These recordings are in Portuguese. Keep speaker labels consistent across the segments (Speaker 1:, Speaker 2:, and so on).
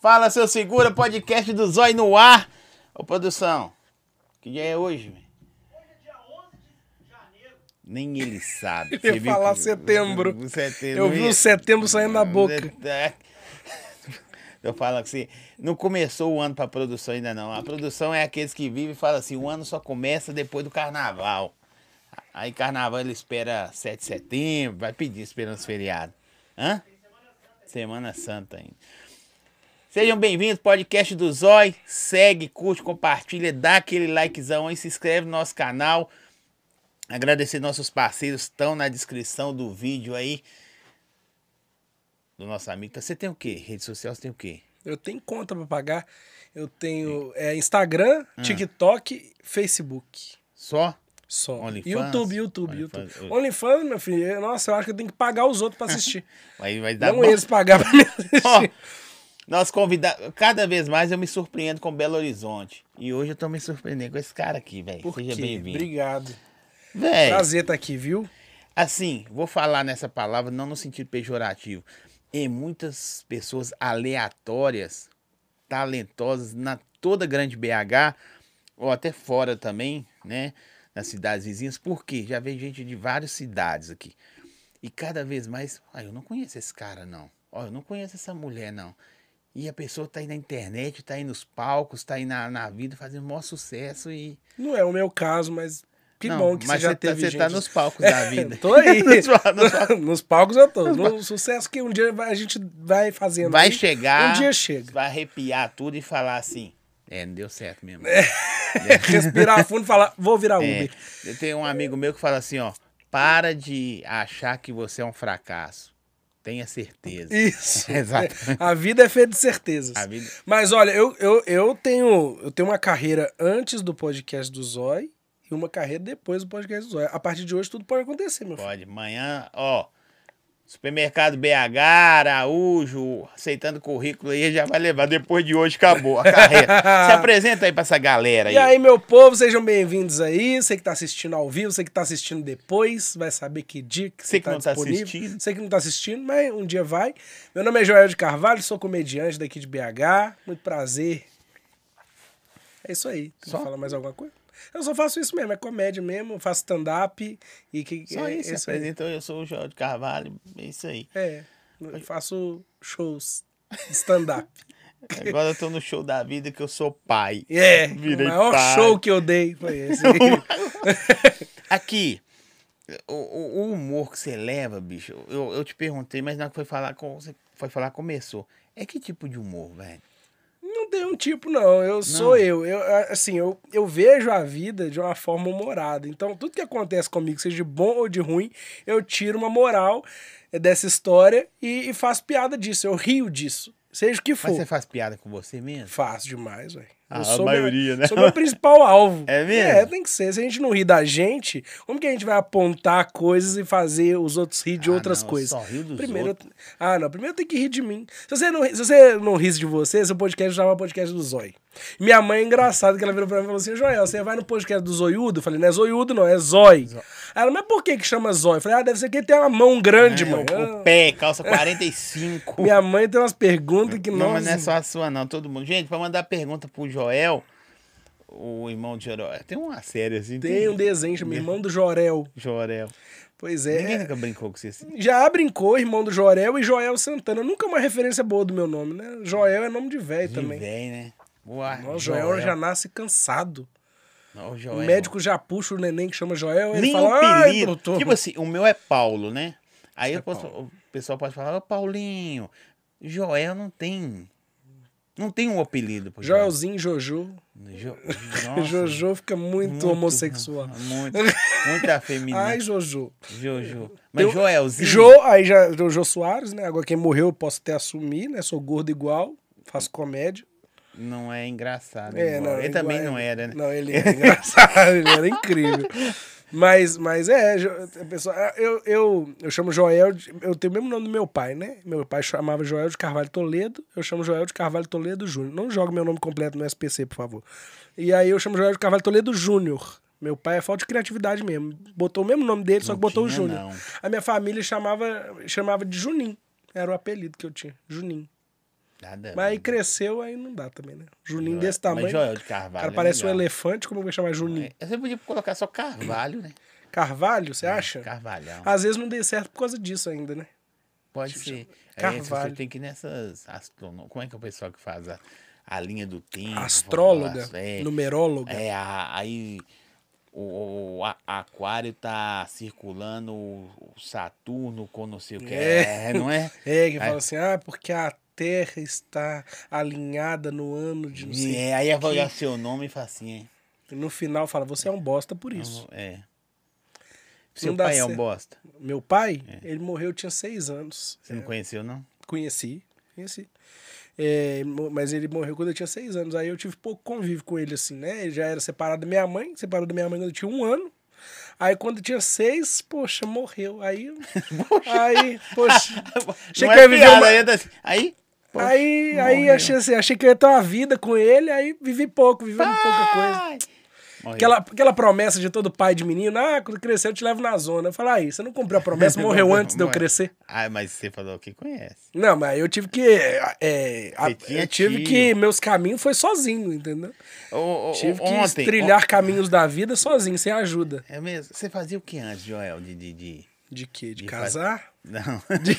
Speaker 1: Fala, seu segura, podcast do Zói no ar. Ô, produção, que dia é hoje, velho?
Speaker 2: é
Speaker 1: Nem ele sabe.
Speaker 2: Eu ia
Speaker 1: viu
Speaker 2: falar
Speaker 1: que-
Speaker 2: setembro.
Speaker 1: Setembro,
Speaker 2: Eu vi o setembro saindo na boca.
Speaker 1: É. Eu falo assim, não começou o ano pra produção ainda não. A produção é aqueles que vivem e falam assim, o ano só começa depois do carnaval. Aí carnaval ele espera 7 de setembro, vai pedir esperando os feriados. Hã? Semana Santa ainda. Sejam bem-vindos, podcast do Zói. Segue, curte, compartilha, dá aquele likezão aí, se inscreve no nosso canal. Agradecer nossos parceiros, estão na descrição do vídeo aí do nosso amigo. Então, Você tem o quê? Rede social você tem o quê?
Speaker 2: Eu tenho conta pra pagar. Eu tenho é, Instagram,
Speaker 1: Ah.
Speaker 2: TikTok, Facebook.
Speaker 1: Só?
Speaker 2: Só.
Speaker 1: OnlyFans?
Speaker 2: YouTube, YouTube,
Speaker 1: OnlyFans.
Speaker 2: YouTube. OnlyFans, meu filho, eu- nossa, eu acho que eu tenho que pagar os outros pra assistir.
Speaker 1: Aí vai dar
Speaker 2: Não
Speaker 1: bom.
Speaker 2: eles pagar pra mim
Speaker 1: Ó,
Speaker 2: assistir.
Speaker 1: nós convidamos. Cada vez mais eu me surpreendo com Belo Horizonte. E hoje eu tô me surpreendendo com esse cara aqui, velho.
Speaker 2: Por
Speaker 1: Seja
Speaker 2: quê?
Speaker 1: bem-vindo. É.
Speaker 2: Obrigado.
Speaker 1: Velho,
Speaker 2: Prazer estar aqui, viu?
Speaker 1: assim, vou falar nessa palavra não no sentido pejorativo. E muitas pessoas aleatórias, talentosas na toda grande BH, ou até fora também, né? Nas cidades vizinhas. Por quê? Já veio gente de várias cidades aqui. E cada vez mais, ah, eu não conheço esse cara, não. Ó, eu não conheço essa mulher, não. E a pessoa tá aí na internet, tá aí nos palcos, tá aí na, na vida, fazendo o maior sucesso e.
Speaker 2: Não é o meu caso, mas que
Speaker 1: Não,
Speaker 2: bom que
Speaker 1: mas
Speaker 2: você já
Speaker 1: tá-
Speaker 2: teve
Speaker 1: você
Speaker 2: gente.
Speaker 1: tá nos palcos da vida.
Speaker 2: tô aí.
Speaker 1: Nos pa- nos
Speaker 2: Nos palcos eu tô. No sucesso que um dia vai- a gente vai fazendo.
Speaker 1: Vai
Speaker 2: aí,
Speaker 1: chegar.
Speaker 2: Um dia chega.
Speaker 1: Vai arrepiar tudo e falar assim. É, não deu certo mesmo.
Speaker 2: respirar fundo e falar, vou virar
Speaker 1: É,
Speaker 2: Uber.
Speaker 1: eu tenho um amigo meu que fala assim, ó. Para de achar que você é um fracasso. Tenha certeza.
Speaker 2: Isso.
Speaker 1: Exato.
Speaker 2: A vida é feita de certezas.
Speaker 1: A vida-
Speaker 2: Mas olha, eu, eu, eu, tenho, eu tenho uma carreira antes do podcast do Zói e uma carreira depois do podcast do Zói. A partir de hoje tudo pode acontecer, meu filho.
Speaker 1: Pode. Amanhã, ó. Supermercado BH, Araújo, aceitando currículo aí, já vai levar. Depois de hoje, acabou a carreira. Se apresenta aí pra essa galera aí.
Speaker 2: E aí, meu povo, sejam bem-vindos aí. Você que tá assistindo ao vivo, você que tá assistindo depois, vai saber que dia que
Speaker 1: Você
Speaker 2: você
Speaker 1: que
Speaker 2: tá
Speaker 1: não tá
Speaker 2: disponível.
Speaker 1: assistindo.
Speaker 2: Você que não tá assistindo, mas um dia vai. Meu nome é Joel de Carvalho, sou comediante daqui de BH. Muito prazer. É isso aí. Tem
Speaker 1: Só?
Speaker 2: que falar mais alguma coisa? Eu só faço isso mesmo, é comédia mesmo, eu faço stand-up e que
Speaker 1: Só
Speaker 2: é,
Speaker 1: isso,
Speaker 2: é
Speaker 1: se
Speaker 2: aí.
Speaker 1: apresenta. Eu sou o João de Carvalho, é isso aí.
Speaker 2: É, eu faço shows de stand-up.
Speaker 1: Agora eu tô no show da vida que eu sou pai.
Speaker 2: É,
Speaker 1: Virei
Speaker 2: o maior
Speaker 1: pai.
Speaker 2: show que eu dei foi esse.
Speaker 1: Aqui, o, o- o humor que você leva, bicho, eu, eu te perguntei, mas na hora que foi falar, com, você foi falar, começou. É que tipo de humor, velho?
Speaker 2: Não tem um tipo, não. Eu sou eu. eu a- assim, eu, eu vejo a vida de uma forma humorada. Então, tudo que acontece comigo, seja de bom ou de ruim, eu tiro uma moral eh, dessa história e, e faço piada disso. Eu rio disso. Seja o que
Speaker 1: Mas
Speaker 2: for.
Speaker 1: você faz piada com você mesmo?
Speaker 2: Faço demais, velho.
Speaker 1: Ah,
Speaker 2: Eu
Speaker 1: a maioria,
Speaker 2: meu,
Speaker 1: né?
Speaker 2: Sou meu principal alvo.
Speaker 1: É mesmo?
Speaker 2: É, tem que ser. Se a gente não rir da gente, como que a gente vai apontar coisas e fazer os outros rir de
Speaker 1: Ah,
Speaker 2: outras
Speaker 1: não, eu
Speaker 2: coisas?
Speaker 1: só rio dos
Speaker 2: primeiro, eu-
Speaker 1: outros.
Speaker 2: Ah, não. Primeiro tem que rir de mim. Se você não, se você não risse de você, seu podcast chama podcast do Zói. Minha mãe é engraçada, que ela virou pra mim e falou assim, Joel, você vai no podcast do Zoiudo? Eu falei, não é Zoiudo não, é Zói. Ela, mas por que que chama Zói? Eu falei, ah, deve ser que ele tem uma mão
Speaker 1: É,
Speaker 2: grande, mano.
Speaker 1: O pé, calça 45.
Speaker 2: Minha mãe tem umas perguntas que
Speaker 1: Não, mas não é
Speaker 2: nossa,
Speaker 1: só a sua, não. Todo mundo. Gente, pra mandar pergunta pro Joel, o irmão de Jorel. Tem uma série assim.
Speaker 2: Tem um desenho, chama Irmão do Jorel.
Speaker 1: Jorel.
Speaker 2: Pois é.
Speaker 1: Ninguém nunca brincou com você assim.
Speaker 2: Já brincou Irmão do Jorel e Joel Santana. Nunca é uma referência boa do meu nome, né? Joel é nome de velho
Speaker 1: De
Speaker 2: também.
Speaker 1: véi, né? Boa,
Speaker 2: Nossa, Joel, já nasce cansado.
Speaker 1: Ó, o
Speaker 2: O
Speaker 1: Joel. é
Speaker 2: médico já puxa o neném que chama Joel e ele
Speaker 1: Nem
Speaker 2: fala,
Speaker 1: um
Speaker 2: ai,
Speaker 1: apelido.
Speaker 2: doutor. é
Speaker 1: tipo assim, o meu é Paulo, né? Aí eu posso- o pessoal pode falar, ô Paulinho, Joel não tem. Não tem um apelido pro Joel.
Speaker 2: Joelzinho, Jojo.
Speaker 1: Jo... Nossa,
Speaker 2: Jojo fica muito, homossexual.
Speaker 1: Muito, muito
Speaker 2: Ai,
Speaker 1: afeminado.
Speaker 2: Jojo.
Speaker 1: Jojo. Mas
Speaker 2: Eu-
Speaker 1: Joelzinho.
Speaker 2: Jo, aí já, Jojo Soares, né? Agora quem morreu eu posso até assumir, né? Sou gordo igual, faço comédia.
Speaker 1: Não é engraçado.
Speaker 2: É,
Speaker 1: igual.
Speaker 2: não,
Speaker 1: ele
Speaker 2: igual-
Speaker 1: também não era, né?
Speaker 2: Não, ele era engraçado, ele era incrível. Mas, mas é, Jo- a pessoa, eu, eu, eu chamo Joel, de- eu tenho o mesmo nome do meu pai, né? Meu pai chamava Joel de Carvalho Toledo, eu chamo Joel de Carvalho Toledo Júnior. Não joga meu nome completo no SPC, por favor. E aí eu chamo Joel de Carvalho Toledo Júnior. Meu pai é falta de criatividade mesmo. Botou o mesmo nome dele, só
Speaker 1: Não
Speaker 2: que botou
Speaker 1: tinha,
Speaker 2: o Júnior.
Speaker 1: não.
Speaker 2: A minha família chamava, chamava de Juninho. Era o apelido que eu tinha, Juninho.
Speaker 1: Nada.
Speaker 2: Mas aí cresceu, aí não dá também, né? Juninho
Speaker 1: Joel-
Speaker 2: desse tamanho.
Speaker 1: mas Joel de Carvalho
Speaker 2: o cara
Speaker 1: é
Speaker 2: parece um
Speaker 1: legal.
Speaker 2: elefante, como eu vou chamar Juninho?
Speaker 1: É, Você podia colocar só Carvalho, né?
Speaker 2: Carvalho, você acha?
Speaker 1: Carvalhão.
Speaker 2: Às vezes não deu certo por causa disso ainda, né?
Speaker 1: Pode ser. Aí você
Speaker 2: Carvalho.
Speaker 1: tem que ir nessas. astrono- Como é que é o pessoal que faz a, a linha do tempo?
Speaker 2: Astróloga,
Speaker 1: fala- É,
Speaker 2: numeróloga.
Speaker 1: é a- aí o, o a- Aquário tá circulando o o Saturno com não sei o que.
Speaker 2: É.
Speaker 1: É, não é?
Speaker 2: É, que fala assim, ah, porque a Terra está alinhada no ano de não sei.
Speaker 1: É, aí vai olhar seu nome e fala assim,
Speaker 2: E no final fala, você é um bosta por
Speaker 1: é.
Speaker 2: isso.
Speaker 1: é. Seu
Speaker 2: dá
Speaker 1: pai é um
Speaker 2: certo.
Speaker 1: bosta.
Speaker 2: Meu pai,
Speaker 1: É.
Speaker 2: ele morreu, eu tinha seis anos.
Speaker 1: Você não conheceu, não?
Speaker 2: Conheci, conheci. É, mo- mas ele morreu quando eu tinha seis anos. Aí eu tive pouco convívio com ele, assim, né? Ele já era separado da minha mãe, separou da minha mãe quando eu tinha um ano. Aí quando eu tinha seis, poxa, morreu. Aí. aí, poxa. Achei
Speaker 1: Não
Speaker 2: que eu
Speaker 1: é
Speaker 2: ia viver
Speaker 1: piada,
Speaker 2: uma-
Speaker 1: aí é da- Aí? pô,
Speaker 2: Aí, aí
Speaker 1: morreu.
Speaker 2: achei, assim, achei que eu ia ter uma vida com ele, aí vivi pouco, vivendo
Speaker 1: Ah!
Speaker 2: pouca coisa.
Speaker 1: Ai! Morreu.
Speaker 2: Aquela, aquela promessa de todo pai de menino, ah, quando crescer eu te levo na zona. Eu falei, aí, você não cumpriu a promessa, morreu antes de eu
Speaker 1: Morre.
Speaker 2: crescer.
Speaker 1: Ah, mas você falou que conhece.
Speaker 2: Não, mas eu tive que. é, é, a-
Speaker 1: Você tinha
Speaker 2: eu tive
Speaker 1: tio.
Speaker 2: que. Meus caminhos foi sozinho, entendeu?
Speaker 1: O- o-
Speaker 2: Tive que
Speaker 1: ontem,
Speaker 2: trilhar caminhos da vida sozinho, sem ajuda.
Speaker 1: on- É mesmo? Você fazia o que antes, Joel? De. de, de...
Speaker 2: De quê? De,
Speaker 1: De
Speaker 2: casar?
Speaker 1: Não. De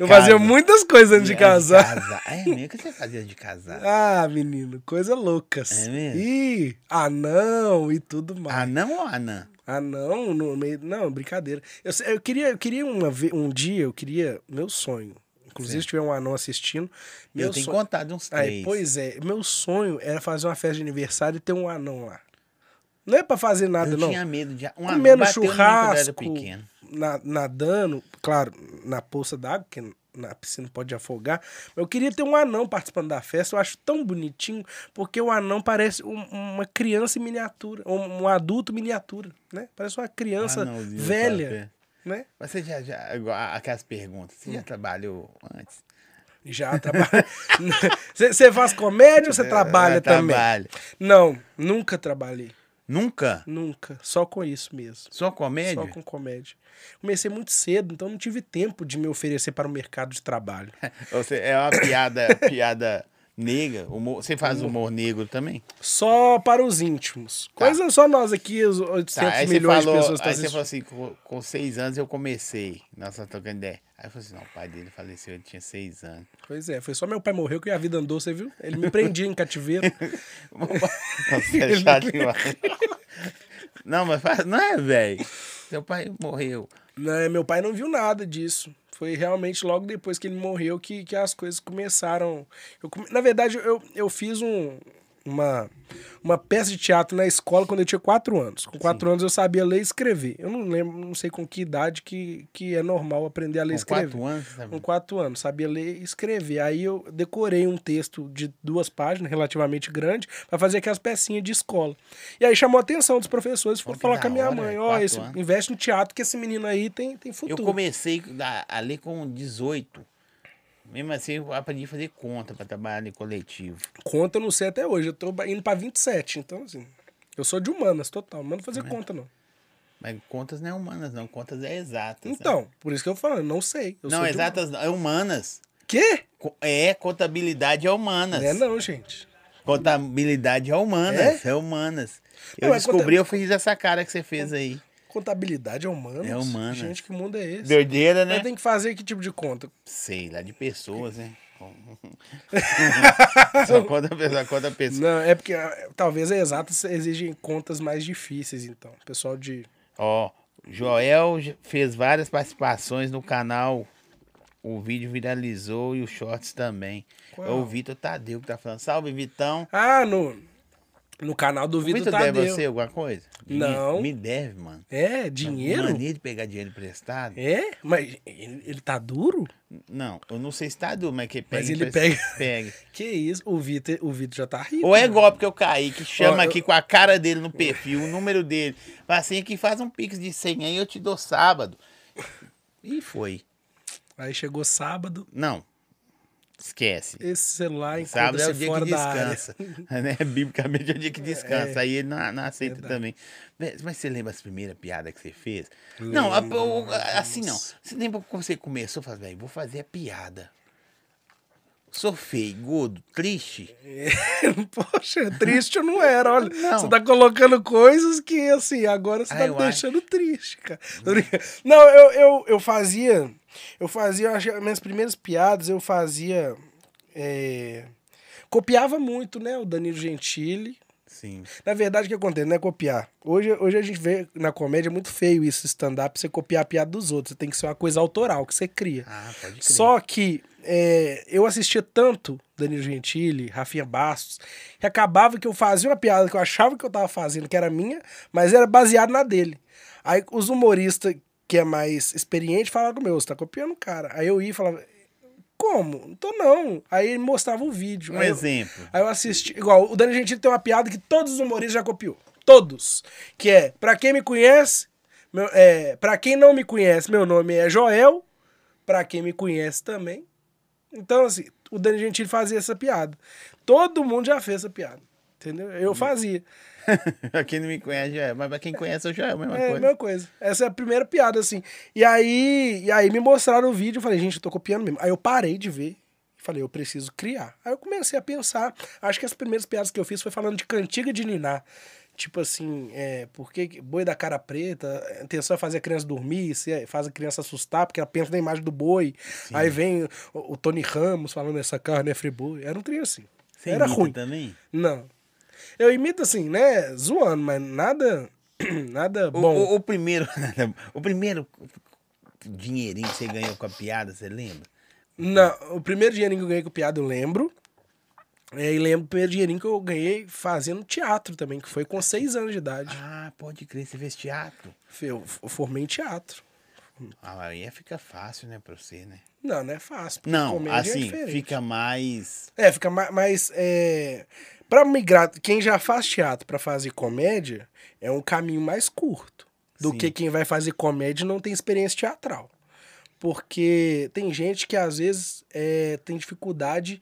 Speaker 2: Eu fazia
Speaker 1: casa.
Speaker 2: muitas coisas antes de
Speaker 1: É,
Speaker 2: casar.
Speaker 1: É mesmo? O que você fazia de casar?
Speaker 2: Ah, menino, coisa loucas.
Speaker 1: É mesmo?
Speaker 2: Ih, anão e tudo mais.
Speaker 1: Anão ou anã?
Speaker 2: Ah, não, no meio. Não, brincadeira. Eu, se- eu queria, eu queria uma, ve- um dia, eu queria. Meu sonho. Inclusive, se tiver um anão assistindo. Meu
Speaker 1: Eu tenho
Speaker 2: sonho,
Speaker 1: contado uns
Speaker 2: aí,
Speaker 1: três.
Speaker 2: pois é, meu sonho era fazer uma festa de aniversário e ter um anão lá. Não é pra fazer nada,
Speaker 1: eu
Speaker 2: não.
Speaker 1: tinha medo de. Um anão
Speaker 2: Comendo
Speaker 1: bateu em mim quando eu era
Speaker 2: churrasco,
Speaker 1: pequeno. Um
Speaker 2: na- nadando, claro, na poça d'água, que na piscina pode afogar. Mas eu queria ter um anão participando da festa, eu acho tão bonitinho, porque o anão parece um- uma criança em miniatura, um, um adulto miniatura, né? Parece uma criança
Speaker 1: Anãozinho,
Speaker 2: velha, Hum.
Speaker 1: sabe?
Speaker 2: né?
Speaker 1: Mas Você já, já. igual a- Aquelas perguntas. Você já trabalhou antes?
Speaker 2: Já trabalha. Você você faz comédia ou você trabalha
Speaker 1: Eu
Speaker 2: também?
Speaker 1: É, trabalho.
Speaker 2: Não, nunca trabalhei.
Speaker 1: Nunca?
Speaker 2: Nunca. Só com isso mesmo.
Speaker 1: Só comédia?
Speaker 2: Só com comédia. Comecei muito cedo, então não tive tempo de me oferecer para o mercado de trabalho.
Speaker 1: Ou você- é uma piada, piada negra? Humor- você faz humor negro também?
Speaker 2: Só para os íntimos. Coisa só nós aqui, os 800
Speaker 1: Tá, aí você
Speaker 2: milhões
Speaker 1: falou,
Speaker 2: de pessoas que
Speaker 1: aí
Speaker 2: estão
Speaker 1: você falou
Speaker 2: assistindo.
Speaker 1: assim, com, com seis anos eu comecei, nossa trocando ideia. Aí eu falei assim, não, o pai dele faleceu, ele tinha seis anos.
Speaker 2: Pois é, foi só meu pai morreu que a vida andou, você viu? Ele me prendia em cativeiro.
Speaker 1: Nossa, é chato demais. Não, mas faz- não é, velho. Seu pai morreu.
Speaker 2: Né, meu pai não viu nada disso. Foi realmente logo depois que ele morreu que, que as coisas começaram. Eu come- Na verdade, eu, eu fiz um- uma, uma peça de teatro na escola quando eu tinha quatro anos. Com quatro anos eu sabia ler e escrever. Eu não lembro, não sei com que idade que, que é normal aprender a ler
Speaker 1: Com
Speaker 2: e escrever.
Speaker 1: quatro anos, sabe?
Speaker 2: Com quatro anos, sabia ler e escrever. Aí eu decorei um texto de duas páginas, relativamente grande, para fazer aquelas pecinhas de escola. E aí chamou a atenção dos professores,
Speaker 1: Pô,
Speaker 2: foram
Speaker 1: que
Speaker 2: falar
Speaker 1: da
Speaker 2: com a minha
Speaker 1: hora,
Speaker 2: mãe,
Speaker 1: velho,
Speaker 2: ó,
Speaker 1: quatro
Speaker 2: esse-
Speaker 1: anos."
Speaker 2: investe no teatro que esse menino aí tem, tem
Speaker 1: Eu
Speaker 2: futuro.
Speaker 1: comecei a, a ler com 18. Mesmo assim, eu aprendi a fazer conta pra trabalhar em coletivo.
Speaker 2: Conta eu não sei até hoje, eu tô indo para 27, então assim, eu sou de humanas total, não mando fazer
Speaker 1: Tá
Speaker 2: conta não.
Speaker 1: Mas contas não é humanas, não. Contas é exatas. né?
Speaker 2: Então, por isso que eu falo, eu não sei. Eu
Speaker 1: Não,
Speaker 2: sou de
Speaker 1: exatas não. É humanas.
Speaker 2: hum- Quê?
Speaker 1: Co- É, contabilidade é humanas.
Speaker 2: Não é não, gente.
Speaker 1: Contabilidade é humanas, é, humanas. Eu
Speaker 2: Não, é
Speaker 1: descobri,
Speaker 2: conta-
Speaker 1: eu fiz essa cara que você fez aí.
Speaker 2: Contabilidade é humanas?
Speaker 1: É humanas.
Speaker 2: Gente, que mundo é esse?
Speaker 1: Doideira,
Speaker 2: Mas
Speaker 1: né?
Speaker 2: tem que fazer que tipo de conta?
Speaker 1: Sei lá, de pessoas, né? Só conta a pessoa, conta a pessoa.
Speaker 2: Não, é porque ah, talvez a exatas exigem contas mais difíceis, então. Pessoal de.
Speaker 1: Ó, Joel j- fez várias participações no canal. O vídeo viralizou e os shorts também.
Speaker 2: Qual?
Speaker 1: É o Vitor Tadeu que tá falando. Salve, Vitão.
Speaker 2: Ah, no, no canal do tá
Speaker 1: O
Speaker 2: Vitor
Speaker 1: Vitor
Speaker 2: Tadeu.
Speaker 1: deve a você alguma coisa?
Speaker 2: Não.
Speaker 1: Me, me deve, mano.
Speaker 2: É,
Speaker 1: Uma
Speaker 2: dinheiro?
Speaker 1: Mania de pegar dinheiro emprestado.
Speaker 2: É? Mas ele, ele tá duro?
Speaker 1: Não, eu não sei se tá duro, mas que pega.
Speaker 2: Mas ele
Speaker 1: emprestado, pega.
Speaker 2: Que isso? O Vitor, o Vitor já tá rico.
Speaker 1: Ou é golpe que eu caí, que chama
Speaker 2: Ó, eu-
Speaker 1: aqui com a cara dele no perfil, o número dele. Fala assim, aqui faz um pix de 100 aí, eu te dou sábado. E foi.
Speaker 2: Aí chegou sábado,
Speaker 1: Não. Esquece.
Speaker 2: esse celular
Speaker 1: Sábado é
Speaker 2: encontra-se
Speaker 1: o dia que
Speaker 2: fora da área.
Speaker 1: descansa. Né? Biblicamente é o dia que descansa. Aí ele não, não aceita também. Mas, mas você lembra as primeiras piadas que você fez? Não, a- o- a- assim não. Você lembra quando você começou? Fala, velho, vou fazer a piada. Sou feio, gordo, triste.
Speaker 2: Poxa, é triste eu não era, olha.
Speaker 1: Não.
Speaker 2: Você tá colocando coisas que, assim, agora você
Speaker 1: Ah,
Speaker 2: tá
Speaker 1: eu
Speaker 2: me
Speaker 1: acho.
Speaker 2: deixando triste, cara. Tô brincando. Não, eu, eu, eu fazia. Eu fazia, eu acho que as minhas primeiras piadas eu fazia. é, copiava muito, né? O Danilo Gentili.
Speaker 1: Sim.
Speaker 2: Na verdade, o que acontece, não é copiar. Hoje, hoje a gente vê na comédia é muito feio isso, stand-up, você copiar a piada dos outros. Você tem que ser uma coisa autoral que você cria.
Speaker 1: Ah, pode crer.
Speaker 2: Só que é, eu assistia tanto Danilo Gentili, Rafinha Bastos, que acabava que eu fazia uma piada que eu achava que eu tava fazendo, que era minha, mas era baseado na dele. Aí os humoristas que é mais experiente falaram, meu, você tá copiando o cara. Aí eu ia e falava, como? Não tô não. Aí ele mostrava o vídeo.
Speaker 1: Um
Speaker 2: Aí eu-
Speaker 1: exemplo.
Speaker 2: Aí eu assisti. Igual, o Dani Gentili tem uma piada que todos os humoristas já copiou. Todos. Que é, pra quem me conhece, meu, é, pra quem não me conhece, meu nome é Joel. Pra quem me conhece também. Então, assim, o Dani Gentili fazia essa piada. Todo mundo já fez essa piada. Entendeu? Eu fazia.
Speaker 1: pra quem não me conhece, já é. Mas pra quem conhece, eu já é a mesma
Speaker 2: É,
Speaker 1: coisa.
Speaker 2: mesma coisa. Essa é a primeira piada, assim. E aí, e aí me mostraram o vídeo, eu falei, gente, eu tô copiando mesmo. Aí eu parei de ver. Falei, eu preciso criar. Aí eu comecei a pensar. Acho que as primeiras piadas que eu fiz foi falando de cantiga de Niná. Tipo assim, é, porque boi da cara preta, a intenção é fazer a criança dormir, você faz a criança assustar, porque ela pensa na imagem do boi. Aí vem o, o Tony Ramos falando, essa carne é friboi. Era um trem assim.
Speaker 1: Você
Speaker 2: Era
Speaker 1: imita
Speaker 2: ruim.
Speaker 1: também?
Speaker 2: Não. Eu imito assim, né? Zoando, mas nada. Nada
Speaker 1: O,
Speaker 2: bom.
Speaker 1: o- o primeiro. o primeiro dinheirinho que você ganhou com a piada, você lembra?
Speaker 2: Não, o primeiro dinheirinho que eu ganhei com piada eu lembro. É, E lembro o primeiro dinheirinho que eu ganhei fazendo teatro também, que foi com seis anos de idade.
Speaker 1: Ah, pode crer, você fez teatro.
Speaker 2: Eu f- eu formei em teatro.
Speaker 1: Ah, aí fica fácil, né, pra você, né?
Speaker 2: Não, não é fácil. porque
Speaker 1: Não,
Speaker 2: comédia é
Speaker 1: assim,
Speaker 2: diferente.
Speaker 1: fica mais.
Speaker 2: É, fica mais. mais é... Pra migrar, quem já faz teatro pra fazer comédia é um caminho mais curto do
Speaker 1: Sim.
Speaker 2: que quem vai fazer comédia e não tem experiência teatral. Porque tem gente que às vezes é, tem dificuldade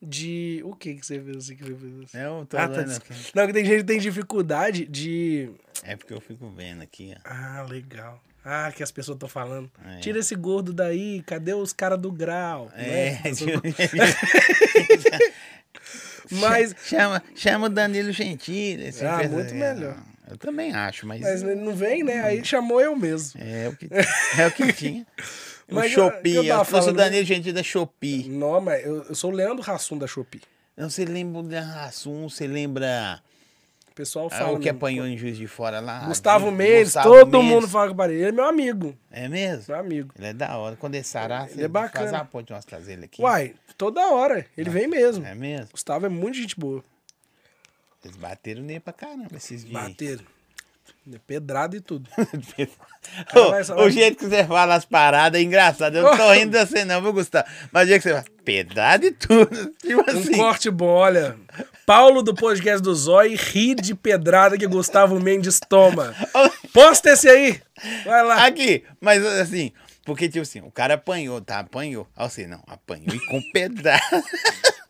Speaker 2: de. O que, que você fez assim? Que você fez assim?
Speaker 1: né, Eu tô
Speaker 2: Ah, tá,
Speaker 1: olhando
Speaker 2: desculpa.
Speaker 1: aqui.
Speaker 2: Não, que tem gente que tem dificuldade de.
Speaker 1: É porque eu fico vendo aqui, ó.
Speaker 2: Ah, legal. Ah, que as pessoas estão falando.
Speaker 1: É.
Speaker 2: Tira esse gordo daí, cadê os caras do grau?
Speaker 1: É,
Speaker 2: Né?
Speaker 1: mas
Speaker 2: Mas-
Speaker 1: chama, chama o Danilo Gentili. assim,
Speaker 2: Ah,
Speaker 1: fez-
Speaker 2: muito melhor.
Speaker 1: Eu também acho, mas,
Speaker 2: Mas não vem, né? Aí chamou eu mesmo.
Speaker 1: é, o que, é o que tinha. O
Speaker 2: Mas, é,
Speaker 1: Shopee,
Speaker 2: eu
Speaker 1: eu,
Speaker 2: tava
Speaker 1: trouxe o
Speaker 2: falando- né?
Speaker 1: Danilo Gentili da Shopee.
Speaker 2: Não, mas eu, eu sou o Leandro Rassum da Shopee.
Speaker 1: Não, você lembra da Rassum, você lembra
Speaker 2: O pessoal
Speaker 1: ah,
Speaker 2: fala.
Speaker 1: o que
Speaker 2: mesmo.
Speaker 1: apanhou em Juiz de Fora lá?
Speaker 2: Gustavo
Speaker 1: Gustavo
Speaker 2: Mendes, todo
Speaker 1: Mendes.
Speaker 2: mundo fala que parei. Ele é meu amigo.
Speaker 1: É mesmo?
Speaker 2: Meu amigo.
Speaker 1: Ele é da hora. Quando ele sarar,
Speaker 2: Ele é bacana.
Speaker 1: faz ah, a ponte, nós trazer ele aqui.
Speaker 2: Uai, toda hora. Ele vem mesmo.
Speaker 1: É mesmo?
Speaker 2: Gustavo é muito gente boa.
Speaker 1: Eles bateram nele pra caramba esses dias. aí.
Speaker 2: Bater. Pedrada e tudo.
Speaker 1: Ô,
Speaker 2: vai falar-
Speaker 1: o jeito que você fala as paradas é engraçado. Eu não tô rindo de você não, viu, Gustavo? Mas o jeito que você fala, pedrada e tudo. Tipo
Speaker 2: Um
Speaker 1: assim.
Speaker 2: corte bom, olha. Paulo do podcast do Zói ri de pedrada que Gustavo Mendes toma. Posta esse aí. Vai lá.
Speaker 1: Aqui, mas assim, porque tipo assim, o cara apanhou, tá? Apanhou. Aí você, não, apanhou e com pedrada.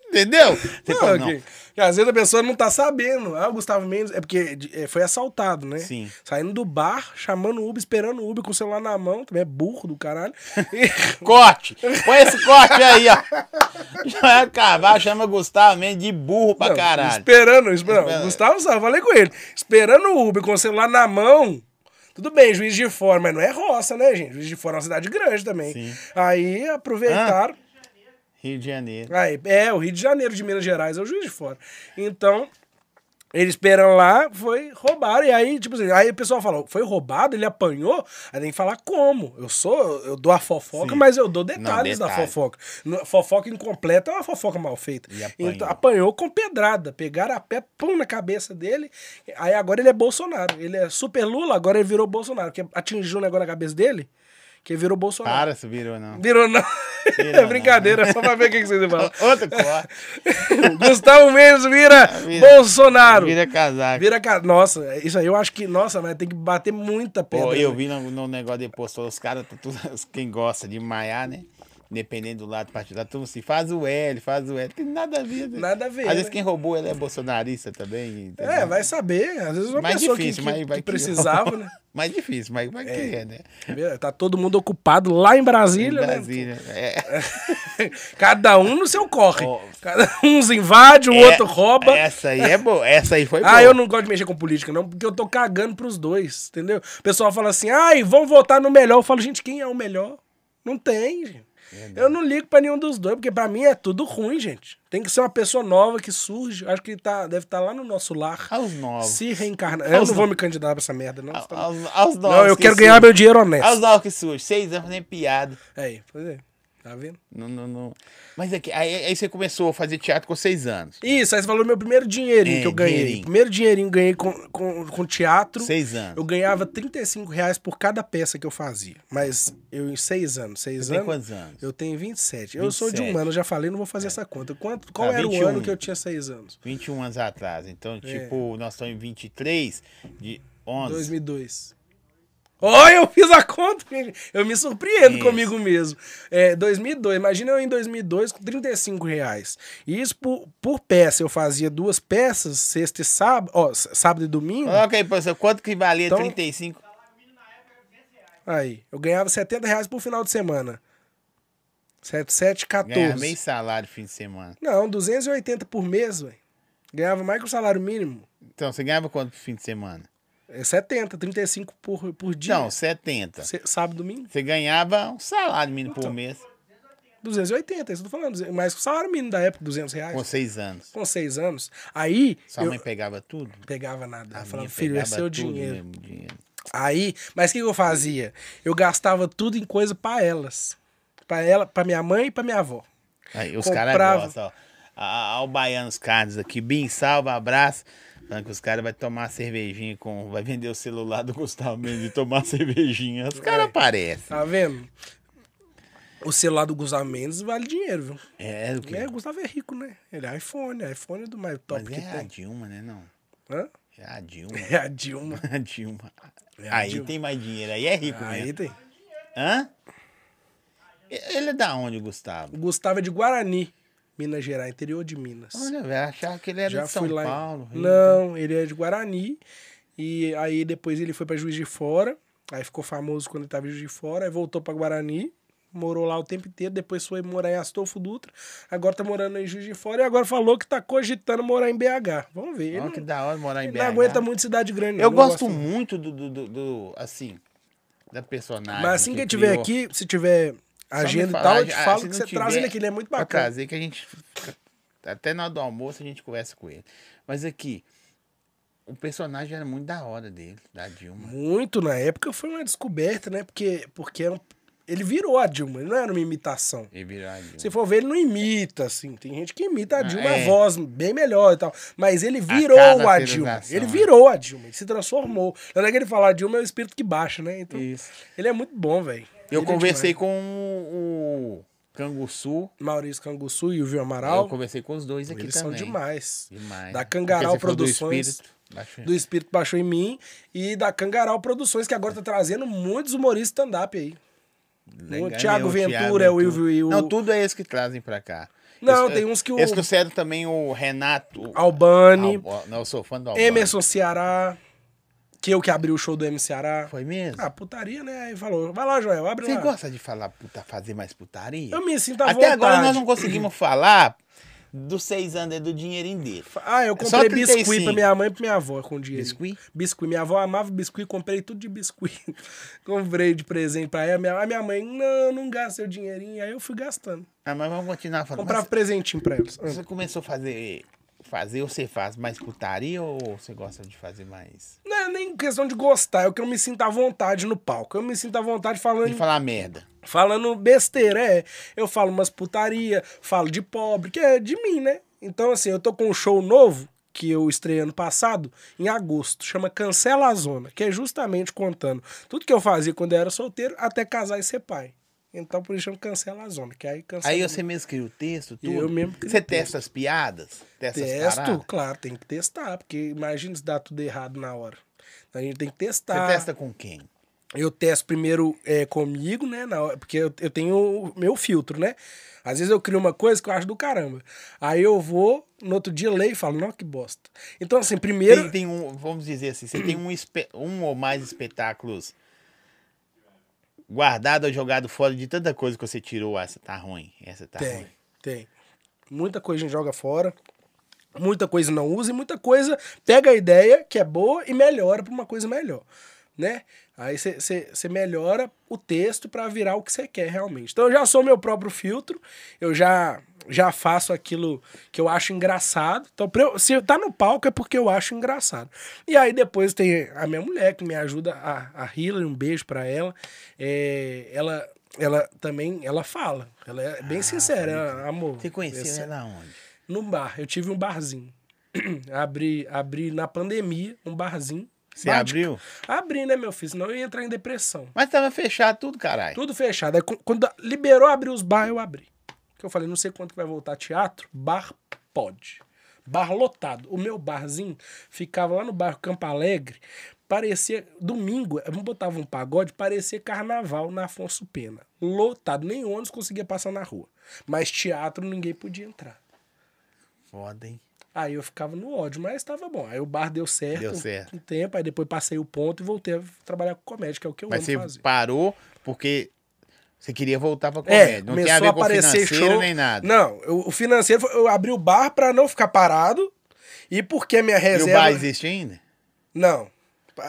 Speaker 1: Entendeu? Você
Speaker 2: Não,
Speaker 1: fala,
Speaker 2: que- que Às vezes a pessoa não tá sabendo. Ah, o Gustavo Mendes. É porque de- é, foi assaltado, né?
Speaker 1: Sim.
Speaker 2: Saindo do bar, chamando o Uber, esperando o Uber com o celular na mão. Também é burro do caralho. E-
Speaker 1: Corte! Põe esse corte aí, ó. Joel Carvalho chama Gustavo Mendes de burro pra
Speaker 2: Não,
Speaker 1: caralho.
Speaker 2: Esperando, esperando.
Speaker 1: Esperando.
Speaker 2: Gustavo sabe, falei com ele. Esperando o Uber com o celular na mão. Tudo bem, juiz de fora, mas não é roça, né, gente? Juiz de fora é uma cidade grande também.
Speaker 1: Sim.
Speaker 2: Aí aproveitaram.
Speaker 1: Rio de Janeiro.
Speaker 2: Aí, é, o Rio de Janeiro de Minas Gerais é o juiz de fora. Então, eles esperam lá, foi roubado. E aí, tipo assim, aí o pessoal fala, foi roubado, ele apanhou? Aí tem que falar como. Eu sou, eu dou a fofoca,
Speaker 1: Sim.
Speaker 2: mas eu dou detalhes
Speaker 1: Não,
Speaker 2: da
Speaker 1: detalhe.
Speaker 2: fofoca. No- Fofoca incompleta é uma fofoca mal feita.
Speaker 1: E apanhou.
Speaker 2: Então, apanhou com pedrada. Pegaram a pé, pum, na cabeça dele. Aí agora ele é Bolsonaro. Ele é super Lula, agora ele virou Bolsonaro. Porque atingiu um negócio na cabeça dele, que ele virou Bolsonaro.
Speaker 1: Para, se virou não.
Speaker 2: Virou não.
Speaker 1: Tá. Virou
Speaker 2: é brincadeira, só pra ver o que que vocês falam.
Speaker 1: Outro corte.
Speaker 2: Gustavo Mendes vira,
Speaker 1: Ah, Vira.
Speaker 2: Bolsonaro. Vira,
Speaker 1: Vira casaco.
Speaker 2: ca- Nossa, isso aí eu acho que. Nossa, mas tem que bater muita pedra.
Speaker 1: Pô, eu
Speaker 2: né?
Speaker 1: vi no, no negócio depois, falou, os caras, tá tudo- os- quem gosta de maiar, né? dependendo do lado partidário, todo mundo assim, faz o L, faz o L. Tem nada a ver. né?
Speaker 2: Nada a ver,
Speaker 1: Às vezes
Speaker 2: né?
Speaker 1: quem roubou ele é bolsonarista também. entendeu?
Speaker 2: É, vai saber. Às vezes uma
Speaker 1: Mais
Speaker 2: pessoa
Speaker 1: difícil,
Speaker 2: que, que,
Speaker 1: mas vai que-
Speaker 2: que precisava, né?
Speaker 1: Mais difícil, mas vai que é, né?
Speaker 2: Tá todo mundo ocupado lá em
Speaker 1: Em
Speaker 2: Brasília, né?
Speaker 1: Brasília. É.
Speaker 2: Cada um no seu corre.
Speaker 1: Ó.
Speaker 2: Cada um se invade, o outro
Speaker 1: É,
Speaker 2: rouba.
Speaker 1: Essa aí é boa. Essa aí foi boa.
Speaker 2: Ah, eu não gosto de mexer com política, não, porque eu tô cagando pros dois, entendeu? O pessoal fala assim, ai, vão votar no melhor. Eu falo, gente, quem é o melhor? Não tem, gente. Eu não ligo pra nenhum dos dois, porque pra mim é tudo ruim, gente. Tem que ser uma pessoa nova que surge. Acho que tá, deve estar lá no nosso lar.
Speaker 1: Aos novos.
Speaker 2: Se reencarnar. Eu não vou me candidatar pra essa merda, não.
Speaker 1: Aos,
Speaker 2: Você tá-
Speaker 1: aos novos.
Speaker 2: Não, eu
Speaker 1: que
Speaker 2: quero ganhar
Speaker 1: surge.
Speaker 2: meu dinheiro honesto.
Speaker 1: Aos novos que surge. Seis anos nem piada.
Speaker 2: Aí, pois é. Tá vendo?
Speaker 1: Não, não, não. Mas aqui, aí, aí você começou a fazer teatro com seis anos.
Speaker 2: Isso, aí você falou meu primeiro dinheirinho
Speaker 1: É,
Speaker 2: que eu ganhei.
Speaker 1: dinheirinho.
Speaker 2: Primeiro dinheirinho ganhei com, com, com teatro.
Speaker 1: Seis anos.
Speaker 2: Eu ganhava 35 reais por cada peça que eu fazia. Mas eu em seis anos. Seis
Speaker 1: Você tem
Speaker 2: anos.
Speaker 1: quantos anos?
Speaker 2: Eu tenho 27. Eu sou de
Speaker 1: 27.
Speaker 2: um ano, já falei, não vou fazer essa conta. Quanto, qual
Speaker 1: É. Tá,
Speaker 2: era
Speaker 1: 21.
Speaker 2: o ano que eu tinha seis anos?
Speaker 1: 21 anos atrás.
Speaker 2: É.
Speaker 1: Então, tipo, nós estamos em 23 de 11.
Speaker 2: 2002. Olha, eu fiz a conta, eu me surpreendo
Speaker 1: Isso.
Speaker 2: comigo mesmo. É, 2002, imagina eu em 2002 com 35 reais. E isso por, por peça, eu fazia duas peças, sexta e sábado, ó, s- sábado e domingo.
Speaker 1: Coloca aí, professor, quanto que valia
Speaker 2: Então-
Speaker 1: 35?
Speaker 2: Aí, eu ganhava 70 reais por final de semana. 7, 7, 14.
Speaker 1: Ganhar meio salário fim de semana.
Speaker 2: Não, 280 por mês, velho. Ganhava mais que o salário mínimo.
Speaker 1: Então, você ganhava quanto por fim de semana?
Speaker 2: É 70, 35 por, por dia.
Speaker 1: Não, 70.
Speaker 2: Se- Sábado, domingo.
Speaker 1: Você ganhava um salário mínimo
Speaker 2: Então,
Speaker 1: por mês
Speaker 2: 280, é isso que eu tô falando. duze- Mais que o salário mínimo da época, 200 reais.
Speaker 1: com seis anos.
Speaker 2: Com seis anos. Aí,
Speaker 1: Sua
Speaker 2: eu
Speaker 1: mãe pegava tudo?
Speaker 2: pegava nada.
Speaker 1: A
Speaker 2: Ela falava,
Speaker 1: minha
Speaker 2: filho, é
Speaker 1: pegava
Speaker 2: seu
Speaker 1: tudo
Speaker 2: dinheiro.
Speaker 1: mesmo, dinheiro.
Speaker 2: Aí, mas o que, que eu fazia? Eu gastava tudo em coisa pra elas. Pra ela, pra minha mãe e pra minha avó.
Speaker 1: Aí, os
Speaker 2: Comprava.
Speaker 1: caras gostam, ó. Olha o baiano, os caras aqui. Bim, salva, abraço. Falando que os caras vão tomar uma cervejinha com. Vai vender o celular do Gustavo Mendes e tomar uma cervejinha. Os caras aparecem.
Speaker 2: Tá vendo? O celular do Gustavo Mendes vale dinheiro, viu?
Speaker 1: É, o que?
Speaker 2: É, o Gustavo é rico, né? Ele é iPhone, é iPhone do mais top
Speaker 1: Mas
Speaker 2: que
Speaker 1: é a
Speaker 2: tem.
Speaker 1: Dilma, né? Não.
Speaker 2: Hã?
Speaker 1: É a Dilma.
Speaker 2: É a Dilma.
Speaker 1: A Dilma.
Speaker 2: É a
Speaker 1: aí
Speaker 2: Dilma.
Speaker 1: tem mais dinheiro, aí é rico
Speaker 2: Aí
Speaker 1: mesmo.
Speaker 2: tem.
Speaker 1: Hã? E- Ele é da onde, Gustavo?
Speaker 2: O Gustavo é de Guarani, Minas Gerais, interior de Minas.
Speaker 1: Olha, velho, achava que ele era
Speaker 2: Já
Speaker 1: de São
Speaker 2: fui lá. em-
Speaker 1: Paulo. Rio.
Speaker 2: Não, ele é de Guarani. E aí depois ele foi pra Juiz de Fora. Aí ficou famoso quando ele tava em Juiz de Fora. Aí voltou pra Guarani. Morou lá o tempo inteiro. Depois foi morar em Astolfo Dutra. Agora tá morando em Juiz de Fora. E agora falou que tá cogitando morar em BH. Vamos ver. Ele
Speaker 1: Olha
Speaker 2: não,
Speaker 1: que da hora morar em
Speaker 2: ele
Speaker 1: BH.
Speaker 2: não aguenta muito cidade grande. não.
Speaker 1: Eu
Speaker 2: Não
Speaker 1: gosto
Speaker 2: gosta
Speaker 1: muito
Speaker 2: muito.
Speaker 1: do, do, do- do- assim, da personagem.
Speaker 2: Mas assim que ele tiver
Speaker 1: criou.
Speaker 2: aqui, se tiver
Speaker 1: Só me
Speaker 2: agenda e
Speaker 1: falar,
Speaker 2: tal, eu te
Speaker 1: ah,
Speaker 2: falo
Speaker 1: se
Speaker 2: que
Speaker 1: não
Speaker 2: você
Speaker 1: tiver,
Speaker 2: traz ele aqui. Ele é muito
Speaker 1: pra
Speaker 2: bacana.
Speaker 1: trazer que a gente. fica- Até na hora do almoço a gente conversa com ele. Mas aqui, o personagem era muito da hora dele, da Dilma.
Speaker 2: Muito na época foi uma descoberta, né? Porque, porque era um- ele virou a Dilma, ele não era uma imitação.
Speaker 1: Ele virou a Dilma.
Speaker 2: Se for ver, ele não imita, assim. Tem gente que imita a
Speaker 1: Ah,
Speaker 2: Dilma,
Speaker 1: é.
Speaker 2: a voz bem melhor e tal. Mas ele virou
Speaker 1: cara,
Speaker 2: a,
Speaker 1: a
Speaker 2: Dilma.
Speaker 1: atualização,
Speaker 2: Ele
Speaker 1: né?
Speaker 2: virou a Dilma, ele se transformou. Na hora que ele fala, a Dilma é o espírito que baixa, né? Então,
Speaker 1: Isso.
Speaker 2: ele é muito bom, velho.
Speaker 1: Eu
Speaker 2: Ele é
Speaker 1: conversei
Speaker 2: demais.
Speaker 1: com o Canguçu.
Speaker 2: Maurício Canguçu e o Vil
Speaker 1: Eu
Speaker 2: Amaral.
Speaker 1: conversei com os dois aqui
Speaker 2: Eles são
Speaker 1: também.
Speaker 2: demais.
Speaker 1: Demais.
Speaker 2: Da
Speaker 1: Porque
Speaker 2: Cangaral
Speaker 1: você falou do
Speaker 2: Produções.
Speaker 1: espírito, baixo-
Speaker 2: do Espírito Baixou em Mim e da Cangaral Produções, que agora tá trazendo muitos humoristas stand-up aí.
Speaker 1: Legal,
Speaker 2: o é Thiago
Speaker 1: né?
Speaker 2: Ventura,
Speaker 1: Thiago
Speaker 2: o Ivo e o.
Speaker 1: Não, tudo é eles que trazem pra cá.
Speaker 2: Não,
Speaker 1: Eles-
Speaker 2: tem uns que o-
Speaker 1: Eles trouxeram também o Renato. o-
Speaker 2: Albani,
Speaker 1: Al- Não, eu sou fã do Albani.
Speaker 2: Emerson Ceará, que eu que abri o show do M Ceará.
Speaker 1: Foi mesmo?
Speaker 2: Ah, putaria, né? Aí falou, vai lá, Joel, abre
Speaker 1: Você
Speaker 2: lá.
Speaker 1: gosta de falar puta, fazer mais putaria?
Speaker 2: Eu me sinto à
Speaker 1: Até
Speaker 2: vontade.
Speaker 1: agora nós não conseguimos falar dos seis anos do dinheirinho dele.
Speaker 2: Ah, eu
Speaker 1: É Só
Speaker 2: comprei
Speaker 1: 35.
Speaker 2: biscuit pra minha mãe e pra minha avó com dinheiro.
Speaker 1: Biscuit?
Speaker 2: Biscuit. Minha avó amava biscuit, comprei tudo de biscuit. comprei de presente pra ela. Minha, a minha mãe, não, não gasta seu dinheirinho. Aí eu fui gastando.
Speaker 1: Ah, mas vamos continuar falando.
Speaker 2: Comprava
Speaker 1: Mas
Speaker 2: presentinho pra eles.
Speaker 1: Você começou a fazer. Fazer ou você faz mais putaria ou você gosta de fazer mais.
Speaker 2: Não é nem questão de gostar, é o que eu me sinto à vontade no palco. Eu me sinto à vontade falando,
Speaker 1: De falar merda.
Speaker 2: falando besteira, é. Eu falo umas putaria, falo de pobre, que é de mim, né? Então, assim, eu tô com um show novo que eu estreiei ano passado, em agosto, chama Cancela a Zona, que é justamente contando tudo que eu fazia quando eu era solteiro até casar e ser pai. Então, por isso chama Cancela a Zona, que aí cancela.
Speaker 1: Aí você mesmo cria o texto, tudo.
Speaker 2: Eu mesmo crio
Speaker 1: Você
Speaker 2: o texto.
Speaker 1: testa as piadas? Testa as
Speaker 2: Testo,
Speaker 1: paradas?
Speaker 2: claro, tem que testar, porque imagina se dá tudo errado na hora. Então, A gente tem que
Speaker 1: Você
Speaker 2: testar.
Speaker 1: testa com quem?
Speaker 2: Eu testo primeiro é, comigo, né? na hora- porque eu, eu tenho o meu filtro, né? Às vezes eu crio uma coisa que eu acho do caramba. Aí eu vou, no outro dia, leio e falo, não, que bosta. Então, assim, primeiro.
Speaker 1: Tem, tem um, vamos dizer assim, você tem um, espe- um ou mais espetáculos guardado ou jogado fora de tanta coisa que você tirou. ah, Essa tá ruim, essa tá
Speaker 2: Tem,
Speaker 1: ruim.
Speaker 2: tem. Muita coisa a gente joga fora, muita coisa não usa e muita coisa pega a ideia que é boa e melhora pra uma coisa melhor, né? Aí você melhora o texto pra virar o que você quer realmente. Então eu já sou meu próprio filtro, eu já já faço aquilo que eu acho engraçado. Então pra eu- se eu tá no palco é porque eu acho engraçado. E aí depois tem a minha mulher que me ajuda a, a Hillary, um beijo pra ela. É, ela ela também ela fala, ela é bem sincera, ela- amor.
Speaker 1: Ah, Você conheceu né?
Speaker 2: esse-
Speaker 1: ela onde?
Speaker 2: no bar. Eu tive um barzinho. abri, abri na pandemia um barzinho.
Speaker 1: Você
Speaker 2: Bar de-
Speaker 1: abriu?
Speaker 2: Abri, né, meu filho? Senão eu ia entrar em depressão.
Speaker 1: Mas tava fechado tudo, caralho.
Speaker 2: Tudo fechado. Aí, qu- quando liberou abrir os bar, eu abri. Porque eu falei, não sei quanto que vai voltar teatro. Bar pode. Bar lotado. O meu barzinho ficava lá no bairro Campo Alegre. Parecia. Domingo, eu botava um pagode, parecia carnaval na Afonso Pena. Lotado. Nem ônibus conseguia passar na rua. Mas teatro ninguém podia entrar.
Speaker 1: Foda, hein?
Speaker 2: Aí eu ficava no ódio, mas tava bom. Aí o bar deu certo.
Speaker 1: Deu certo.
Speaker 2: Um tempo, aí depois passei o ponto e voltei a trabalhar com comédia, que é o que eu
Speaker 1: Mas
Speaker 2: amo
Speaker 1: você
Speaker 2: fazer.
Speaker 1: parou porque você queria voltar
Speaker 2: É,
Speaker 1: pra comédia. não tem a ver com financeiro nem nada.
Speaker 2: Não, eu- o financeiro, foi- eu abri o bar pra não ficar parado e porque a minha
Speaker 1: e o
Speaker 2: reserva...
Speaker 1: bar existe ainda?
Speaker 2: Não,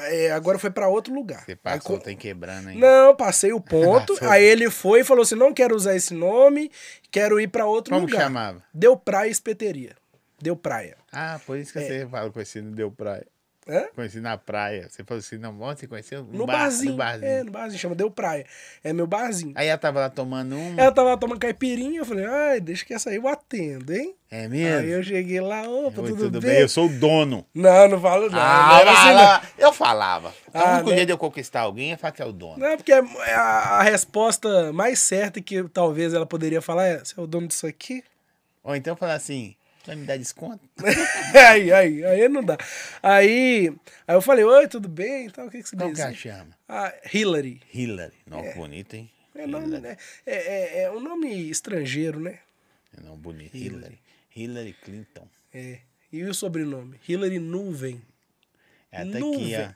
Speaker 2: É, agora foi pra outro lugar.
Speaker 1: Você
Speaker 2: Aí
Speaker 1: passou,
Speaker 2: co-
Speaker 1: tem quebrando ainda.
Speaker 2: Não, passei o ponto,
Speaker 1: Passou.
Speaker 2: aí ele foi e falou assim, não quero usar esse nome, quero ir pra outro
Speaker 1: Como que
Speaker 2: lugar.
Speaker 1: chamava?
Speaker 2: Deu Praia Espeteria. Deu Praia.
Speaker 1: Ah, por
Speaker 2: É.
Speaker 1: isso que você fala conheci no Deu Praia.
Speaker 2: Hã?
Speaker 1: Conheci na praia. Você falou assim, não, onde você conheceu?
Speaker 2: No
Speaker 1: bar-
Speaker 2: barzinho.
Speaker 1: No barzinho. Ah.
Speaker 2: É, no barzinho, chama Deu Praia. É meu barzinho.
Speaker 1: Aí ela tava lá tomando um. uma.
Speaker 2: Ela tava tomando caipirinha, eu falei, ai, deixa que essa aí eu atendo, hein?
Speaker 1: É
Speaker 2: Aí
Speaker 1: mesmo?
Speaker 2: eu cheguei lá,
Speaker 1: Oi,
Speaker 2: opa, tudo,
Speaker 1: bem? Eu sou o dono.
Speaker 2: Não, não falo não.
Speaker 1: Ah,
Speaker 2: não,
Speaker 1: lá,
Speaker 2: assim,
Speaker 1: lá. Eu falava. O
Speaker 2: Ah,
Speaker 1: único
Speaker 2: né?
Speaker 1: jeito de eu conquistar alguém é falar que é o dono.
Speaker 2: não. Não, porque é a, a resposta mais certa que talvez ela poderia falar é, você é o dono disso aqui?
Speaker 1: Ou então falar assim, vai me dar desconto?
Speaker 2: aí, aí, aí não dá. Aí, aí eu falei, oi, tudo bem? Então, o que, que você
Speaker 1: Como que ela
Speaker 2: diz?
Speaker 1: chama?
Speaker 2: Ah, Hillary.
Speaker 1: Hillary. Nossa, bonito, hein?
Speaker 2: É, nome, né? é, é, é um nome estrangeiro, né?
Speaker 1: Não, É bonito. Hillary. Hillary Clinton.
Speaker 2: É. E o sobrenome? Hillary Nuvem.
Speaker 1: É até aqui,
Speaker 2: Nuvem.
Speaker 1: ó.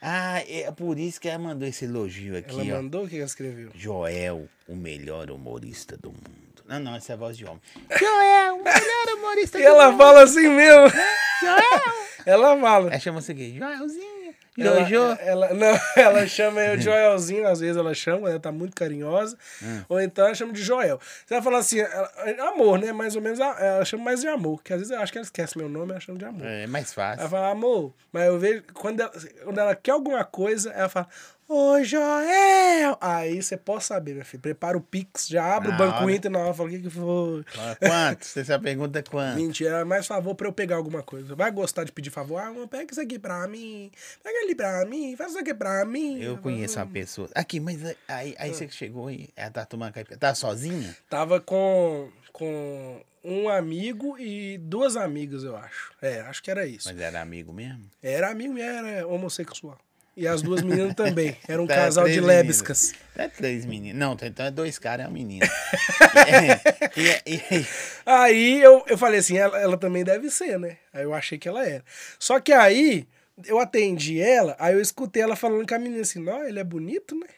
Speaker 1: Ah, é por isso que ela mandou esse elogio aqui,
Speaker 2: Ela
Speaker 1: ó.
Speaker 2: mandou o que ela escreveu?
Speaker 1: Joel, o melhor humorista do mundo. Não, não, essa é a voz de homem. Joel, o melhor humorista
Speaker 2: E ela fala assim mesmo.
Speaker 1: Joel!
Speaker 2: Ela fala.
Speaker 1: Ela chama você quê? Joelzinho.
Speaker 2: Ela,
Speaker 1: É Jojo.
Speaker 2: ela- não, ela chama eu de Joelzinho, às vezes ela chama, ela tá muito carinhosa.
Speaker 1: Hum.
Speaker 2: Ou então ela chama de Joel. Se ela falar assim, ela- amor, né? Mais ou menos, ela, ela chama mais de amor. Que às vezes eu acho que ela esquece meu nome, ela chama de amor.
Speaker 1: É mais
Speaker 2: Ela
Speaker 1: fácil.
Speaker 2: fala, amor, mas eu vejo, quando ela, quando ela quer alguma coisa, ela fala, ô Joel! Aí você pode saber, meu filho. Prepara o Pix, já abre
Speaker 1: Na
Speaker 2: o Banco
Speaker 1: hora.
Speaker 2: Inter na hora, fala, o que que foi?
Speaker 1: Fala, Quanto? Você só pergunta quanto.
Speaker 2: Mentira, era mais favor pra eu pegar alguma coisa. Vai gostar de pedir favor? Ah, amor, pega isso aqui pra mim. Pega ali pra mim. Faz isso aqui pra mim.
Speaker 1: Eu conheço uma pessoa. Aqui, mas aí, aí você que chegou aí, ela tá tomando caipira. Tá sozinha?
Speaker 2: Tava com, com um amigo e duas amigas, eu acho. É, acho que era isso.
Speaker 1: Mas era amigo mesmo?
Speaker 2: Era amigo e era homossexual. E as duas meninas também. Era um
Speaker 1: Tá,
Speaker 2: casal de
Speaker 1: três
Speaker 2: lébiscas.
Speaker 1: meninas. Tá três meninos. Não, então é dois caras, é um menino. É, E- e- e-
Speaker 2: Aí eu, eu falei assim, ela, ela também deve ser, né? Aí eu achei que ela era. Só que aí eu atendi ela, aí eu escutei ela falando com a menina assim, não, ele é bonito, né?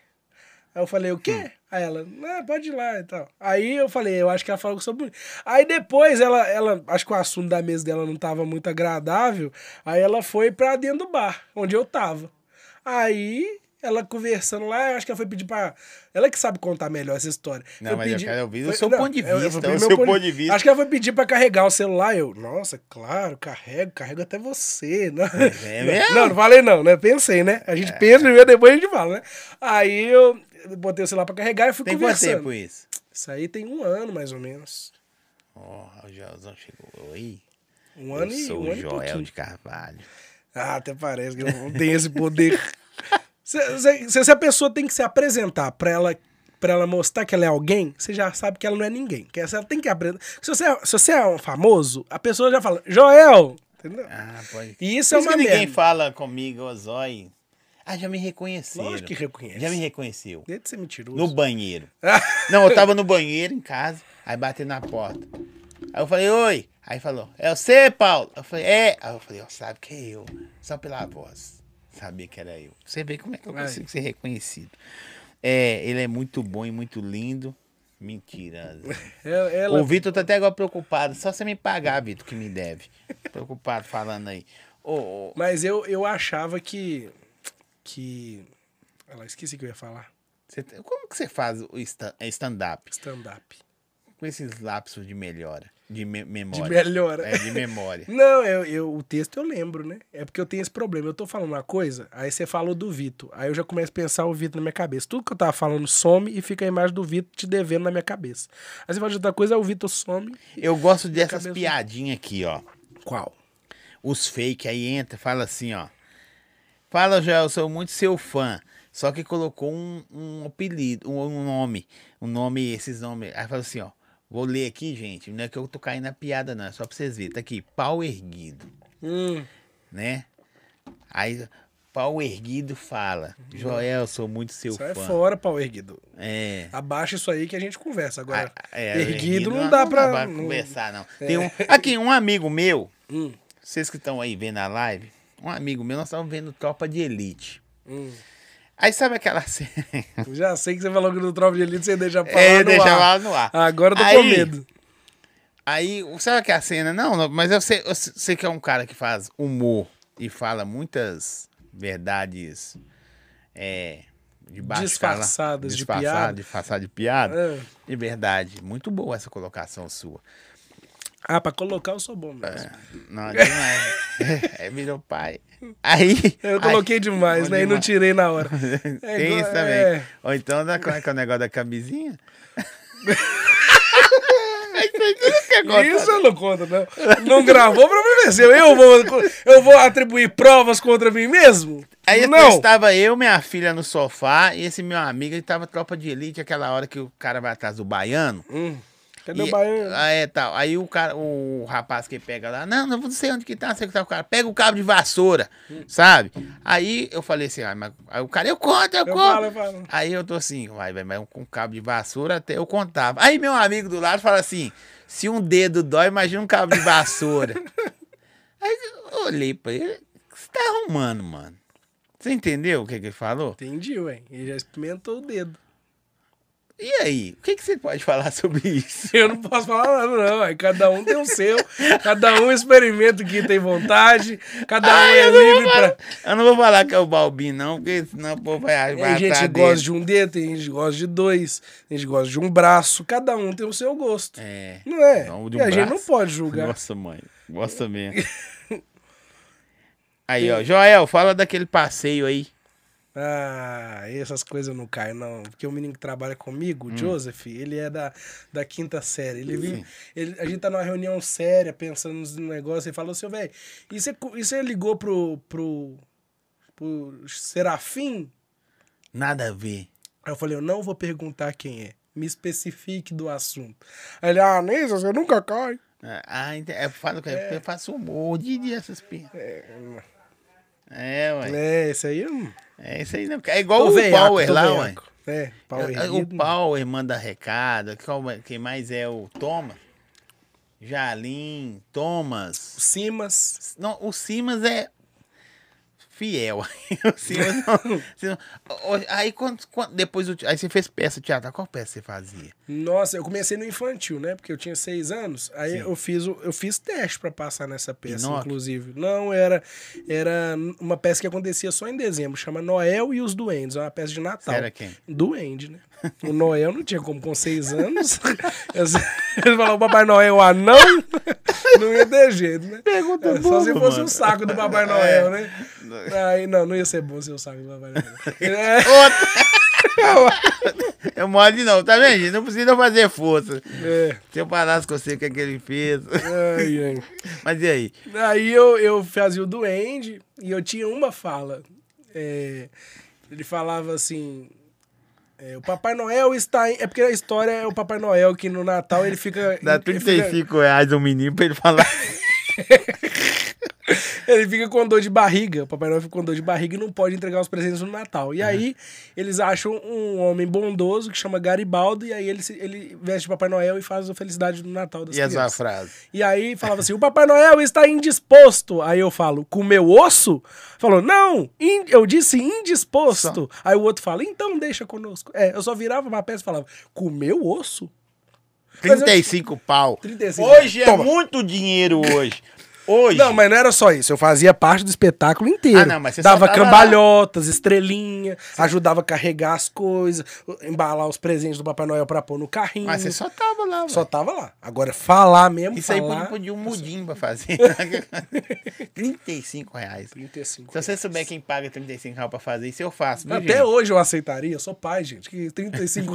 Speaker 2: Aí eu falei, o quê?
Speaker 1: Hum.
Speaker 2: Aí ela, não, pode ir lá e tal. Aí eu falei, eu acho que ela falou que eu sou bonito. Aí depois ela, ela, acho que o assunto da mesa dela não tava muito agradável, aí ela foi pra dentro do bar, onde eu tava. Aí ela conversando lá, eu acho que ela foi pedir pra. Ela que sabe contar melhor essa história.
Speaker 1: Não,
Speaker 2: Foi
Speaker 1: mas eu quero ouvir o
Speaker 2: foi-
Speaker 1: seu ponto de
Speaker 2: eu- eu
Speaker 1: vista,
Speaker 2: fui
Speaker 1: o
Speaker 2: meu
Speaker 1: seu ponto de vista.
Speaker 2: Acho que ela foi pedir pra carregar o celular. Eu, nossa, claro, carrego, carrego até você. Não,
Speaker 1: É mesmo?
Speaker 2: não, não falei não, né? Pensei, né? A
Speaker 1: É.
Speaker 2: gente pensa primeiro, depois a gente fala, né? Aí eu botei o celular pra carregar e fui
Speaker 1: Tem quanto
Speaker 2: conversando.
Speaker 1: tempo isso?
Speaker 2: Isso aí tem um ano, mais ou menos.
Speaker 1: Ó, o Joelzão chegou. Oi.
Speaker 2: Um
Speaker 1: Eu
Speaker 2: ano e
Speaker 1: sou
Speaker 2: um ano
Speaker 1: o
Speaker 2: e
Speaker 1: Joel
Speaker 2: pouquinho.
Speaker 1: de Carvalho.
Speaker 2: Ah, até parece que eu não tenho esse poder. se, se- se- se a pessoa tem que se apresentar pra ela, pra ela mostrar que ela é alguém, você já sabe que ela não é ninguém. Que essa- ela tem que apresentar. Se você, é- se você é um famoso, a pessoa já fala, Joel! Entendeu?
Speaker 1: Ah, pode.
Speaker 2: E isso
Speaker 1: Por isso
Speaker 2: é uma
Speaker 1: que
Speaker 2: merda.
Speaker 1: ninguém fala comigo, ô Zói. Ah, já me reconheceram.
Speaker 2: Lógico que reconhece.
Speaker 1: assim, Já me reconheceu.
Speaker 2: Desde ser mentiroso.
Speaker 1: No banheiro. Não, eu tava no banheiro em casa, aí bateu na porta. Aí eu falei, oi. Aí falou, é você, Paulo? Eu falei, é. Aí eu falei, ó, sabe que é eu. Só pela voz. Sabia que era eu. Você vê como é que eu
Speaker 2: Ai.
Speaker 1: consigo ser reconhecido. É, ele é muito bom e muito lindo. Mentira. Zé.
Speaker 2: Ela- ela-
Speaker 1: O Vitor tá até agora preocupado. Só você me pagar, Vitor, que me deve. Preocupado falando aí. Ô, ô,
Speaker 2: Mas eu, eu achava que. Que. Ela esqueci o que eu ia falar.
Speaker 1: você- tá, como que você faz o sta- stand-up?
Speaker 2: Stand-up.
Speaker 1: Com esses lapsos de melhora. De me- memória.
Speaker 2: De melhora.
Speaker 1: É, de memória.
Speaker 2: Não, eu, eu, o texto eu lembro, né? É porque eu tenho esse problema. Eu tô falando uma coisa, aí você falou do Vitor. Aí eu já começo a pensar o Vitor na minha cabeça. Tudo que eu tava falando some e fica a imagem do Vitor te devendo na minha cabeça. Aí você fala de outra coisa, aí o Vitor some.
Speaker 1: Eu gosto dessas
Speaker 2: cabeça-
Speaker 1: piadinhas aqui, ó.
Speaker 2: Qual?
Speaker 1: Os fake aí entra, fala assim, ó. Fala, Joel, sou muito seu fã. Só que colocou um, um apelido, um, um nome. Um nome, esses nomes. Aí fala assim, ó. Vou ler aqui, gente. Não é que eu tô caindo na piada, não. É só pra vocês verem. Tá aqui, pau erguido,
Speaker 2: Hum,
Speaker 1: né? Aí, pau erguido fala. Joel, sou muito seu
Speaker 2: sai
Speaker 1: fã.
Speaker 2: é fora, pau erguido.
Speaker 1: É.
Speaker 2: Abaixa isso aí que a gente conversa. Agora,
Speaker 1: Ah, é,
Speaker 2: erguido, não dá pra.
Speaker 1: pra
Speaker 2: não- É.
Speaker 1: conversar, não. Tem um, aqui, um amigo meu,
Speaker 2: Hum.
Speaker 1: vocês que estão aí vendo a live, um amigo meu, nós estávamos vendo Tropa de Elite.
Speaker 2: Hum.
Speaker 1: Aí sabe aquela cena.
Speaker 2: Eu Já sei que você falou que no Tropa de Elite você deixa pra lá
Speaker 1: É,
Speaker 2: no
Speaker 1: deixa
Speaker 2: ar. Ah.
Speaker 1: lá no ar.
Speaker 2: Agora eu tô com
Speaker 1: Aí-
Speaker 2: medo.
Speaker 1: Aí, sabe aquela cena? Não, não, mas eu sei, eu sei que é um cara que faz humor e fala muitas verdades é, de baixo
Speaker 2: Disfarçadas de piada.
Speaker 1: Disfarçadas de piada.
Speaker 2: É.
Speaker 1: De verdade. Muito boa essa colocação sua.
Speaker 2: Ah, pra colocar eu sou bom mesmo.
Speaker 1: Não, é demais. é, virou pai. Aí.
Speaker 2: Eu coloquei
Speaker 1: aí-
Speaker 2: demais,
Speaker 1: bom
Speaker 2: né? E não
Speaker 1: demais.
Speaker 2: tirei na hora. É
Speaker 1: Tem
Speaker 2: igual-
Speaker 1: isso também.
Speaker 2: é.
Speaker 1: Ou então, da, como é que é o negócio da camisinha?
Speaker 2: Isso eu não conto, não. Não gravou pra mim ver se eu- eu vou, eu vou atribuir provas contra mim mesmo?
Speaker 1: Aí é
Speaker 2: não.
Speaker 1: estava eu, minha filha no sofá e esse meu amigo, ele tava tropa de elite, aquela hora que o cara vai atrás do baiano.
Speaker 2: Hum, cadê o
Speaker 1: E-
Speaker 2: baiano?
Speaker 1: Ah, é, tal. Aí o cara, o rapaz que pega lá, não, não sei onde que tá, não sei o que tá o cara. Pega o cabo de vassoura,
Speaker 2: Hum.
Speaker 1: sabe? Aí eu falei assim, ah, mas aí o cara, eu conto, eu,
Speaker 2: Eu
Speaker 1: conto.
Speaker 2: falo, eu falo.
Speaker 1: Aí eu tô assim, vai, vai, mas com cabo de vassoura até eu contava. Aí meu amigo do lado fala assim: se um dedo dói, imagina um cabo de vassoura. aí eu olhei pra ele, o que você tá arrumando, mano? Você entendeu o que, que ele falou?
Speaker 2: Entendi, ué. Ele já experimentou o dedo.
Speaker 1: E aí, o que, que você pode falar sobre isso?
Speaker 2: Eu não posso falar nada, não. ué. Cada um tem o seu. Cada um experimenta o que tem vontade. Cada um é livre pra.
Speaker 1: Eu não vou falar que é o Balbin, não, porque senão o povo vai
Speaker 2: Tem
Speaker 1: achar
Speaker 2: É, gente que gosta de um dedo, tem gente que gosta de dois, tem gente que gosta de um braço. Cada um tem o seu gosto.
Speaker 1: É.
Speaker 2: Não é?
Speaker 1: Não, de
Speaker 2: e
Speaker 1: um
Speaker 2: a gente não
Speaker 1: braço.
Speaker 2: pode julgar.
Speaker 1: Nossa, mãe. Gosta mesmo. Aí, ó. Joel, fala daquele passeio aí.
Speaker 2: Ah, essas coisas eu não caio, não. Porque o menino que trabalha comigo,
Speaker 1: Hum.
Speaker 2: o Joseph, ele é da, da quinta série. Ele vive. ele- a gente tá numa reunião séria, pensando nos negócios, e falou assim, velho, e você co- e você ligou pro, pro, pro Serafim?
Speaker 1: Nada a ver.
Speaker 2: Aí eu falei, eu não vou perguntar quem é. Me especifique do assunto. Aí ele, ah, Nisa, você nunca cai.
Speaker 1: Ah, ente- é, fala, com ele, porque eu faço humor de dia essas pinhas. É, ué.
Speaker 2: É, esse aí é um.
Speaker 1: É isso aí, não. É igual
Speaker 2: Tô
Speaker 1: o
Speaker 2: veiaco,
Speaker 1: Power
Speaker 2: tô
Speaker 1: lá, ué.
Speaker 2: veiaco. É, Power.
Speaker 1: É, O Power manda recado. qual é- Quem mais é o Thomas? Jalim, Thomas.
Speaker 2: Simas.
Speaker 1: Não, o Simas é fiel. o Simas não. o Simas- o- Aí quando, quando- depois o te- aí você fez peça de teatro, qual peça você fazia?
Speaker 2: Nossa, eu comecei no infantil, né? Porque eu tinha seis anos. Aí
Speaker 1: Sim.
Speaker 2: eu fiz, o- eu fiz teste pra passar nessa peça,
Speaker 1: Pinóquio?
Speaker 2: inclusive. Não, era, era uma peça que acontecia só em dezembro. Chama Noel e os Duendes. É uma peça de Natal.
Speaker 1: Era quem?
Speaker 2: Duende, né? O Noel não tinha como com seis anos. Ele falou, Papai Noel anão? Não ia ter jeito, né?
Speaker 1: Pergunta
Speaker 2: É, Só
Speaker 1: boba,
Speaker 2: se fosse
Speaker 1: mano. É.
Speaker 2: o saco do Papai Noel, né? Aí, não, não ia ser bom ser o saco do Papai Noel. É.
Speaker 1: Outra. eu morde não, tá vendo? gente? Não precisa fazer força.
Speaker 2: é.
Speaker 1: Se eu falasse com você o que, é que ele fez.
Speaker 2: Ai, ai.
Speaker 1: Mas e aí?
Speaker 2: Aí eu, eu fazia o duende e eu tinha uma fala. É, ele falava assim. é, o Papai Noel está em... É porque a história é o Papai Noel que no Natal ele fica.
Speaker 1: Dá
Speaker 2: ele fica-
Speaker 1: 35 reais um menino pra ele falar.
Speaker 2: Ele fica com dor de barriga. O Papai Noel fica com dor de barriga e não pode entregar os presentes no Natal. E aí, eles acham um homem bondoso que chama Garibaldo, e aí ele, se- ele veste Papai Noel e faz a felicidade no Natal das
Speaker 1: E essa
Speaker 2: crianças.
Speaker 1: frase?
Speaker 2: E aí falava assim: o Papai Noel está indisposto. Aí eu falo, com meu osso? Falou, não, in- eu disse indisposto. Aí o outro fala, então deixa conosco. É, eu só virava uma peça e falava, com meu osso? Mas eu-
Speaker 1: 35 pau.
Speaker 2: 35.
Speaker 1: Hoje
Speaker 2: Toma.
Speaker 1: é muito dinheiro hoje. Hoje.
Speaker 2: Não, mas não era só isso. Eu fazia parte do espetáculo inteiro.
Speaker 1: Ah, não, mas você
Speaker 2: Dava
Speaker 1: só tava
Speaker 2: cambalhotas, estrelinha, ajudava a carregar as coisas, embalar os presentes do Papai Noel pra pôr no carrinho.
Speaker 1: Mas você só tava lá,
Speaker 2: Só
Speaker 1: velho.
Speaker 2: tava lá. Agora, falar mesmo,
Speaker 1: Isso aí
Speaker 2: falar...
Speaker 1: podia, podia um mudinho pra fazer. 35 reais.
Speaker 2: 35.
Speaker 1: Se Então você souber quem paga 35 reais pra fazer isso, eu faço. viu,
Speaker 2: Até
Speaker 1: gente?
Speaker 2: hoje eu aceitaria, eu sou pai, gente. Que 35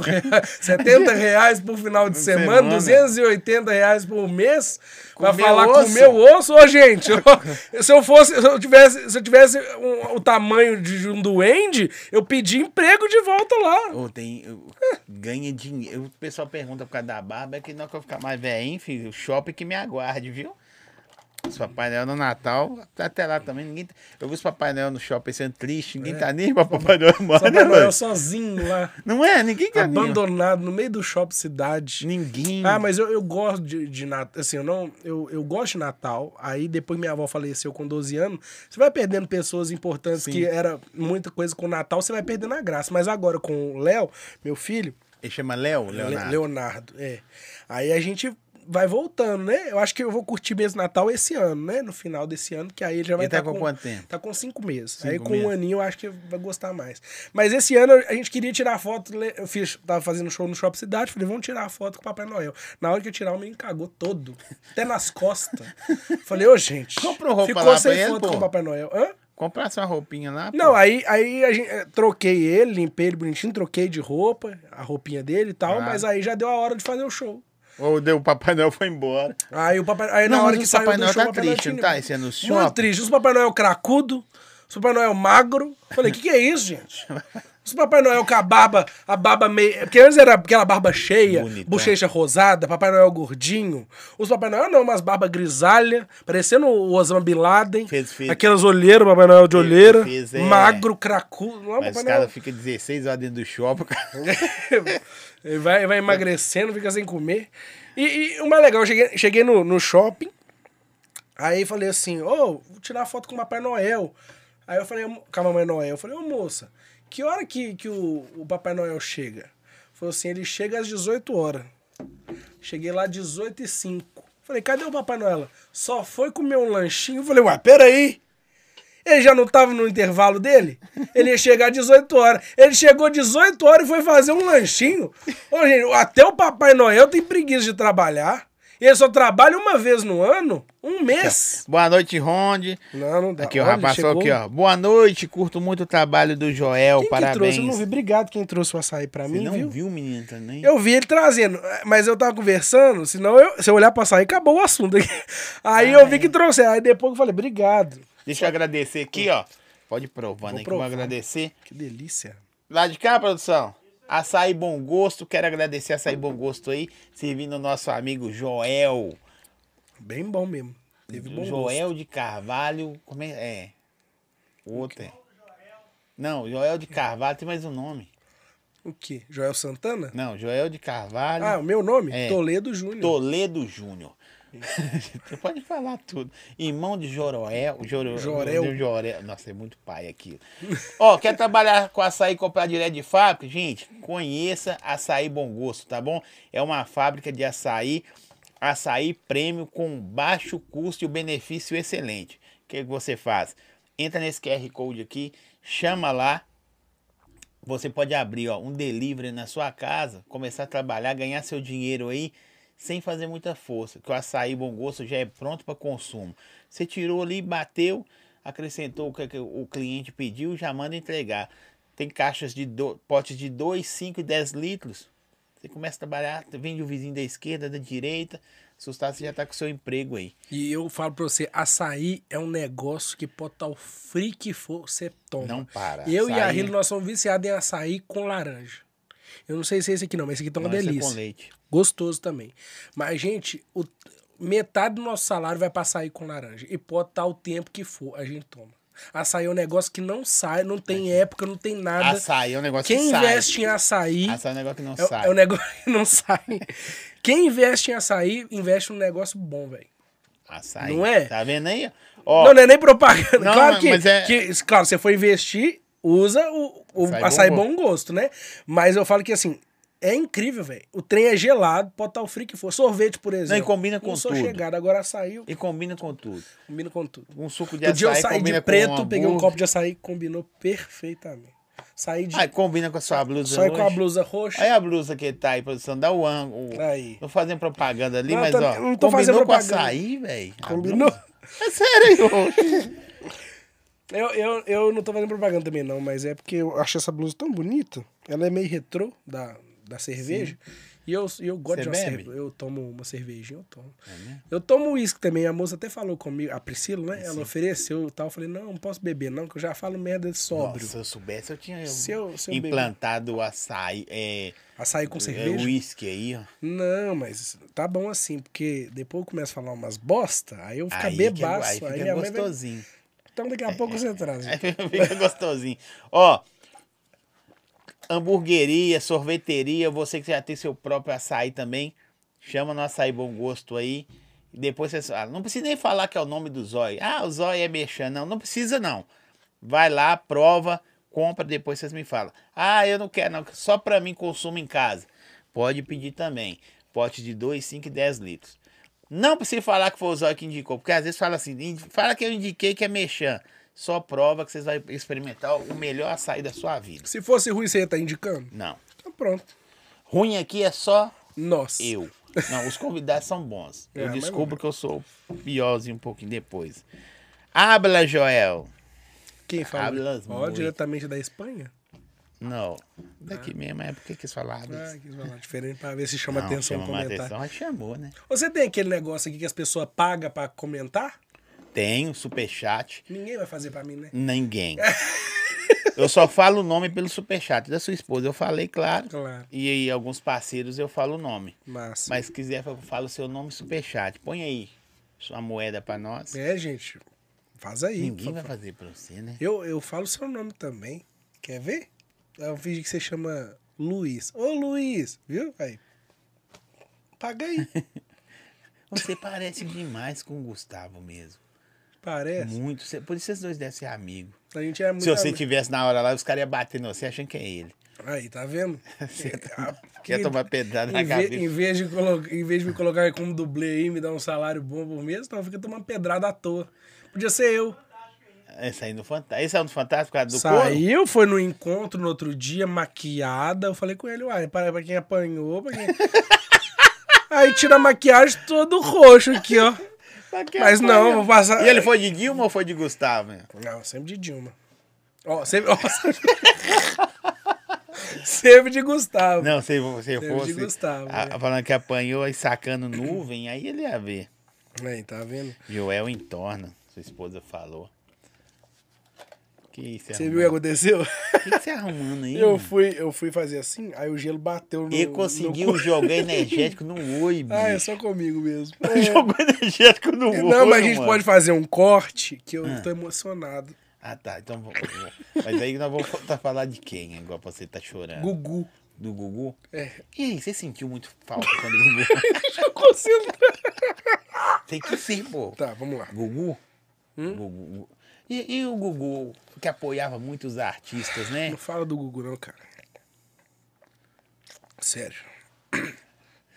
Speaker 2: reais, 70 reais por final de semana,
Speaker 1: Semana.
Speaker 2: 280 reais por mês pra
Speaker 1: meu
Speaker 2: falar com o
Speaker 1: osso.
Speaker 2: meu osso, ô gente. ó, se eu fosse, se eu tivesse, se eu tivesse um- o tamanho de um duende, eu pedi emprego de volta lá.
Speaker 1: Ô, tem, eu- ganha dinheiro. O pessoal pergunta por causa da barba, é que não que eu ficar mais velhinho, filho. O shopping que me aguarde, viu? Os Papai Noel no Natal, tá até lá também. Ninguém tá- Eu vi os Papai Noel no shopping sendo triste, ninguém tá nem pra Papai Noel
Speaker 2: É. Só
Speaker 1: mora, né,
Speaker 2: Papai Noel
Speaker 1: mano?
Speaker 2: sozinho lá,
Speaker 1: Não é? Ninguém tá nem-
Speaker 2: abandonado no meio do shopping cidade.
Speaker 1: Ninguém.
Speaker 2: Ah, mas eu, eu gosto de, de Natal. Assim, eu não. Eu, eu gosto de Natal. Aí depois minha avó faleceu com 12 anos. Você vai perdendo pessoas importantes que era muita coisa com o Natal, você vai perdendo a graça. Mas agora com o Léo, meu filho,
Speaker 1: Ele chama Léo,
Speaker 2: Le-
Speaker 1: Leonardo.
Speaker 2: Leonardo, é. Aí a gente vai voltando, né? Eu acho que eu vou curtir mesmo Natal esse ano, né? No final desse ano, que aí ele já vai
Speaker 1: Ele tá
Speaker 2: estar
Speaker 1: com quanto tempo?
Speaker 2: Tá com cinco meses. aí com um
Speaker 1: meses.
Speaker 2: aninho eu acho que vai gostar mais. Mas esse ano eu- a gente queria tirar foto. le- Eu fiz, tava fazendo show no Shopping Cidade, falei, vamos tirar foto com o Papai Noel. Na hora que eu tirar, o menino cagou todo. Até nas costas. Falei, ô gente.
Speaker 1: Comprou roupa
Speaker 2: ficou
Speaker 1: lá
Speaker 2: sem
Speaker 1: pra ele,
Speaker 2: foto
Speaker 1: pô?
Speaker 2: com o Papai Noel. Hã?
Speaker 1: Comprar sua roupinha lá. pô.
Speaker 2: Não, aí, aí a gente, eh, troquei ele, limpei ele bonitinho, troquei de roupa, a roupinha dele e tal,
Speaker 1: Ah.
Speaker 2: mas aí já deu a hora de fazer o show.
Speaker 1: Ou deu, o Papai Noel foi embora.
Speaker 2: Aí o papai, aí na
Speaker 1: Não,
Speaker 2: hora
Speaker 1: mas
Speaker 2: que
Speaker 1: o
Speaker 2: saiu
Speaker 1: Papai
Speaker 2: do
Speaker 1: Noel tá
Speaker 2: show, o Papai Noel
Speaker 1: triste,
Speaker 2: tinha
Speaker 1: não
Speaker 2: ido
Speaker 1: tá?
Speaker 2: embora.
Speaker 1: Esse ano no
Speaker 2: Muito
Speaker 1: shopping.
Speaker 2: triste, os Papai Noel é cracudo, os Papai Noel é magro. Falei, que que é isso, gente? Os Papai Noel com a barba, a barba meio... Porque antes era aquela barba cheia,
Speaker 1: Bonitão.
Speaker 2: bochecha rosada, Papai Noel gordinho. Os Papai Noel não, umas barbas grisalha, parecendo o Osama Bin Laden.
Speaker 1: Fez, fez.
Speaker 2: Aquelas olheiras, Papai Noel de
Speaker 1: Fez,
Speaker 2: olheira.
Speaker 1: fez, é.
Speaker 2: Magro, cracudo. Não,
Speaker 1: Mas
Speaker 2: Papai
Speaker 1: os
Speaker 2: Noel... é
Speaker 1: caras ficam 16 horas dentro do shopping. cara.
Speaker 2: ele vai, vai emagrecendo, fica sem comer. E, e o mais legal, eu cheguei, cheguei no, no shopping, aí falei assim, ô, vou tirar foto com o Papai Noel. Aí eu falei, "Mo- com a Mamãe Noel, eu falei, ô moça, que hora que, que o, o Papai Noel chega? Falou assim, ele chega às 18 horas. Cheguei lá às 18 h 05 Falei, cadê o Papai Noel? Ela, Só foi comer um lanchinho. Eu falei, ué, peraí. Ele já não tava no intervalo dele? Ele ia chegar às 18 horas. Ele chegou às 18 horas e foi fazer um lanchinho. Ô, gente, até o Papai Noel tem preguiça de trabalhar. Ele só trabalha uma vez no ano, um mês.
Speaker 1: Boa noite, Ronde.
Speaker 2: Não, não dá.
Speaker 1: Aqui, ó,
Speaker 2: Olha,
Speaker 1: rapaz, só
Speaker 2: chegou.
Speaker 1: aqui, ó. Boa noite, curto muito o trabalho do Joel,
Speaker 2: Quem que
Speaker 1: parabéns.
Speaker 2: trouxe? Eu não vi. Obrigado quem trouxe o açaí pra
Speaker 1: Você
Speaker 2: mim,
Speaker 1: não
Speaker 2: viu?
Speaker 1: viu, menino, também?
Speaker 2: Eu vi ele trazendo, mas eu tava conversando, senão eu, se eu olhar pra sair, acabou o assunto. aqui. Aí eu vi que trouxe, aí depois eu falei, obrigado.
Speaker 1: Deixa eu agradecer aqui, ó. Pode ir provando aí que eu vou
Speaker 2: provar.
Speaker 1: agradecer.
Speaker 2: Que delícia.
Speaker 1: Lá de cá, produção. Açaí Bom Gosto, quero agradecer a Açaí Bom Gosto aí, servindo o nosso amigo Joel.
Speaker 2: Bem bom mesmo. Teve bom gosto.
Speaker 1: Joel de Carvalho. Como é? É. O outro é. Não, Joel de Carvalho tem mais um nome.
Speaker 2: O quê? Joel Santana?
Speaker 1: Não, Joel de Carvalho.
Speaker 2: Ah, o meu nome?
Speaker 1: É.
Speaker 2: Toledo Júnior.
Speaker 1: Toledo Júnior. Você pode falar tudo. Irmão de Joroel. Joro,
Speaker 2: Jorel.
Speaker 1: de Jorel. Nossa, é muito pai aqui. Ó, quer trabalhar com açaí e comprar direto de fábrica? Gente, conheça Açaí Bom Gosto, tá bom? É uma fábrica de açaí, açaí prêmio com baixo custo e o benefício excelente. O que, que você faz? Entra nesse QR Code aqui, chama lá, você pode abrir ó, um delivery na sua casa, começar a trabalhar, ganhar seu dinheiro aí sem fazer muita força, que o açaí bom gosto já é pronto para consumo. Você tirou ali, bateu, acrescentou o que que o cliente pediu, já manda entregar. Tem caixas de do, potes de 2, 5 e 10 litros. Você começa a trabalhar, vende o vizinho da esquerda, da direita, assustar, você já está com seu emprego aí.
Speaker 2: E eu falo pra você, açaí é um negócio que pode estar o frio que for, você toma.
Speaker 1: Não para.
Speaker 2: Eu e a
Speaker 1: Açaí-
Speaker 2: Rilo, nós somos viciados em açaí com laranja. Eu não sei se é esse aqui não, mas esse aqui tá uma
Speaker 1: Não, esse é
Speaker 2: delícia.
Speaker 1: com leite.
Speaker 2: Gostoso também. Mas, gente, o, Metade do nosso salário vai pra açaí com laranja. E pode estar o tempo que for, a gente toma. Açaí é um negócio que não sai, não tem época, não tem nada.
Speaker 1: Açaí é um negócio
Speaker 2: Quem
Speaker 1: que sai.
Speaker 2: investe em açaí.
Speaker 1: Açaí é um negócio que não
Speaker 2: É,
Speaker 1: sai.
Speaker 2: é um negócio que não sai. Quem investe em açaí, investe num negócio bom, velho.
Speaker 1: Açaí.
Speaker 2: Não é?
Speaker 1: Tá vendo aí? Ó,
Speaker 2: Não, não é nem propaganda.
Speaker 1: Não,
Speaker 2: claro
Speaker 1: mas-
Speaker 2: que,
Speaker 1: mas é-
Speaker 2: que- Claro, você for investir, usa o, o açaí,
Speaker 1: Açaí
Speaker 2: bom,
Speaker 1: bom
Speaker 2: gosto. né? Mas eu falo que assim. É incrível, velho. O trem é gelado, pode estar o frio que for. Sorvete, por exemplo.
Speaker 1: combina com
Speaker 2: não sou
Speaker 1: tudo.
Speaker 2: chegado, agora açaí,
Speaker 1: e combina com tudo.
Speaker 2: combina com tudo.
Speaker 1: Um suco de
Speaker 2: Um dia eu
Speaker 1: açaí
Speaker 2: saí
Speaker 1: combina
Speaker 2: de
Speaker 1: com
Speaker 2: preto,
Speaker 1: uma
Speaker 2: peguei um
Speaker 1: blusa.
Speaker 2: copo de açaí, combinou perfeitamente. Saí de.
Speaker 1: Aí combina com a sua blusa
Speaker 2: saí com a
Speaker 1: hoje.
Speaker 2: blusa roxa.
Speaker 1: Aí a blusa que tá aí, produção, dá o ângulo.
Speaker 2: Aí.
Speaker 1: Tô fazendo propaganda ali,
Speaker 2: Não,
Speaker 1: mas
Speaker 2: tô-
Speaker 1: ó.
Speaker 2: não tô
Speaker 1: combinou
Speaker 2: fazendo
Speaker 1: com
Speaker 2: propaganda.
Speaker 1: açaí, velho. A
Speaker 2: Combinou?
Speaker 1: blusa? É sério.
Speaker 2: Eu, eu, eu não tô fazendo propaganda também, não, mas é porque eu achei essa blusa tão bonita. Ela é meio retrô da, da cerveja. E eu, e eu
Speaker 1: Você
Speaker 2: gosto de uma
Speaker 1: bebe? É
Speaker 2: cerveja. Eu tomo uma cervejinha, eu tomo. eu tomo uísque também. A moça até falou comigo, a Priscila, né? Ela ofereceu e tal. Eu falei, não, não posso beber, não, que eu já falo merda sóbrio.
Speaker 1: Nossa, se eu soubesse, eu tinha
Speaker 2: Se eu- se eu
Speaker 1: implantado o açaí. É,
Speaker 2: Açaí com
Speaker 1: é
Speaker 2: cerveja?
Speaker 1: uísque aí, ó.
Speaker 2: Não, mas tá bom assim, porque depois eu começo a falar umas bosta, aí eu vou ficar
Speaker 1: Aí, que é, aí
Speaker 2: bebaço.
Speaker 1: fica É.
Speaker 2: aí minha mãe vai-
Speaker 1: gostosinho.
Speaker 2: Então daqui a pouco você traz.
Speaker 1: Aí fica gostosinho. Ó, hamburgueria, sorveteria, você que já tem seu próprio açaí também, chama no Açaí Bom Gosto aí. E depois você... Ah, não precisa nem falar que é o nome do Zói. Ah, o Zói é mexer. Não, não precisa não. Vai lá, prova, compra, depois vocês me falam. Ah, eu não quero não, só pra mim consumo em casa. Pode pedir também. Pote de 2, 5 e 10 litros. Não precisa falar que foi o Zói que indicou, porque às vezes fala assim, "Indi- fala que eu indiquei que é mexer. Só prova que vocês vão experimentar o melhor açaí da sua vida.
Speaker 2: Se fosse ruim, você ia estar indicando?
Speaker 1: Não.
Speaker 2: Então pronto.
Speaker 1: Ruim aqui é só
Speaker 2: Nossa.
Speaker 1: eu. Não, os convidados são bons.
Speaker 2: É,
Speaker 1: Eu
Speaker 2: mas
Speaker 1: descubro que eu sou piorzinho um pouquinho depois. Habla, Joel.
Speaker 2: Quem fala?
Speaker 1: Hablas
Speaker 2: Ó,
Speaker 1: muito.
Speaker 2: diretamente da Espanha?
Speaker 1: Não, daqui mesmo é porque quis falar hablas.
Speaker 2: Ah, quis falar diferente pra ver se chama atenção
Speaker 1: chama
Speaker 2: no
Speaker 1: mais
Speaker 2: comentário.
Speaker 1: atenção, mas chamou, né?
Speaker 2: Você tem aquele negócio aqui que as pessoas pagam pra comentar?
Speaker 1: Tem um superchat.
Speaker 2: Ninguém vai fazer pra mim,
Speaker 1: Hum.
Speaker 2: né?
Speaker 1: Ninguém. eu só falo o nome pelo superchat da sua esposa. Eu falei, claro.
Speaker 2: Claro.
Speaker 1: E aí, alguns parceiros eu falo o nome.
Speaker 2: Massa.
Speaker 1: Mas se quiser, eu falo o seu nome superchat. Põe aí sua moeda pra nós.
Speaker 2: É, gente. Faz aí.
Speaker 1: Ninguém
Speaker 2: por
Speaker 1: vai
Speaker 2: favor.
Speaker 1: fazer pra você, né?
Speaker 2: Eu, eu falo seu nome também. Quer ver? Eu fingi que você chama Luiz. Ô, Luiz! Viu? Aí. Paga aí.
Speaker 1: Você parece demais com o Gustavo mesmo.
Speaker 2: Parece.
Speaker 1: Muito. Você- Por isso vocês dois devem ser amigos.
Speaker 2: A gente é muito.
Speaker 1: Se você
Speaker 2: amigo.
Speaker 1: tivesse na hora lá, os caras iam bater no você achando que é ele.
Speaker 2: Aí, tá vendo?
Speaker 1: tá-
Speaker 2: ah,
Speaker 1: Quer tomar pedrada na
Speaker 2: Em, ve- em
Speaker 1: cabeça.
Speaker 2: vez de colo- em vez de me colocar aí como dublê aí, me dar um salário bom por mês, então fica tomando pedrada à toa. Podia ser eu.
Speaker 1: É, saiu no Fantástico. Esse é no Fantástico por causa do couro?
Speaker 2: Saiu, foi no encontro no outro dia, maquiada. Eu falei com ele, uai, para pra quem apanhou, pra quem. aí tira a maquiagem todo roxo aqui, ó. Mas não, vou passar-
Speaker 1: é E ele foi de Dilma ou foi de Gustavo? né?
Speaker 2: Não, sempre de Dilma. Ó, sempre. ó, sempre- sempre de Gustavo.
Speaker 1: Não, se você
Speaker 2: Teve de
Speaker 1: fosse.
Speaker 2: Gustavo,
Speaker 1: a-
Speaker 2: né?
Speaker 1: Falando que apanhou e sacando nuvem, aí ele ia ver.
Speaker 2: Aí, tá vendo?
Speaker 1: Joel entorna, sua esposa falou. Que isso,
Speaker 2: Você viu o que aconteceu?
Speaker 1: O que, que você tá arrumando aí?
Speaker 2: Eu
Speaker 1: mano?
Speaker 2: fui, eu fui fazer assim, aí o gelo bateu no.
Speaker 1: E
Speaker 2: no
Speaker 1: conseguiu
Speaker 2: cu.
Speaker 1: jogar um energético no oi, bicho.
Speaker 2: Ah, é só comigo mesmo.
Speaker 1: Jogou energético no oi.
Speaker 2: Não, mas a gente
Speaker 1: mano.
Speaker 2: pode fazer um corte que eu tô emocionado.
Speaker 1: Ah, tá. Então vamos. Mas aí nós vamos voltar a falar de quem agora pra você tá
Speaker 2: É.
Speaker 1: chorando?
Speaker 2: Gugu.
Speaker 1: Do Gugu?
Speaker 2: É.
Speaker 1: E aí, você sentiu muito falta quando o Gugu.
Speaker 2: Deixa eu concentrar.
Speaker 1: Tem que ser, pô.
Speaker 2: Tá, vamos lá.
Speaker 1: Gugu?
Speaker 2: Hum?
Speaker 1: Gugu. E, e o Gugu, que apoiava muito os artistas, né?
Speaker 2: Não fala do Gugu, não, cara. Sério.
Speaker 1: O
Speaker 2: Cara,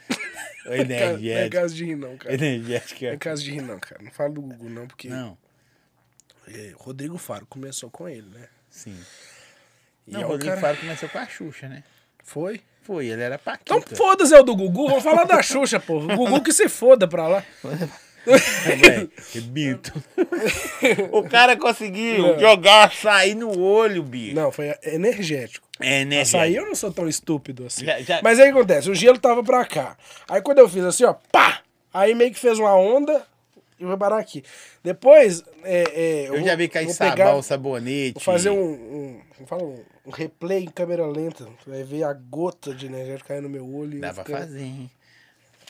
Speaker 2: Não é
Speaker 1: energético.
Speaker 2: caso de rir, não, cara. Não é
Speaker 1: Energética.
Speaker 2: caso de rir, não, cara. Não fala do Gugu, não, porque.
Speaker 1: Não,
Speaker 2: é, Rodrigo Faro começou com ele, né?
Speaker 1: sim.
Speaker 2: E
Speaker 1: Não,
Speaker 2: é
Speaker 1: o
Speaker 2: um
Speaker 1: Rodrigo
Speaker 2: cara-
Speaker 1: Faro começou com a Xuxa, né?
Speaker 2: Foi?
Speaker 1: Foi, ele era Paquita.
Speaker 2: Então foda-se é o do Gugu, vamos falar da Xuxa, pô. O Gugu que se foda pra lá.
Speaker 1: Véi, que Bito. o cara conseguiu jogar açaí no olho, bicho.
Speaker 2: Não, foi energético.
Speaker 1: É, né?
Speaker 2: Açaí
Speaker 1: velho?
Speaker 2: eu não sou tão estúpido assim.
Speaker 1: Já- já-
Speaker 2: Mas aí o que acontece, o gelo tava pra cá. Aí quando eu fiz assim, ó, pá! Aí meio que fez uma onda e vai parar aqui. Depois, é, é,
Speaker 1: Eu
Speaker 2: vou-
Speaker 1: já vi cair
Speaker 2: vou
Speaker 1: sabão,
Speaker 2: pegar-
Speaker 1: sabonete.
Speaker 2: Vou fazer um, um, como fala, um- um replay em câmera lenta. Tu vai ver a gota de energético cair no meu olho. e eu
Speaker 1: Dá pra
Speaker 2: ficando-
Speaker 1: fazer, hein?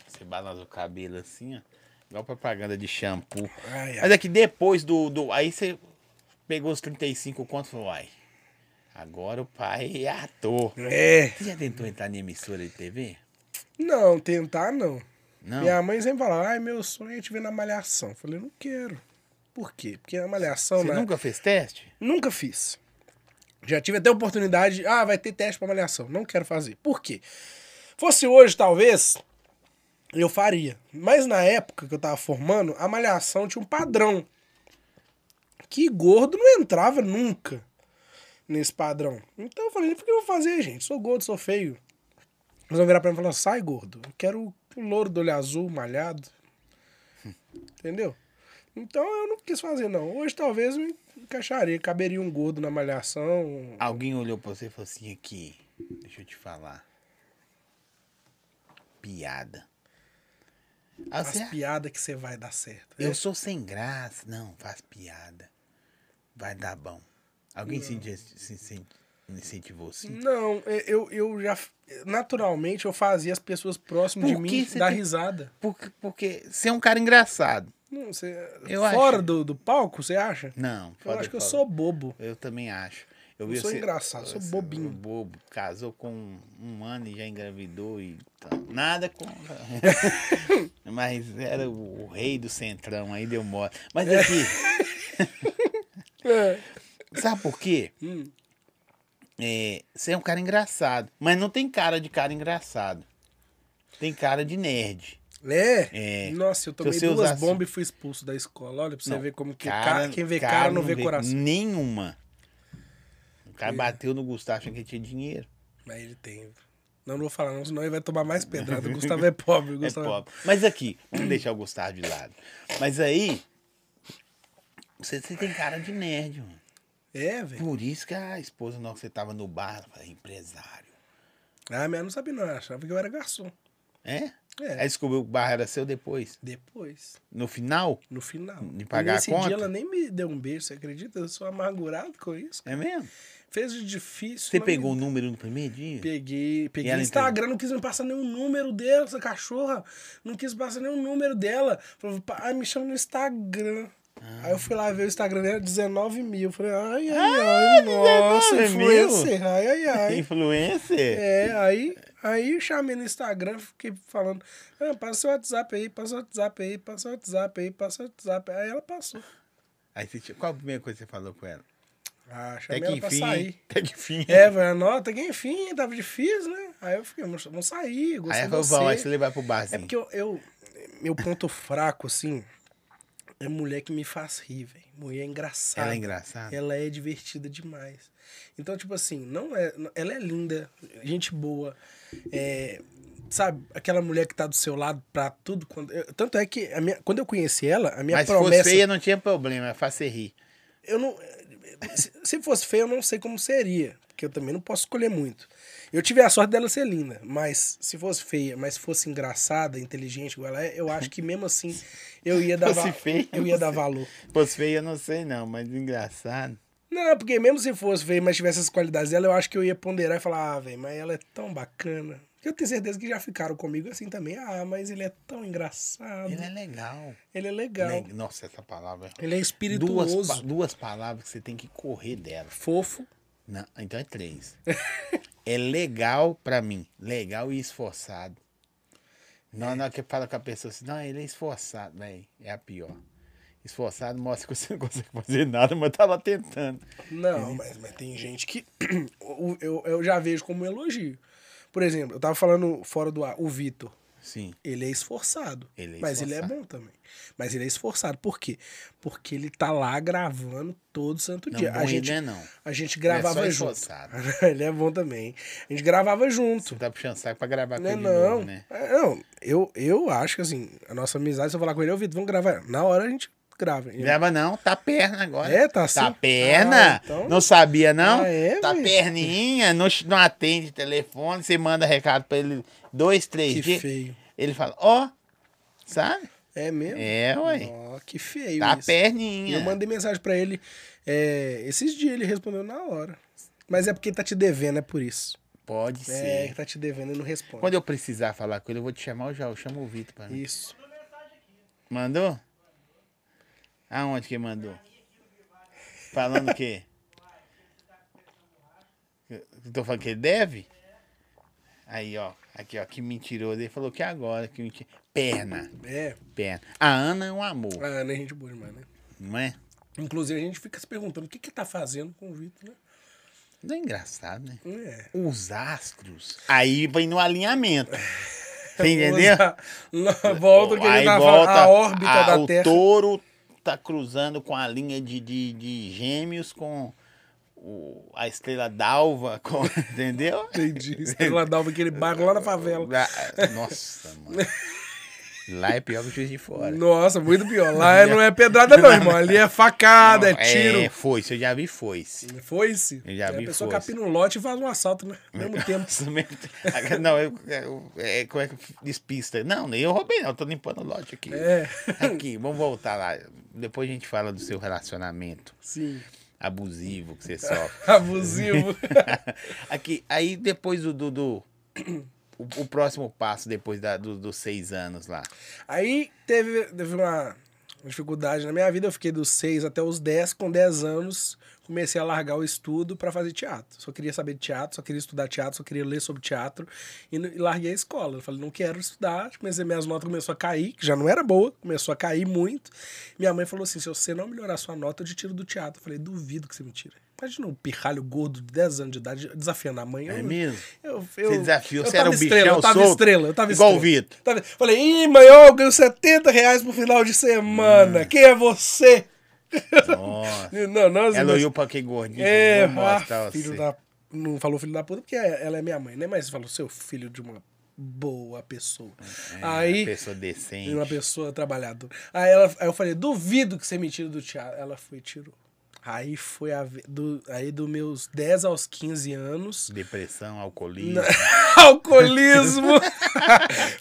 Speaker 1: Você balança o cabelo assim, ó. Igual propaganda de shampoo.
Speaker 2: Ai, ai.
Speaker 1: Mas é que depois do. do aí você pegou os 35 contos e falou, uai. Agora o pai é ator.
Speaker 2: É.
Speaker 1: Você já tentou entrar em emissora de TV?
Speaker 2: Não, tentar não.
Speaker 1: Não.
Speaker 2: Minha mãe sempre falava, ai, meu sonho é te ver na malhação. Eu Falei, não quero. Por quê? Porque a malhação,
Speaker 1: Você
Speaker 2: né?
Speaker 1: nunca fez teste?
Speaker 2: Nunca fiz. Já tive até oportunidade. Ah, vai ter teste pra avaliação. Não quero fazer. Por quê? Fosse hoje, talvez, eu faria. Mas na época que eu tava formando, a malhação tinha um padrão. Que gordo não entrava nunca nesse padrão. Então eu falei, por que eu vou fazer, gente? Sou gordo, sou feio. Mas vão virar pra mim e falar, sai, gordo. Eu quero o louro do olho azul, malhado. Entendeu? Então eu não quis fazer, não. Hoje talvez eu encaixaria, caberia um gordo na malhação.
Speaker 1: Alguém olhou pra você e falou assim: aqui, deixa eu te falar. Piada. Aí
Speaker 2: As
Speaker 1: você, "Ah,
Speaker 2: piadas que você vai dar certo.
Speaker 1: eu sou sem graça. Não, faz piada. Vai dar bom. Alguém se, inge- se incen- incentivou assim?
Speaker 2: Não, é, eu, eu já. Naturalmente eu fazia as pessoas próximas
Speaker 1: Por
Speaker 2: de
Speaker 1: que
Speaker 2: mim
Speaker 1: você
Speaker 2: dar
Speaker 1: tem-
Speaker 2: risada.
Speaker 1: Porque, porque você é um cara engraçado.
Speaker 2: Não, você, é
Speaker 1: Eu
Speaker 2: fora
Speaker 1: acho.
Speaker 2: do, do palco, você acha?
Speaker 1: Não,
Speaker 2: Eu
Speaker 1: foda-
Speaker 2: acho que eu
Speaker 1: foda.
Speaker 2: sou bobo.
Speaker 1: Eu também acho. Eu
Speaker 2: Eu
Speaker 1: vi
Speaker 2: sou
Speaker 1: você-
Speaker 2: engraçado, sou
Speaker 1: você-
Speaker 2: bobinho.
Speaker 1: Bobo. Casou com um ano e já engravidou e tal. Nada contra. Mas era o, o rei do centrão, aí deu mole. Mas aqui,
Speaker 2: É.
Speaker 1: sabe por quê?
Speaker 2: Hum.
Speaker 1: É, você é um cara engraçado. Mas não tem cara de cara engraçado. Tem cara de nerd.
Speaker 2: É?
Speaker 1: É.
Speaker 2: Nossa, eu tomei
Speaker 1: você
Speaker 2: duas
Speaker 1: usasse-
Speaker 2: bombas e fui expulso da escola. Olha pra você
Speaker 1: Não,
Speaker 2: ver como que. Cara, quem vê cara, não vê, coração.
Speaker 1: Nenhuma. O cara bateu no Gustavo achando que ele tinha dinheiro.
Speaker 2: Mas ele tem. Não, não vou falar, não, senão ele vai tomar mais pedrada. O Gustavo é pobre. o
Speaker 1: É
Speaker 2: Gustavo...
Speaker 1: pobre. Mas aqui, vamos deixar o Gustavo de lado. Mas aí, você, você tem cara de nerd, mano.
Speaker 2: É, velho.
Speaker 1: Por isso que a esposa, na hora que você tava no bar, ela fala, empresário.
Speaker 2: Ah, minha não sabia, não. Ela Achava que eu era garçom.
Speaker 1: É?
Speaker 2: É.
Speaker 1: Aí descobriu que o bar era seu depois.
Speaker 2: Depois,
Speaker 1: No final,
Speaker 2: no final.
Speaker 1: De pagar a
Speaker 2: Nesse
Speaker 1: conta?
Speaker 2: dia ela nem me deu um beijo, você acredita? Eu sou amargurado com isso. é
Speaker 1: é mesmo?
Speaker 2: Fez de difícil.
Speaker 1: Você
Speaker 2: mas-
Speaker 1: pegou o número no primeiro dia?
Speaker 2: Peguei, peguei
Speaker 1: ela
Speaker 2: o
Speaker 1: entendeu?
Speaker 2: Instagram, não quis me passar nenhum número dela, essa cachorra. Não quis passar nenhum número dela. Falou, "Pa- ai, me chama no Instagram.
Speaker 1: Ah.
Speaker 2: Aí eu fui lá ver o Instagram dela, 19 mil. Falei, ai, ai, ai,
Speaker 1: 19
Speaker 2: nossa,
Speaker 1: Ah, mil?
Speaker 2: influencer, ai, ai, ai.
Speaker 1: é Influencer?
Speaker 2: É, aí, aí eu chamei no Instagram, fiquei falando, ah, passa o WhatsApp aí, passa o WhatsApp aí, passa o WhatsApp aí, passa o WhatsApp. Aí ela passou.
Speaker 1: Aí você, tinha- qual a primeira coisa que você falou com ela?
Speaker 2: Ah,
Speaker 1: Até
Speaker 2: chamei
Speaker 1: que
Speaker 2: ela pra
Speaker 1: enfim.
Speaker 2: sair.
Speaker 1: hein? Até que enfim.
Speaker 2: É, velho, nota que enfim, tava difícil, né? Aí eu fiquei, vamos vamos sair, eu
Speaker 1: Aí é
Speaker 2: gostei
Speaker 1: ela
Speaker 2: de
Speaker 1: falou, vão, aí você
Speaker 2: você.
Speaker 1: levar pro bar, assim.
Speaker 2: É porque eu, eu- meu ponto fraco, assim, é mulher que me faz rir, velho. Mulher engraçada.
Speaker 1: Ela é engraçada?
Speaker 2: Ela é divertida demais. Então, tipo assim, não é. Ela é linda, gente boa. é, sabe, aquela mulher que tá do seu lado pra tudo. Quando, eu- tanto é que a minha- quando eu conheci ela, a minha
Speaker 1: Mas se
Speaker 2: promessa.
Speaker 1: fosse feia, não tinha problema. é Faz você rir.
Speaker 2: Eu não. Se, se fosse feia, eu não sei como seria. Porque eu também não posso escolher muito. Eu tive a sorte dela ser linda, mas se fosse feia, mas fosse engraçada, inteligente, igual ela é, eu acho que mesmo assim eu ia dar,
Speaker 1: Fosse
Speaker 2: va-
Speaker 1: feia,
Speaker 2: eu ia
Speaker 1: você-
Speaker 2: dar valor.
Speaker 1: Se fosse feia, eu não sei não, mas engraçado.
Speaker 2: Não, porque mesmo se fosse feio, mas tivesse as qualidades dela, eu acho que eu ia ponderar e falar, ah, velho, mas ela é tão bacana. Porque eu tenho certeza que já ficaram comigo assim também. Ah, mas ele é tão engraçado.
Speaker 1: Ele é legal.
Speaker 2: Ele é legal.
Speaker 1: Le- Nossa, essa palavra.
Speaker 2: Ele é espirituoso.
Speaker 1: Duas, pa- duas palavras que você tem que correr dela.
Speaker 2: Fofo.
Speaker 1: Não, então é três. é legal pra mim. Legal e esforçado.
Speaker 2: É.
Speaker 1: Não, não, que fala com a pessoa assim, não, ele é esforçado, velho. É a pior. Esforçado mostra que você não consegue fazer nada, mas tá lá tentando. Uhum.
Speaker 2: Não, mas, mas tem gente que o- eu, eu já vejo como um elogio. Por exemplo, eu tava falando fora do ar, o Vitor.
Speaker 1: Sim.
Speaker 2: Ele é esforçado.
Speaker 1: Ele é
Speaker 2: mas ele é
Speaker 1: esforçado.
Speaker 2: bom também. Mas ele é esforçado. Por quê? Porque ele tá lá gravando todo santo
Speaker 1: Não,
Speaker 2: dia.
Speaker 1: bom
Speaker 2: a gente,
Speaker 1: ele é não.
Speaker 2: A gente gravava
Speaker 1: Ele é só
Speaker 2: junto.
Speaker 1: esforçado.
Speaker 2: ele é bom também. A gente gravava junto.
Speaker 1: Você tá puxando saco pra gravar com
Speaker 2: Não, é
Speaker 1: ele de
Speaker 2: não.
Speaker 1: novo, né?
Speaker 2: É, não, eu, eu acho que assim, a nossa amizade, se eu falar com ele, ô Vitor, vamos gravar. Na hora a gente grava. Ele-
Speaker 1: Grava não, tá perna agora.
Speaker 2: É, tá assim?
Speaker 1: Tá perna?
Speaker 2: Ah, então-
Speaker 1: Não sabia, não?
Speaker 2: Ah, é,
Speaker 1: tá
Speaker 2: bicho?
Speaker 1: perninha, não, não atende telefone, você manda recado pra ele dois, três
Speaker 2: Que
Speaker 1: dias.
Speaker 2: feio.
Speaker 1: Ele fala, ó, sabe?
Speaker 2: É mesmo?
Speaker 1: É, ué.
Speaker 2: Ó, que feio
Speaker 1: Tá
Speaker 2: isso. E
Speaker 1: perninha.
Speaker 2: eu mandei mensagem pra ele é, esses dias, ele respondeu na hora. Mas é porque ele tá te devendo, é por isso.
Speaker 1: Pode
Speaker 2: É,
Speaker 1: ser.
Speaker 2: que tá te devendo e não responde.
Speaker 1: Quando eu precisar falar com ele, eu vou te chamar eu já, eu chamo o Vitor pra mim.
Speaker 2: Isso.
Speaker 1: Mandou? Aonde que mandou? Falando o quê? Eu tô falando que ele deve? Aí, ó. Aqui, ó. Que mentiroso. Ele falou que agora. Que mentira. Perna.
Speaker 2: É,
Speaker 1: Perna. A Ana é um amor,
Speaker 2: a Ana é gente boa demais, né?
Speaker 1: não é?
Speaker 2: Inclusive, a gente fica se perguntando o que que tá fazendo com o Vitor, né?
Speaker 1: Não é engraçado, né?
Speaker 2: É.
Speaker 1: Os astros. Aí vem no alinhamento. Você entendeu?
Speaker 2: Entendeu? Volta o que a
Speaker 1: Aí
Speaker 2: gente tava falando,
Speaker 1: volta
Speaker 2: a órbita
Speaker 1: a-
Speaker 2: da
Speaker 1: o
Speaker 2: Terra.
Speaker 1: touro tá cruzando com a linha de, de, de gêmeos com o- a estrela d'alva, com, entendeu?
Speaker 2: Entendi. Estrela d'alva, aquele barco lá na favela.
Speaker 1: Ah, Nossa, mano. Lá é pior que o juiz de fora.
Speaker 2: Nossa, muito pior. Lá não é pedrada, não, irmão. Ali é facada,
Speaker 1: Não,
Speaker 2: é tiro.
Speaker 1: É, foice, eu já vi foice.
Speaker 2: Foi-se.
Speaker 1: Eu já
Speaker 2: a
Speaker 1: vi
Speaker 2: pessoa
Speaker 1: foice.
Speaker 2: capina um lote e faz um assalto, né? Ao mesmo tempo.
Speaker 1: Isso mesmo. Não, eu, eu- é, como é que despista? Não, nem eu roubei, não. Eu tô limpando o lote aqui.
Speaker 2: É.
Speaker 1: Aqui, vamos voltar lá. Depois a gente fala do seu relacionamento
Speaker 2: Sim.
Speaker 1: abusivo que você sofre.
Speaker 2: Abusivo.
Speaker 1: Aqui, aí depois do. do, do- o, o próximo passo depois da- do- dos seis anos lá.
Speaker 2: Aí teve, teve uma dificuldade na minha vida. Eu fiquei dos 6 até os 10. Com 10 anos, comecei a largar o estudo pra fazer teatro. Só queria saber de teatro, só queria estudar teatro, só queria ler sobre teatro. E, n- e larguei a escola. Eu falei, não quero estudar. Comecei, minhas notas começou a cair, que já não era boa. Começou a cair muito. Minha mãe falou assim, se você não melhorar sua nota, eu te tiro do teatro. Eu falei, duvido que você me tire. Imagina um pirralho gordo de 10 anos de idade desafiando a mãe.
Speaker 1: É
Speaker 2: Eu-
Speaker 1: mesmo?
Speaker 2: Eu,
Speaker 1: Você desafiou,
Speaker 2: eu
Speaker 1: você era
Speaker 2: tava
Speaker 1: um bichão
Speaker 2: estrela, eu tava
Speaker 1: solto,
Speaker 2: estrela, eu tava
Speaker 1: igual o
Speaker 2: estrela.
Speaker 1: Vitor.
Speaker 2: Tava- Falei, ih, manhã eu ganho 70 reais pro final de semana.
Speaker 1: Hum.
Speaker 2: Quem é você?
Speaker 1: Nossa.
Speaker 2: não, não,
Speaker 1: Ela
Speaker 2: mas-
Speaker 1: olhou pra que gordinho.
Speaker 2: É,
Speaker 1: vou
Speaker 2: ah,
Speaker 1: mostrar
Speaker 2: filho
Speaker 1: você.
Speaker 2: da. Não falou filho da puta porque é- ela é minha mãe, né? Mas falou, seu filho de uma boa pessoa.
Speaker 1: Uma
Speaker 2: Aí.
Speaker 1: pessoa decente.
Speaker 2: Uma pessoa trabalhadora. Aí, ela, aí eu falei, duvido que você me tire do teatro. Ela foi e tirou. Aí foi a, ve- do, aí dos meus 10 aos 15 anos.
Speaker 1: Depressão, alcoolismo.
Speaker 2: Alcoolismo!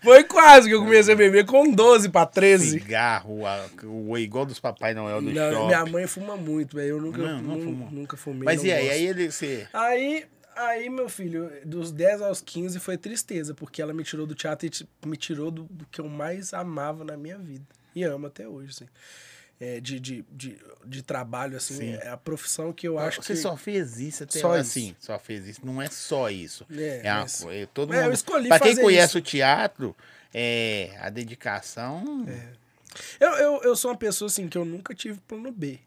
Speaker 2: foi quase que eu comecei a beber com 12 pra 13.
Speaker 1: cigarro, a, o igual dos Papai Noel do
Speaker 2: Não, minha
Speaker 1: shopping.
Speaker 2: mãe fuma muito, velho. Eu nunca,
Speaker 1: tá Não, não
Speaker 2: nun-
Speaker 1: fumou.
Speaker 2: nunca fumei.
Speaker 1: Mas
Speaker 2: não
Speaker 1: e aí?
Speaker 2: gosto.
Speaker 1: Aí ele se.
Speaker 2: Aí, aí, meu filho, dos 10 aos 15 foi tristeza, porque ela me tirou do teatro e ti- me tirou do, do que eu mais amava na minha vida. E amo até hoje, assim. É, de, de, de, de trabalho, assim.
Speaker 1: Sim.
Speaker 2: É a profissão que eu acho
Speaker 1: você
Speaker 2: que.
Speaker 1: só fez isso até
Speaker 2: Só
Speaker 1: lá,
Speaker 2: isso.
Speaker 1: assim, só fez isso. Não é só isso.
Speaker 2: É,
Speaker 1: É, uma
Speaker 2: mas-
Speaker 1: coisa. Todo
Speaker 2: Mas eu
Speaker 1: mundo.
Speaker 2: escolhi
Speaker 1: pra quem
Speaker 2: fazer
Speaker 1: conhece
Speaker 2: isso.
Speaker 1: o teatro, é, a dedicação
Speaker 2: É. Eu, eu, eu sou uma pessoa, assim, que eu nunca tive plano B.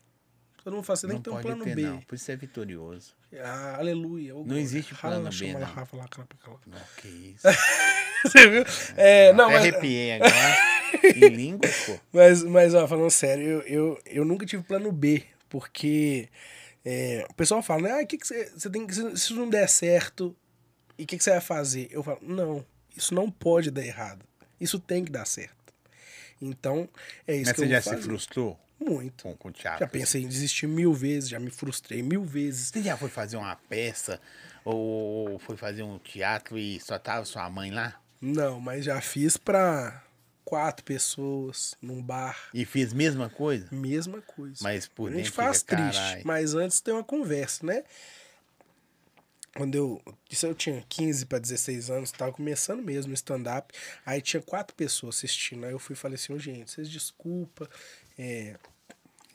Speaker 2: Eu não faço nem
Speaker 1: não
Speaker 2: que ter um
Speaker 1: pode
Speaker 2: plano
Speaker 1: ter,
Speaker 2: B.
Speaker 1: não. Por isso é vitorioso.
Speaker 2: Ah, aleluia.
Speaker 1: Não existe plano B, não.
Speaker 2: não.
Speaker 1: Não, que isso.
Speaker 2: Você viu? É, não,
Speaker 1: Até
Speaker 2: mas,
Speaker 1: arrepiei agora. em língua, pô.
Speaker 2: Mas, mas ó, falando sério, eu, eu, eu nunca tive plano B, porque é, o pessoal fala, né? Ah, que que você, você tem que. Se isso não der certo, e o que, que você vai fazer? Eu falo, não, isso não pode dar errado. Isso tem que dar certo. Então, é isso
Speaker 1: Mas
Speaker 2: que eu
Speaker 1: você
Speaker 2: vou
Speaker 1: já
Speaker 2: fazer.
Speaker 1: se frustrou Ah, é.
Speaker 2: Muito.
Speaker 1: com, com o teatro?
Speaker 2: Já pensei em desistir mil vezes, já me frustrei mil vezes.
Speaker 1: Você já foi fazer uma peça ou foi fazer um teatro e só tava sua mãe lá?
Speaker 2: Não, mas já fiz pra quatro pessoas num bar.
Speaker 1: E fez mesma coisa?
Speaker 2: Mesma coisa.
Speaker 1: Mas por
Speaker 2: a gente
Speaker 1: dentro fica,
Speaker 2: faz triste,
Speaker 1: "Carai".
Speaker 2: mas antes tem uma conversa, né? Quando eu. Isso eu tinha 15 para 16 anos, tava começando mesmo o stand-up. Aí tinha quatro pessoas assistindo. Aí eu fui e falei assim, "Ô, gente, vocês desculpa. é,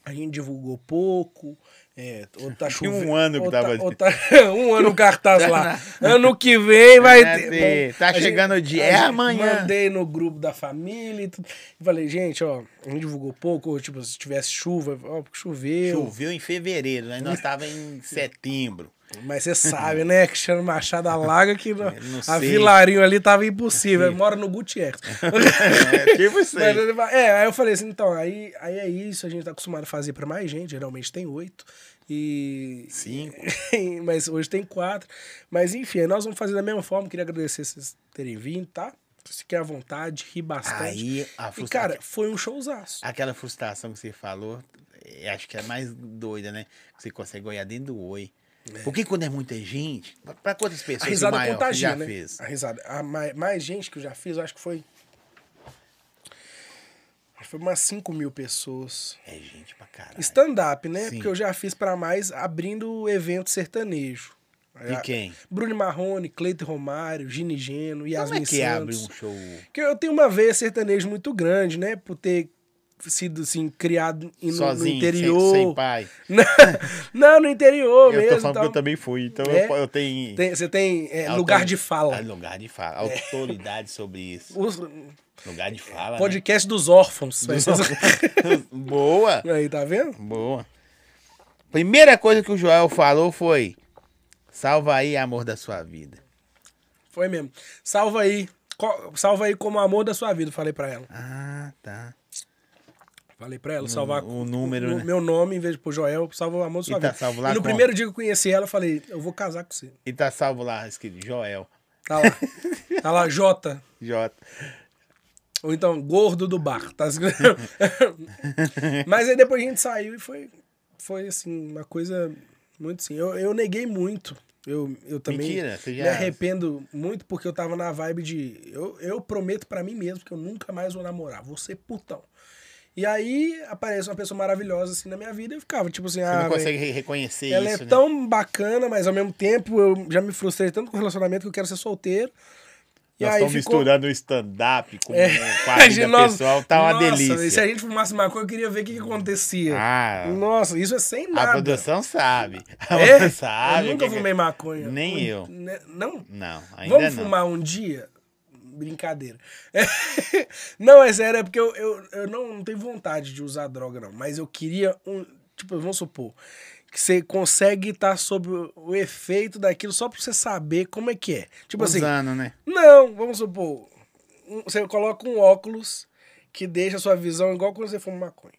Speaker 2: a gente divulgou pouco. É, ou tá
Speaker 1: Tinha um
Speaker 2: chovendo.
Speaker 1: ano que
Speaker 2: ou
Speaker 1: tava
Speaker 2: tá- ou tá- um ano o cartaz lá. Ano que vem vai
Speaker 1: Vai
Speaker 2: ter.
Speaker 1: ter. Tá
Speaker 2: A gente-
Speaker 1: chegando o dia.
Speaker 2: a
Speaker 1: É
Speaker 2: gente-
Speaker 1: amanhã.
Speaker 2: Mandei no grupo da família e tudo. E falei, gente, ó, a gente divulgou pouco, ou, tipo, se tivesse chuva, ó, porque choveu.
Speaker 1: Choveu em fevereiro, né? nós tava em setembro.
Speaker 2: Mas você sabe, né? Cristiano Machado alaga que no-
Speaker 1: não
Speaker 2: a
Speaker 1: sei.
Speaker 2: Vilarinho ali tava impossível. Ele mora no Gutierrez.
Speaker 1: É, tipo isso
Speaker 2: Mas
Speaker 1: aí.
Speaker 2: ele vai- é, aí eu falei assim, então, aí, aí é isso, a gente tá acostumado a fazer pra mais gente, geralmente tem oito. E.
Speaker 1: Cinco.
Speaker 2: Mas hoje tem quatro. Mas enfim, aí nós vamos fazer da mesma forma. Queria agradecer vocês terem vindo, tá? Se quer à vontade, ri bastante.
Speaker 1: Aí a
Speaker 2: e,
Speaker 1: frustração. Ah,
Speaker 2: cara, foi um showzaço.
Speaker 1: Aquela frustração que você falou, eh, acho que é a mais doida, né? Que você consegue olhar dentro do oi. Porque quando é muita gente, pra- pra quantas
Speaker 2: A
Speaker 1: pessoas o
Speaker 2: risada
Speaker 1: maior
Speaker 2: contagia,
Speaker 1: já
Speaker 2: né?
Speaker 1: fez?
Speaker 2: A risada. A mais, mais gente que eu já fiz, eu acho que foi. Acho que foi umas 5 mil pessoas.
Speaker 1: É gente pra caralho.
Speaker 2: Stand-up, né?
Speaker 1: Sim.
Speaker 2: Porque eu já fiz pra mais abrindo o evento sertanejo. Ah,
Speaker 1: E quem?
Speaker 2: Bruno Marrone, Cleito Romário, Gini Geno, Yasmin
Speaker 1: Como é que abre
Speaker 2: Santos.
Speaker 1: um show?
Speaker 2: Porque eu tenho uma veia sertanejo muito grande, né? Por ter sido assim, criado em- no, no
Speaker 1: Sozinho, sem-
Speaker 2: interior.
Speaker 1: sem pai.
Speaker 2: Não, no interior
Speaker 1: eu tô
Speaker 2: mesmo.
Speaker 1: falando
Speaker 2: tal.
Speaker 1: que eu também fui, então
Speaker 2: É.
Speaker 1: eu, eu tenho.
Speaker 2: Tem- você tem é,
Speaker 1: autor-
Speaker 2: lugar de fala. É.
Speaker 1: Ah, lugar de fala. Autoridade sobre isso.
Speaker 2: Os-
Speaker 1: Lugar de fala. né?
Speaker 2: podcast dos órfãos. vai ser-
Speaker 1: Boa.
Speaker 2: Aí, tá vendo?
Speaker 1: Boa. Primeira coisa que o Joel falou foi: salva aí amor da sua vida.
Speaker 2: Foi mesmo. Salva aí. co- Salva aí como amor da sua vida, falei pra ela.
Speaker 1: Ah, tá.
Speaker 2: Falei pra ela salvar
Speaker 1: o número,
Speaker 2: no
Speaker 1: né?
Speaker 2: meu nome, em vez de pôr Joel, salva o amor da sua
Speaker 1: E tá
Speaker 2: vida.
Speaker 1: salvo lá
Speaker 2: e no
Speaker 1: como?
Speaker 2: primeiro dia que eu conheci ela, eu falei, eu vou casar com você.
Speaker 1: E tá salvo lá, escrito Joel.
Speaker 2: Tá lá. tá lá, Jota.
Speaker 1: J.
Speaker 2: Ou então, gordo do bar. Tá escrito. Mas aí depois a gente saiu e foi, foi assim, uma coisa muito assim. Eu, eu neguei muito. Eu, eu também
Speaker 1: Mentira, você já-
Speaker 2: me arrependo muito porque eu tava na vibe de. Eu, eu prometo pra mim mesmo que eu nunca mais vou namorar. Vou ser putão. E aí aparece uma pessoa maravilhosa assim na minha vida e eu ficava tipo assim,
Speaker 1: Você
Speaker 2: ah,
Speaker 1: não
Speaker 2: véi,
Speaker 1: consegue re- reconhecer
Speaker 2: ela
Speaker 1: isso,
Speaker 2: é
Speaker 1: né?
Speaker 2: tão bacana, mas ao mesmo tempo eu já me frustrei tanto com o relacionamento que eu quero ser solteiro. E
Speaker 1: Nós
Speaker 2: aí
Speaker 1: estamos
Speaker 2: ficou-
Speaker 1: misturando o stand-up com, com a
Speaker 2: a
Speaker 1: vida
Speaker 2: gente- É. nossa-
Speaker 1: pessoal, tá uma
Speaker 2: nossa,
Speaker 1: delícia.
Speaker 2: Se a gente fumasse maconha, eu queria ver o que, que acontecia.
Speaker 1: Ah.
Speaker 2: Nossa, isso é sem
Speaker 1: A
Speaker 2: nada.
Speaker 1: produção sabe. A
Speaker 2: é?
Speaker 1: produção sabe.
Speaker 2: eu
Speaker 1: o
Speaker 2: nunca
Speaker 1: que que-
Speaker 2: fumei maconha.
Speaker 1: Nem
Speaker 2: Um-
Speaker 1: eu.
Speaker 2: né, Não?
Speaker 1: Não, ainda
Speaker 2: Vamos
Speaker 1: não.
Speaker 2: fumar um dia? Brincadeira. não, é sério, é porque eu, eu, eu não, não tenho vontade de usar droga, não. Mas eu queria um. Tipo, vamos supor. Que você consegue estar sob o, o efeito daquilo só pra você saber como é que é. Tipo assim,
Speaker 1: Usando, né?
Speaker 2: não, vamos supor. um- Você coloca um óculos que deixa a sua visão igual quando você fuma maconha.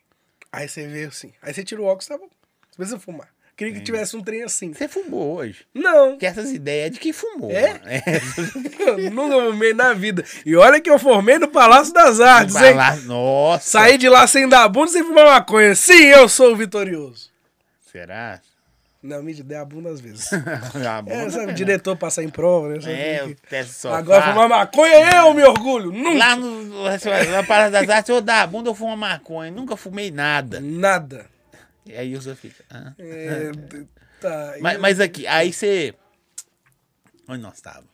Speaker 2: Aí você vê assim. Aí você tira o óculos, tá bom. Você precisa fumar. Queria que tivesse um trem assim.
Speaker 1: Você fumou hoje.
Speaker 2: Não,
Speaker 1: Porque essas ideias é de quem fumou.
Speaker 2: É?
Speaker 1: mano. É.
Speaker 2: eu nunca fumei na vida. E olha que eu formei no Palácio das Artes,
Speaker 1: Vai
Speaker 2: hein?
Speaker 1: lá, nossa.
Speaker 2: Saí de lá sem dar bunda, sem fumar maconha. Sim, eu sou o vitorioso.
Speaker 1: Será?
Speaker 2: Não, me dei a bunda às vezes.
Speaker 1: Ah, bom,
Speaker 2: É,
Speaker 1: né,
Speaker 2: sabe,
Speaker 1: velho?
Speaker 2: diretor passar em prova, né? Sabe
Speaker 1: É,
Speaker 2: que-
Speaker 1: o teste só.
Speaker 2: Agora fumar maconha, é eu me orgulho. Nunca.
Speaker 1: Lá no assim, na Parada das Artes, eu dá a bunda, eu fumo maconha. Nunca fumei nada.
Speaker 2: Nada.
Speaker 1: E aí o Zé fica. ah.
Speaker 2: É, tá,
Speaker 1: Mas,
Speaker 2: eu
Speaker 1: mas aqui, aí você. Onde nós estávamos?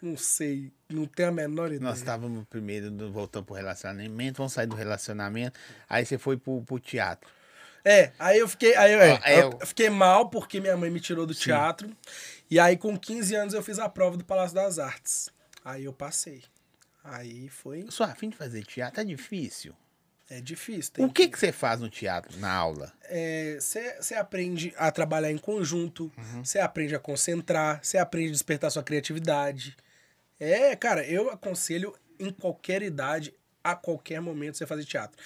Speaker 2: não sei, não tenho a menor ideia.
Speaker 1: Nós estávamos primeiro, do- voltamos pro relacionamento, vamos sair do relacionamento. Aí você foi pro, pro teatro.
Speaker 2: É, aí eu fiquei, aí eu, é,
Speaker 1: Ah, é,
Speaker 2: eu
Speaker 1: eu-
Speaker 2: fiquei mal porque minha mãe me tirou do teatro. E aí com 15 anos eu fiz a prova do Palácio das Artes. Aí eu passei. Aí foi,
Speaker 1: Eu sou afim de fazer teatro, é difícil.
Speaker 2: é difícil. tem
Speaker 1: O que, que você faz no teatro, na aula?
Speaker 2: Você aprende a trabalhar em conjunto, você aprende a concentrar, você aprende a despertar sua criatividade. É, cara, eu aconselho em qualquer idade, a qualquer momento, você fazer teatro.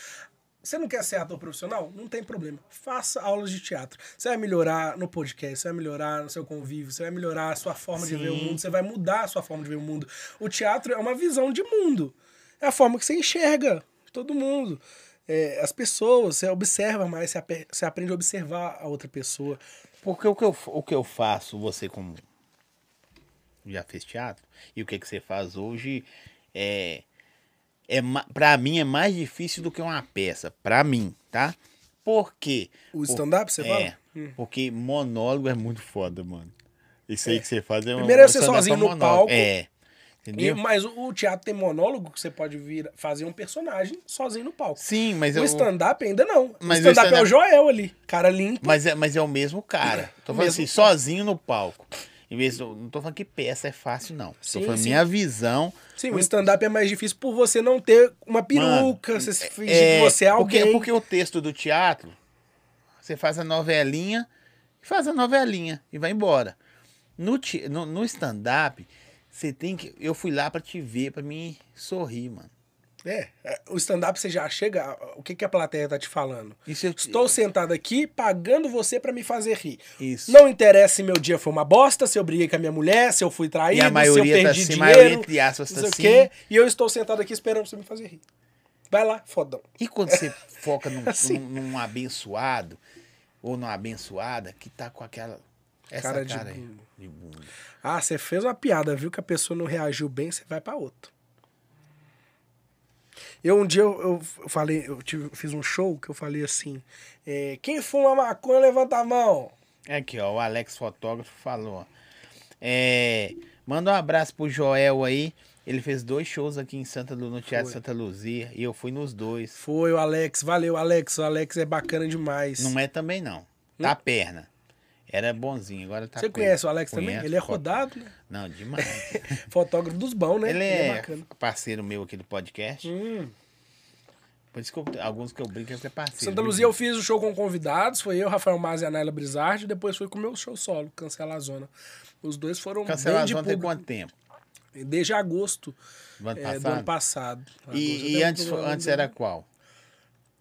Speaker 2: Você não quer ser ator profissional? Não tem problema. Faça aulas de teatro. Você vai melhorar no podcast, você vai melhorar no seu convívio, você vai melhorar a sua forma de ver o mundo, você vai mudar a sua forma de ver o mundo. O teatro é uma visão de mundo. É a forma que você enxerga todo mundo. É, as pessoas, você observa mais, você, ape- você aprende a observar a outra pessoa.
Speaker 1: Porque o que eu, o que eu faço, você como já fez teatro, e o que, que você faz hoje, é, é ma- pra mim é mais difícil do que uma peça. Pra mim, tá? Por quê?
Speaker 2: O
Speaker 1: Por-
Speaker 2: stand-up, você
Speaker 1: É,
Speaker 2: fala?
Speaker 1: porque monólogo é muito foda, mano. Isso aí que você faz é um-
Speaker 2: Primeiro é
Speaker 1: um
Speaker 2: você
Speaker 1: stand-up
Speaker 2: sozinho no
Speaker 1: monólogo.
Speaker 2: palco.
Speaker 1: É.
Speaker 2: E-
Speaker 1: Entendeu?
Speaker 2: mas o o teatro tem monólogo que você pode vir fazer um personagem sozinho no palco.
Speaker 1: Sim, mas é
Speaker 2: o
Speaker 1: eu.
Speaker 2: stand-up ainda não.
Speaker 1: Mas
Speaker 2: o
Speaker 1: o
Speaker 2: stand-up é o
Speaker 1: stand-up-
Speaker 2: Joel ali. Cara limpo.
Speaker 1: Mas é, mas é o mesmo cara. Tô falando
Speaker 2: Mesmo
Speaker 1: assim, sozinho no palco. Em vez do- não tô falando que peça é fácil, não.
Speaker 2: Sim,
Speaker 1: tô falando
Speaker 2: sim.
Speaker 1: minha visão.
Speaker 2: Sim, o stand-up é mais difícil por você não ter uma peruca, você se fingir que você é
Speaker 1: porque-
Speaker 2: alguém.
Speaker 1: Porque, o texto do teatro, você faz a novelinha, faz a novelinha e vai embora. No, te- no, no stand-up, você tem que. Eu fui lá pra te ver, pra me sorrir, mano.
Speaker 2: É, é, o stand-up você já chega. O que, que a plateia tá te falando?
Speaker 1: Isso eu,
Speaker 2: Estou sentado aqui pagando você pra me fazer rir.
Speaker 1: Isso.
Speaker 2: Não interessa se meu dia foi uma bosta, se eu briguei com a minha mulher, se eu fui traído,
Speaker 1: E a
Speaker 2: se
Speaker 1: maioria
Speaker 2: eu
Speaker 1: tá
Speaker 2: perdi
Speaker 1: assim, a
Speaker 2: dinheiro,
Speaker 1: maioria, entre aspas,
Speaker 2: não
Speaker 1: tá
Speaker 2: sei o
Speaker 1: assim.
Speaker 2: quê, e eu estou sentado aqui esperando você me fazer rir. Vai lá, fodão.
Speaker 1: E quando você foca num,
Speaker 2: Assim.
Speaker 1: num- num abençoado ou numa abençoada que tá com aquela. Essa cara,
Speaker 2: Cara de
Speaker 1: aí,
Speaker 2: bunda.
Speaker 1: de bunda.
Speaker 2: Ah, você fez uma piada, viu que a pessoa não reagiu bem, você vai pra outro. Eu um dia eu, eu falei, eu tive- fiz um show que eu falei assim: é, quem fuma maconha, levanta a mão.
Speaker 1: É Aqui, ó, o Alex Fotógrafo falou. ó. É, manda um abraço pro Joel aí. Ele fez dois shows aqui em Santa Lu, no Teatro
Speaker 2: Foi.
Speaker 1: Santa Luzia, e eu fui nos dois.
Speaker 2: Foi o Alex, valeu, Alex. O Alex é bacana demais.
Speaker 1: Não é também, não. Tá a perna. Era bonzinho, agora tá
Speaker 2: Você
Speaker 1: perna.
Speaker 2: conhece o Alex também?
Speaker 1: Conheço,
Speaker 2: Ele é
Speaker 1: foto-
Speaker 2: rodado, né?
Speaker 1: Não, demais.
Speaker 2: Fotógrafo dos bons, né?
Speaker 1: Ele é,
Speaker 2: bacana.
Speaker 1: parceiro meu aqui do podcast.
Speaker 2: Hum.
Speaker 1: Por isso que eu- alguns que eu brinco, ele é parceiro.
Speaker 2: Santa
Speaker 1: viu,
Speaker 2: Luzia eu fiz o show com convidados, foi eu, Rafael Mazzi e a Naila Brizardi, depois foi com o meu show solo, Cancela a Zona. Os dois foram
Speaker 1: Cancelar
Speaker 2: bem de
Speaker 1: a tem
Speaker 2: público,
Speaker 1: quanto tempo?
Speaker 2: desde agosto
Speaker 1: Do ano
Speaker 2: eh,
Speaker 1: passado?
Speaker 2: do ano passado. Agosto,
Speaker 1: E, e
Speaker 2: até
Speaker 1: antes,
Speaker 2: outubro,
Speaker 1: foi- antes era qual?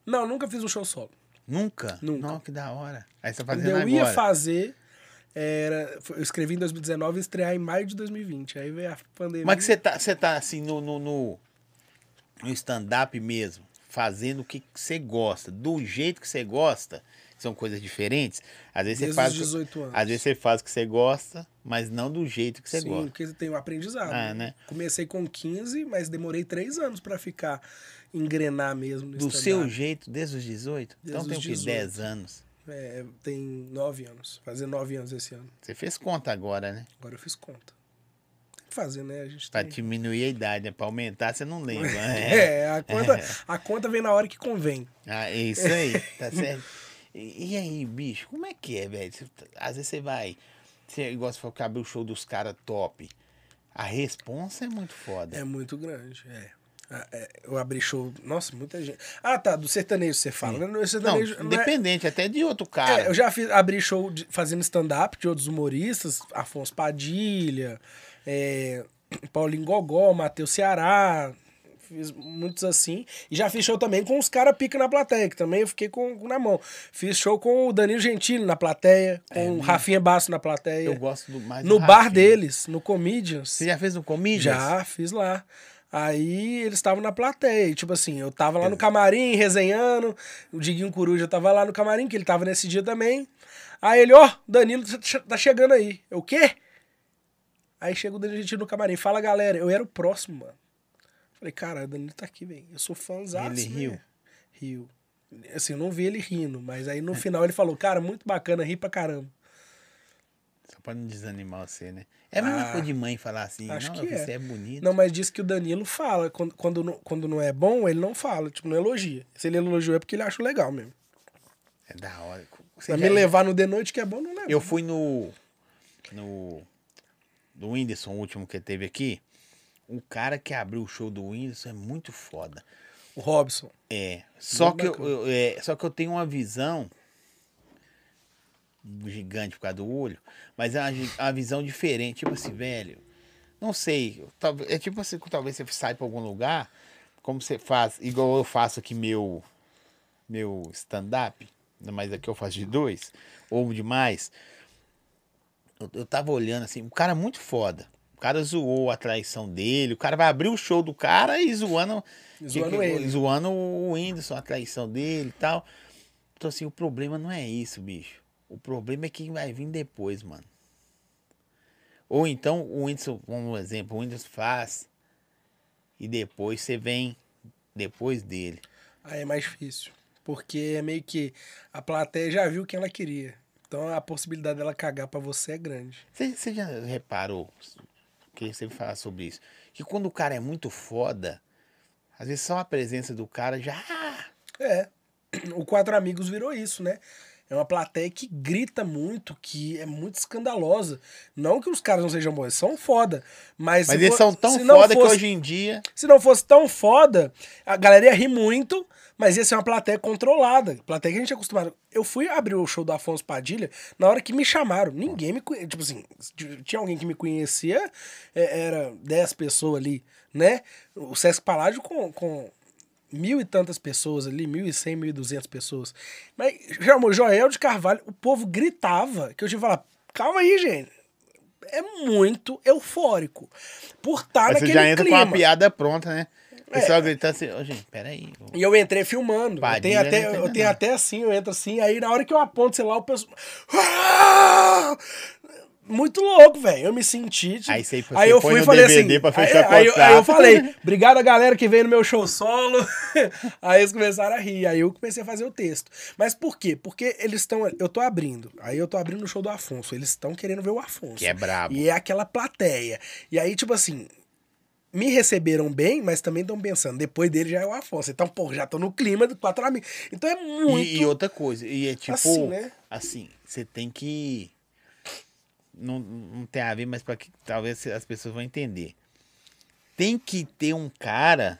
Speaker 2: Não, nunca fiz um show solo.
Speaker 1: Nunca?
Speaker 2: Nunca.
Speaker 1: Não, que da hora. Aí você tá
Speaker 2: Quando
Speaker 1: fazendo
Speaker 2: eu
Speaker 1: agora.
Speaker 2: ia fazer, era, foi- eu escrevi em 2019 e estrear em maio de 2020, aí veio a pandemia.
Speaker 1: Mas que você tá, você tá assim no, no, no, no stand-up mesmo, fazendo o que que você gosta, do jeito que você gosta, que são coisas diferentes. Às vezes você
Speaker 2: Desde
Speaker 1: faz.
Speaker 2: os 18 anos.
Speaker 1: Às vezes você faz o que você gosta, mas não do jeito que você
Speaker 2: Sim,
Speaker 1: gosta.
Speaker 2: porque tem um aprendizado.
Speaker 1: Ah, né?
Speaker 2: Comecei com 15, mas demorei 3 anos pra ficar, engrenar mesmo. No
Speaker 1: Do
Speaker 2: stand-up.
Speaker 1: seu jeito, desde os 18?
Speaker 2: Desde
Speaker 1: então
Speaker 2: os
Speaker 1: tem o que?
Speaker 2: 18.
Speaker 1: 10 anos.
Speaker 2: É, tem nove anos. Fazer nove anos esse ano.
Speaker 1: Você fez conta agora, né?
Speaker 2: Agora eu fiz conta. Tem que fazer, né? A gente
Speaker 1: Pra
Speaker 2: tem...
Speaker 1: diminuir a idade, né? Pra aumentar, você não lembra. né?
Speaker 2: É, a conta, a conta vem na hora que convém.
Speaker 1: Ah, é isso aí, tá certo? E, e aí, bicho, como é que é, velho? Cê tá- Às vezes você vai, você gosta de abrir o show dos caras top. A responsa é muito foda.
Speaker 2: É muito grande, é. Ah, é, Eu abri show. Nossa, muita gente. Ah, tá. Do sertanejo você fala, né? No
Speaker 1: não,
Speaker 2: sertanejo. não é-
Speaker 1: independente, até de outro
Speaker 2: É,
Speaker 1: cara.
Speaker 2: eu já fiz, abri show de- fazendo stand-up de outros humoristas, Afonso Padilha, é, Paulinho Gogó, Matheus Ceará, fiz muitos assim. E já fiz show também com os caras pica na plateia, que também eu fiquei com, com na mão. Fiz show com o Danilo Gentili na plateia, com o Rafinha Basso na plateia.
Speaker 1: É, né? Eu gosto do mais.
Speaker 2: no
Speaker 1: do
Speaker 2: bar
Speaker 1: Rafinha.
Speaker 2: deles, no Comedians.
Speaker 1: Você já fez um comedians?
Speaker 2: Já, fiz lá. Aí eles estavam na plateia. E, tipo assim, eu tava lá no camarim resenhando. O Diguinho Coruja tava lá no camarim, que ele tava nesse dia também. Aí ele, ó, o Danilo tá che- tá chegando aí. Eu, o quê? Aí chega o Danilo Gentili no camarim. Fala, galera, eu era o próximo, mano. Falei, cara, o Danilo tá aqui, velho. Eu sou fãzão.
Speaker 1: Ele riu?
Speaker 2: Riu. Assim, eu não vi ele rindo, mas aí
Speaker 1: É.
Speaker 2: no final ele falou, cara, muito bacana, ri pra caramba.
Speaker 1: Só pra não desanimar você, né? É a mesma
Speaker 2: Ah,
Speaker 1: coisa de mãe falar assim,
Speaker 2: acho
Speaker 1: não,
Speaker 2: que é.
Speaker 1: você é bonito.
Speaker 2: Não, mas diz que o Danilo fala. Quando, quando, não, quando não é bom, ele não fala. Tipo, não elogia. Se ele elogiou é porque ele acha legal mesmo.
Speaker 1: É da hora. Você
Speaker 2: Pra
Speaker 1: já-
Speaker 2: me levar no de noite que é bom, não leva.
Speaker 1: é. Eu fui no. No. Do Whindersson, o último que teve aqui. O cara que abriu o show do Whindersson é muito foda.
Speaker 2: O Robson.
Speaker 1: É. Só
Speaker 2: Bem
Speaker 1: que eu,
Speaker 2: bacana.
Speaker 1: eu- é, só que eu tenho uma visão gigante por causa do olho, mas é uma, gi- uma visão diferente, tipo assim, velho. Não sei, eu talvez- é tipo assim, que talvez você sai pra algum lugar, como você faz, igual eu faço aqui meu meu stand-up, mas aqui eu faço de dois, ou de mais. Eu, eu tava olhando assim, um cara muito foda. O cara zoou a traição dele, o cara vai abrir o show do cara e zoando.
Speaker 2: Zoando ele.
Speaker 1: Zoando o Whindersson, a traição dele e tal. Então, assim, o problema não é isso, bicho. O problema é quem vai vir depois, mano. Ou então o Whindersson, como exemplo, o Whindersson faz e depois você vem depois dele.
Speaker 2: Aí é mais difícil. Porque é meio que a plateia já viu quem ela queria. Então a possibilidade dela cagar pra você é grande.
Speaker 1: Você, você já reparou, queria sempre falar sobre isso, que quando o cara é muito foda, às vezes só a presença do cara já.
Speaker 2: É. O Quatro Amigos virou isso, né? É uma plateia que grita muito, que é muito escandalosa. Não que os caras não sejam bons, eles são foda. Mas,
Speaker 1: Mas
Speaker 2: se
Speaker 1: eles
Speaker 2: fo-
Speaker 1: são tão
Speaker 2: se não
Speaker 1: foda que
Speaker 2: fosse-
Speaker 1: hoje em dia.
Speaker 2: Se não fosse tão foda, a galera ia rir muito, mas ia ser uma plateia controlada. Plateia que a gente é acostumado. Eu fui abrir o show do Afonso Padilha na hora que me chamaram. Ninguém me conhecia. Tipo assim, t- tinha alguém que me conhecia, é, era 10 pessoas ali, né? O Sesc Paládio com. com Mil e tantas pessoas ali, mil e cem, mil e duzentas pessoas. Mas chamou Joel de Carvalho, o povo gritava, que eu tive que falar, calma aí, gente. É muito eufórico. Por estar
Speaker 1: Aí você
Speaker 2: naquele
Speaker 1: já entra
Speaker 2: clima. É.
Speaker 1: com uma piada pronta, né? O pessoal gritando assim, ô gente, peraí. ô."
Speaker 2: E eu entrei filmando. eu tenho
Speaker 1: Padilha
Speaker 2: até,
Speaker 1: não tem
Speaker 2: eu tenho
Speaker 1: nada.
Speaker 2: até assim, eu entro assim, aí na hora que eu aponto, sei lá, o pessoal. Ah! Muito louco, velho. Eu me senti. tipo-
Speaker 1: Aí você-
Speaker 2: aí
Speaker 1: você
Speaker 2: eu
Speaker 1: põe
Speaker 2: fui e
Speaker 1: no
Speaker 2: falei
Speaker 1: DVD
Speaker 2: assim.
Speaker 1: pra fechar
Speaker 2: aí, aí eu- aí eu
Speaker 1: contrato.
Speaker 2: falei, obrigado a galera que veio no meu show solo. aí eles começaram a rir. Aí eu comecei a fazer o texto. Mas por quê? Porque eles estão. Eu tô abrindo. Aí eu tô abrindo o show do Afonso. Eles estão querendo ver o Afonso.
Speaker 1: Que é brabo.
Speaker 2: E é aquela plateia. E aí, tipo assim, me receberam bem, mas também estão pensando, depois dele já é o Afonso. Então, pô, já tô no clima de quatro amigos. Então é muito.
Speaker 1: E, e outra coisa, e é tipo.
Speaker 2: Assim,
Speaker 1: Assim,
Speaker 2: né?
Speaker 1: você tem que. Não, não tem a ver, mas para que talvez as pessoas vão entender. Tem que ter um cara.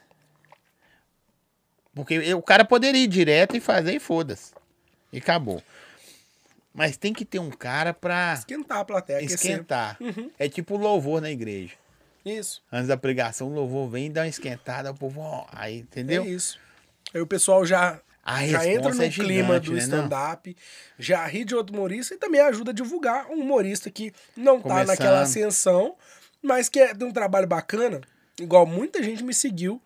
Speaker 1: Porque o cara poderia ir direto e fazer e foda-se. E acabou. Mas tem que ter um cara pra
Speaker 2: Esquentar a plateia. aquecer.
Speaker 1: esquentar.
Speaker 2: Uhum.
Speaker 1: É tipo louvor na igreja.
Speaker 2: Isso.
Speaker 1: Antes da pregação, o louvor vem e dá uma esquentada, o povo. ó, aí, entendeu?
Speaker 2: É isso. Aí o pessoal já,
Speaker 1: A
Speaker 2: já entra
Speaker 1: resposta
Speaker 2: no
Speaker 1: é
Speaker 2: clima
Speaker 1: gigante,
Speaker 2: do
Speaker 1: né, não?
Speaker 2: stand-up, já ri de outro humorista e também ajuda a divulgar um humorista que não tá
Speaker 1: Começando.
Speaker 2: naquela ascensão, mas que é de um trabalho bacana. Igual muita gente me seguiu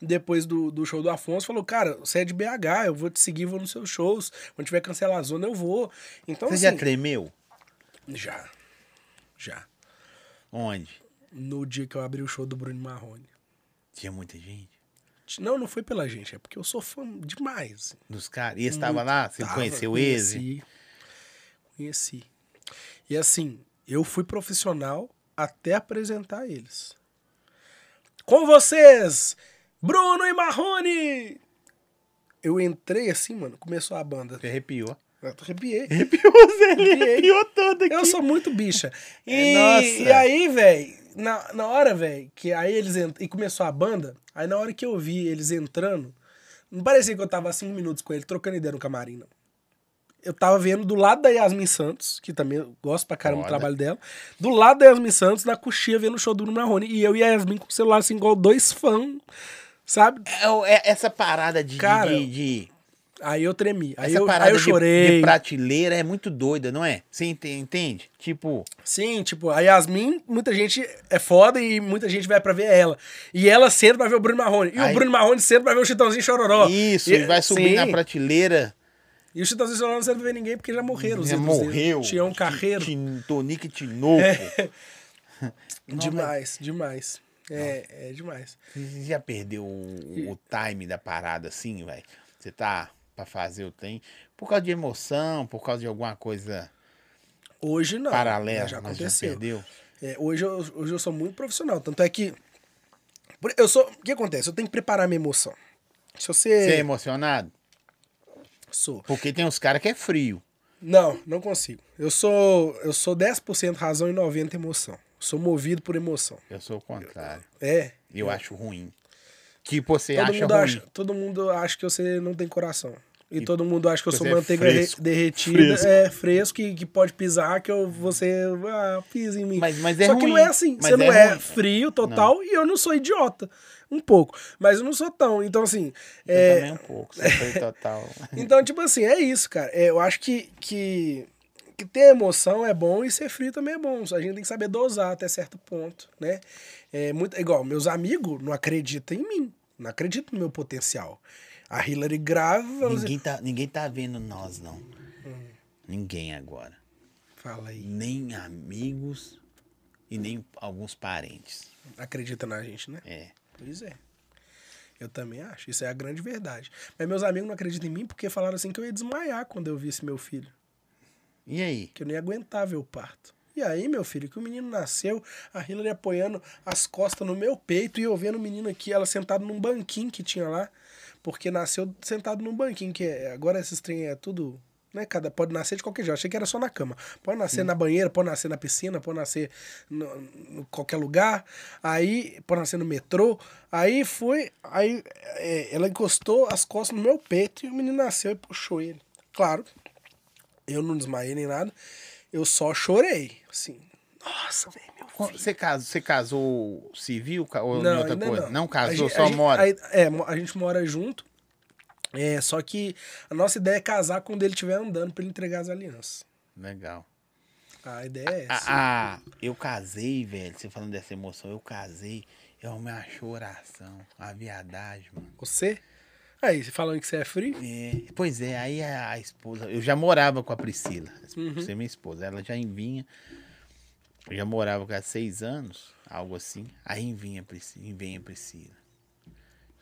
Speaker 2: depois do, do show do Afonso, falou, cara, você é de BH, eu vou te seguir, vou nos seus shows, quando tiver cancelar a zona, eu vou. Então,
Speaker 1: Você já
Speaker 2: assim,
Speaker 1: tremeu?
Speaker 2: já, já.
Speaker 1: Onde?
Speaker 2: No dia que eu abri o show do Bruno Marrone.
Speaker 1: Tinha muita gente.
Speaker 2: Não, não foi pela gente, é porque eu sou fã demais.
Speaker 1: Dos caras. E esse tava lá? Você
Speaker 2: Hum, Tava,
Speaker 1: conheceu esse?
Speaker 2: Conheci. Conheci. E assim, eu fui profissional até apresentar eles. Com vocês, Bruno e Marrone! Eu entrei assim, mano, começou a banda.
Speaker 1: Você arrepiou.
Speaker 2: Eu arrepiei.
Speaker 1: Arrepiou, Zé.
Speaker 2: Arrepiei.
Speaker 1: todo
Speaker 2: Eu sou muito bicha.
Speaker 1: É,
Speaker 2: E,
Speaker 1: nossa.
Speaker 2: e aí, velho, na, na hora, velho, que aí eles ent... e começou a banda, aí na hora que eu vi eles entrando, não parecia que eu tava há cinco minutos com ele trocando ideia no camarim, não. Eu tava vendo do lado da Yasmin Santos, que também eu gosto pra caramba do
Speaker 1: Foda.
Speaker 2: trabalho dela, do lado da Yasmin Santos, na coxia, vendo o show do Bruno Marrone, e eu e a Yasmin com o celular assim, igual dois fãs, sabe?
Speaker 1: É, é- essa parada de.
Speaker 2: Cara,
Speaker 1: de, de-
Speaker 2: Aí eu tremi, aí,
Speaker 1: essa
Speaker 2: eu,
Speaker 1: parada
Speaker 2: aí eu
Speaker 1: de-
Speaker 2: chorei.
Speaker 1: De, prateleira é muito doida, não é? Você ente- entende? Tipo,
Speaker 2: Sim, tipo, a Yasmin, muita gente é foda e muita gente vai pra ver ela. E ela senta pra ver o Bruno Marrone. E o
Speaker 1: Aí-
Speaker 2: Bruno Marrone senta pra ver o Chitãozinho Chororó.
Speaker 1: isso, e vai subir
Speaker 2: sim.
Speaker 1: na prateleira.
Speaker 2: E o Chitãozinho Chororó não senta pra ver ninguém porque já morreram. os
Speaker 1: Já
Speaker 2: ídolos dele.
Speaker 1: morreu.
Speaker 2: Tião
Speaker 1: Ti-
Speaker 2: Carreiro. É.
Speaker 1: Ti- Tonico e Tinoco.
Speaker 2: Demais, demais. É, é demais.
Speaker 1: Você já perdeu o, o time da parada assim, velho? Você tá pra fazer o trem por causa de emoção, por causa de alguma coisa
Speaker 2: Hoje não.
Speaker 1: paralela,
Speaker 2: Já
Speaker 1: mas já
Speaker 2: aconteceu.
Speaker 1: perdeu.
Speaker 2: É, hoje, eu, hoje eu sou muito profissional. Tanto é que. por- Eu sou. O que acontece? Eu tenho que preparar minha emoção. Se
Speaker 1: Você é
Speaker 2: você.
Speaker 1: emocionado?
Speaker 2: Sou.
Speaker 1: Porque tem uns caras que é frio.
Speaker 2: Não, não consigo. Eu sou, eu sou 10% razão e 90% emoção. Sou movido por emoção.
Speaker 1: Eu sou o contrário.
Speaker 2: É.
Speaker 1: Eu acho ruim. Tipo, você
Speaker 2: Todo
Speaker 1: acha
Speaker 2: mundo,
Speaker 1: ruim.
Speaker 2: acha, todo mundo acha que você não tem coração. E, todo mundo acha que eu
Speaker 1: você
Speaker 2: sou
Speaker 1: é
Speaker 2: manteiga re-
Speaker 1: fresco.
Speaker 2: derretida,
Speaker 1: Fresco.
Speaker 2: é fresco e que pode pisar, que eu, você ah, pisa em mim.
Speaker 1: Mas- mas é
Speaker 2: Só que
Speaker 1: ruim.
Speaker 2: não é assim.
Speaker 1: Mas
Speaker 2: você não
Speaker 1: é
Speaker 2: é
Speaker 1: ruim.
Speaker 2: frio total e eu não sou idiota. Um pouco. Mas eu não sou tão. Então, assim.
Speaker 1: Eu
Speaker 2: é,
Speaker 1: também um pouco. Você foi total.
Speaker 2: Então, tipo assim, é isso, cara. É, eu acho que, que, que ter emoção é bom e ser frio também é bom. Só A gente tem que saber dosar até certo ponto, né? É muito, igual, meus amigos não acreditam em mim. Não acreditam no meu potencial. A Hillary grava... vamos Hum. dizer-
Speaker 1: ninguém, tá, ninguém tá vendo nós, não. Ninguém agora.
Speaker 2: Fala aí.
Speaker 1: Nem amigos e nem alguns parentes.
Speaker 2: Acredita na gente, né?
Speaker 1: É.
Speaker 2: Pois é. Eu também acho. Isso é a grande verdade. Mas meus amigos não acreditam em mim porque falaram assim que eu ia desmaiar quando eu visse meu filho.
Speaker 1: E aí?
Speaker 2: que eu não ia aguentar ver o parto. E aí, meu filho, que o menino nasceu, a Hillary apoiando as costas no meu peito e eu vendo o menino aqui, ela sentada num banquinho que tinha lá, porque nasceu sentado num banquinho, que é- agora esses trem é tudo, né, cada pode nascer de qualquer jeito. Achei que era só na cama. Pode nascer na banheira, pode nascer na piscina, pode nascer em qualquer lugar. Aí, pode nascer no metrô. Aí foi, aí é, ela encostou as costas no meu peito e o menino nasceu e puxou ele. Claro, eu não desmaiei nem nada. Eu só chorei. Assim, nossa, velho, meu filho.
Speaker 1: Você casou, você casou civil ca- ou em outra
Speaker 2: ainda
Speaker 1: coisa? Não,
Speaker 2: A
Speaker 1: casou,
Speaker 2: gente-
Speaker 1: só
Speaker 2: a gente-
Speaker 1: mora.
Speaker 2: aí- é, mo- a gente mora junto. É, só que a nossa ideia é casar quando ele estiver andando pra ele entregar as alianças.
Speaker 1: Legal.
Speaker 2: A ideia é essa.
Speaker 1: Ah, ah, eu casei, velho. Você falando dessa emoção, eu casei. Eu me achou oração. A viadagem, mano.
Speaker 2: Você? Aí, você falando que você é frio?
Speaker 1: É, pois é, aí a, a esposa. Eu já morava com a Priscila.
Speaker 2: Uhum.
Speaker 1: Você é minha esposa. Ela já vinha. Eu já morava com ela há seis anos, algo assim. Aí vinha a Priscila. Vem a Priscila.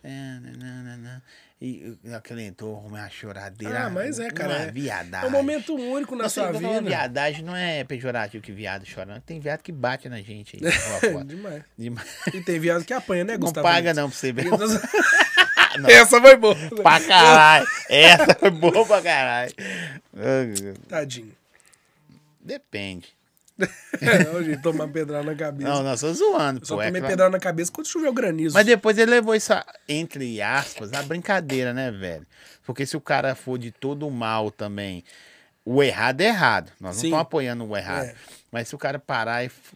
Speaker 1: Tananana. E uh, aquele entorno, uma choradeira.
Speaker 2: Ah, mas é, cara,
Speaker 1: Uma
Speaker 2: é-
Speaker 1: viadagem.
Speaker 2: É um momento único na
Speaker 1: Não, sei,
Speaker 2: sua
Speaker 1: eu tô falando
Speaker 2: vida.
Speaker 1: Viadagem não é pejorativo que viado chorando. Tem viado que bate na gente aí. ó, foda.
Speaker 2: É Demais.
Speaker 1: Demais.
Speaker 2: E tem viado que apanha, né,
Speaker 1: Não
Speaker 2: Gustavo?
Speaker 1: paga não pra você ver. Ah, Não.
Speaker 2: Essa foi boa.
Speaker 1: pra caralho. Essa foi boa pra caralho. Ah,
Speaker 2: Tadinho.
Speaker 1: Depende.
Speaker 2: Hoje, tomar pedrada na cabeça.
Speaker 1: Não, não, só zoando,
Speaker 2: Eu só
Speaker 1: pô. é
Speaker 2: tomei
Speaker 1: claro.
Speaker 2: pedrada na cabeça quando choveu granizo.
Speaker 1: Mas depois ele levou isso, a- entre aspas, a brincadeira, né, velho? Porque se o cara for de todo mal também, o errado é errado. Nós não
Speaker 2: Sim.
Speaker 1: estamos apoiando o errado.
Speaker 2: É.
Speaker 1: Mas se o cara parar e. f-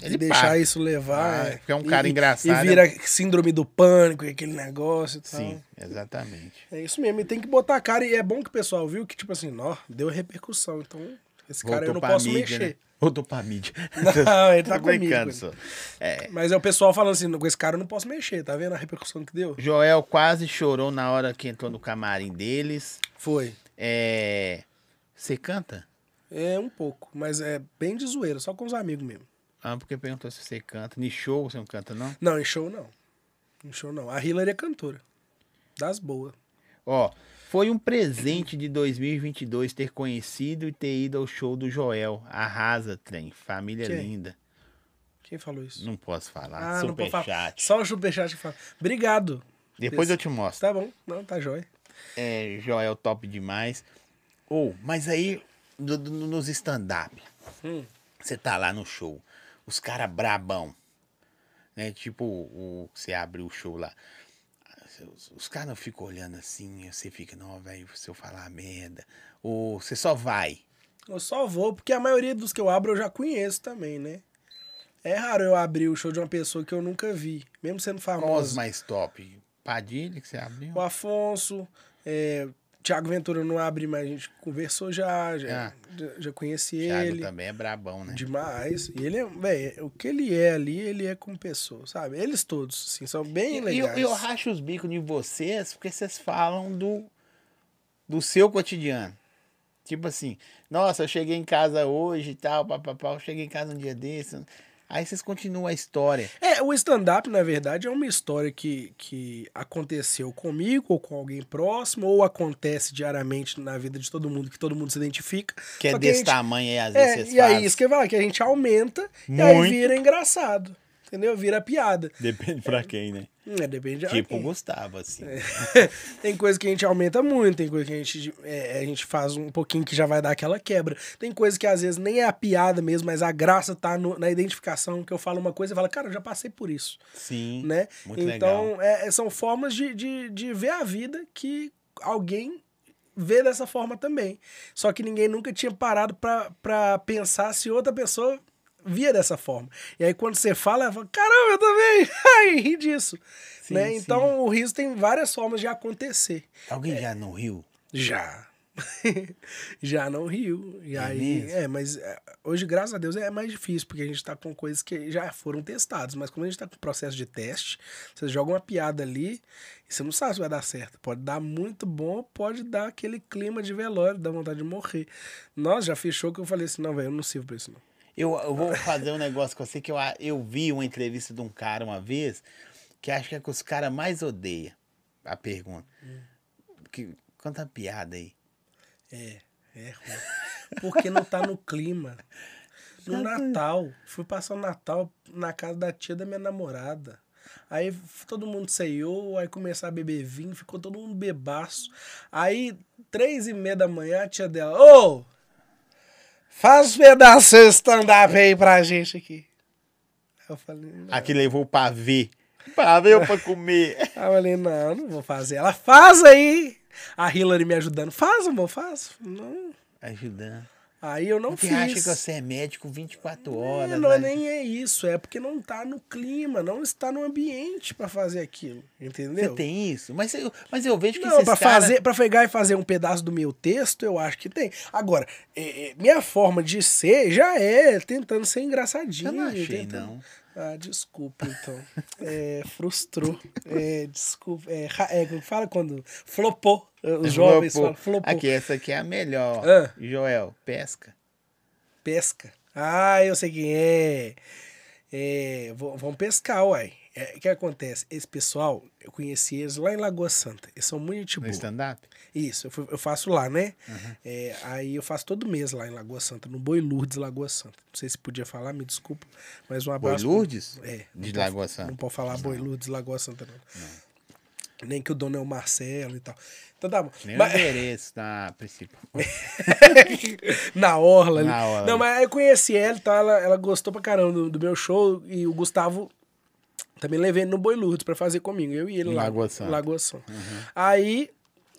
Speaker 1: Ele
Speaker 2: E deixar
Speaker 1: para.
Speaker 2: isso levar.
Speaker 1: Ah, é, porque é um cara
Speaker 2: E-
Speaker 1: engraçado,
Speaker 2: E vira síndrome do pânico e aquele negócio e tal.
Speaker 1: Sim, exatamente.
Speaker 2: É isso mesmo. E tem que botar a cara. E é bom que o pessoal viu que, tipo assim, ó, deu repercussão. Então, esse cara eu não posso mexer.
Speaker 1: né? Voltou pra mídia.
Speaker 2: Não, ele tá
Speaker 1: né? Tô
Speaker 2: comigo,
Speaker 1: brincando,
Speaker 2: ele.
Speaker 1: só. É,
Speaker 2: Mas é o pessoal falando assim, com esse cara eu não posso mexer. Tá vendo a repercussão que deu?
Speaker 1: Joel quase chorou na hora que entrou no camarim deles.
Speaker 2: Foi.
Speaker 1: É. Você canta?
Speaker 2: É um pouco. Mas é bem de zoeira, só com os amigos mesmo.
Speaker 1: Ah, porque perguntou se você canta. Em show você não canta, não?
Speaker 2: Não, em show não. Em show não. A Hillary é cantora. Das boas.
Speaker 1: Ó, foi um presente de 2022 ter conhecido e ter ido ao show do Joel. Arrasa, trem. Família
Speaker 2: Quem?
Speaker 1: linda.
Speaker 2: Quem falou isso?
Speaker 1: Não posso falar.
Speaker 2: Ah, não pode falar.
Speaker 1: Superchat.
Speaker 2: Só o superchat que fala. Obrigado.
Speaker 1: Depois
Speaker 2: Esse-
Speaker 1: eu te mostro.
Speaker 2: Tá bom. Não, tá jóia.
Speaker 1: É, Joel top demais. Ou, mas aí, no- no- nos stand-up,
Speaker 2: Hum.
Speaker 1: você tá lá no show, os caras brabão, né? Tipo, o, você abre o show lá. Os, os caras não ficam olhando assim, você fica, não, velho, se eu falar merda. Ou você só vai.
Speaker 2: Eu só vou, porque a maioria dos que eu abro eu já conheço também, né? É raro eu abrir o show de uma pessoa que eu nunca vi, mesmo sendo
Speaker 1: Qual os
Speaker 2: famoso.
Speaker 1: mais top? Padilha que você abriu?
Speaker 2: O Afonso, é, Tiago Ventura eu não abri, mas a gente conversou já, já,
Speaker 1: Ah.
Speaker 2: já, já conheci
Speaker 1: Thiago
Speaker 2: ele.
Speaker 1: também é brabão, né?
Speaker 2: Demais. E ele é, véi, o que ele é ali, ele é como pessoa, sabe? Eles todos, assim, são
Speaker 1: E
Speaker 2: bem
Speaker 1: e eu,
Speaker 2: legais.
Speaker 1: eu racho os bicos de vocês porque vocês falam do, do seu cotidiano. Tipo assim, nossa, eu cheguei em casa hoje e tal, papapá, eu cheguei em casa um dia desse. Aí vocês continuam a história.
Speaker 2: É, o stand-up, na verdade, é uma história que, que aconteceu comigo ou com alguém próximo, ou acontece diariamente na vida de todo mundo, que todo mundo se identifica.
Speaker 1: Que é
Speaker 2: Só a
Speaker 1: desse
Speaker 2: gente-
Speaker 1: tamanho aí, às
Speaker 2: É,
Speaker 1: vezes vocês
Speaker 2: e aí,
Speaker 1: fazem.
Speaker 2: isso que eu ia falar, que a gente aumenta e aí
Speaker 1: Muito.
Speaker 2: vira engraçado. Entendeu? Vira piada.
Speaker 1: Depende pra quem, né?
Speaker 2: É, depende de
Speaker 1: Tipo o
Speaker 2: alguém.
Speaker 1: Gustavo, assim.
Speaker 2: É. tem coisa que a gente aumenta muito, tem coisa que a gente, é, a gente faz um pouquinho que já vai dar aquela quebra. Tem coisa que às vezes nem é a piada mesmo, mas a graça tá no- na identificação, que eu falo uma coisa e falo, cara, eu já passei por isso.
Speaker 1: Sim,
Speaker 2: né?
Speaker 1: muito legal.
Speaker 2: então, é- é- são formas de, de, de ver a vida que alguém vê dessa forma também. Só que ninguém nunca tinha parado pra- pra pensar se outra pessoa via dessa forma. E aí, quando você fala, ela fala, caramba, eu também! Ai, ri disso.
Speaker 1: Sim,
Speaker 2: né?
Speaker 1: sim.
Speaker 2: Então, é o riso tem várias formas de acontecer.
Speaker 1: Alguém já não riu?
Speaker 2: Já. já não riu. E
Speaker 1: É
Speaker 2: aí,
Speaker 1: mesmo?
Speaker 2: é, mas é, hoje, graças a Deus, é mais difícil, porque a gente tá com coisas que já foram testadas. Mas como a gente tá com processo de teste, você joga uma piada ali e você não sabe se vai dar certo. Pode dar muito bom, pode dar aquele clima de velório, dá vontade de morrer. Nós já fechou que eu falei assim, não, velho, eu não sirvo pra isso, não.
Speaker 1: Eu, eu vou fazer um negócio com você que eu, a- eu vi uma entrevista de um cara uma vez que acho que é que os caras mais odeiam a pergunta. Que, conta uma piada aí.
Speaker 2: É, é ruim. Porque não tá no clima. No Natal, fui passar o Natal na casa da tia da minha namorada. Aí f- todo mundo ceiou, aí começaram a beber vinho, ficou todo mundo bebaço. Aí, três e meia da manhã, a tia dela, ô! Faz um pedaço do seu stand-up aí pra gente aqui. Aí eu falei, não.
Speaker 1: Aqui levou o pavê. Pavê ou pra comer?
Speaker 2: Aí eu falei, não, não vou fazer. Ela, faz aí! A Hillary me ajudando, faz, amor, faz. Não.
Speaker 1: Ajudando.
Speaker 2: Aí eu não
Speaker 1: Porque
Speaker 2: fiz.
Speaker 1: acha que você é médico 24 horas.
Speaker 2: É, não é
Speaker 1: né?
Speaker 2: nem é isso, é porque não tá no clima, não está no ambiente pra fazer aquilo, entendeu?
Speaker 1: Você tem isso? Mas eu, mas eu vejo que
Speaker 2: Não,
Speaker 1: esses
Speaker 2: pra
Speaker 1: cara-
Speaker 2: fazer, para pegar e fazer um pedaço do meu texto, eu acho que tem. Agora, é, é, minha forma de ser já é tentando ser engraçadinho.
Speaker 1: Eu não achei,
Speaker 2: tentando-
Speaker 1: não.
Speaker 2: Ah, desculpa, então. É, frustrou. É, desculpa. É, ra- é, como fala quando? Flopou. eh, Os jovens
Speaker 1: Flopou.
Speaker 2: falam flopou.
Speaker 1: Aqui, essa aqui é a melhor.
Speaker 2: Ah.
Speaker 1: Joel, pesca.
Speaker 2: Pesca. Ah, eu sei quem é. É, vão vão pescar, uai. É, o que acontece? Esse pessoal, eu conheci eles lá em Lagoa Santa. Eles são muito gente
Speaker 1: No
Speaker 2: boa.
Speaker 1: stand-up?
Speaker 2: Isso, eu, fui- eu faço lá, né? É, aí eu faço todo mês lá em Lagoa Santa, no Boi Lourdes, Lagoa Santa. Não sei se podia falar, me desculpa, mas um
Speaker 1: Boi
Speaker 2: abraço.
Speaker 1: Lourdes? Tá.
Speaker 2: É. não
Speaker 1: De
Speaker 2: pode-
Speaker 1: Lagoa Santa.
Speaker 2: Não pode falar Boi Lourdes, Lagoa Santa, não. Nem que o dono é o Marcelo e tal. Então tá bom.
Speaker 1: Nem o
Speaker 2: Mas-
Speaker 1: endereço na principal.
Speaker 2: na orla ali.
Speaker 1: Na orla.
Speaker 2: Não, mas aí eu conheci ela, então ela, ela gostou pra caramba do, do meu show e o Gustavo também levei ele no Boi Lourdes pra fazer comigo, eu e ele
Speaker 1: Em
Speaker 2: lá.
Speaker 1: Lagoa Santa. Uhum.
Speaker 2: Lagoa Santa. Aí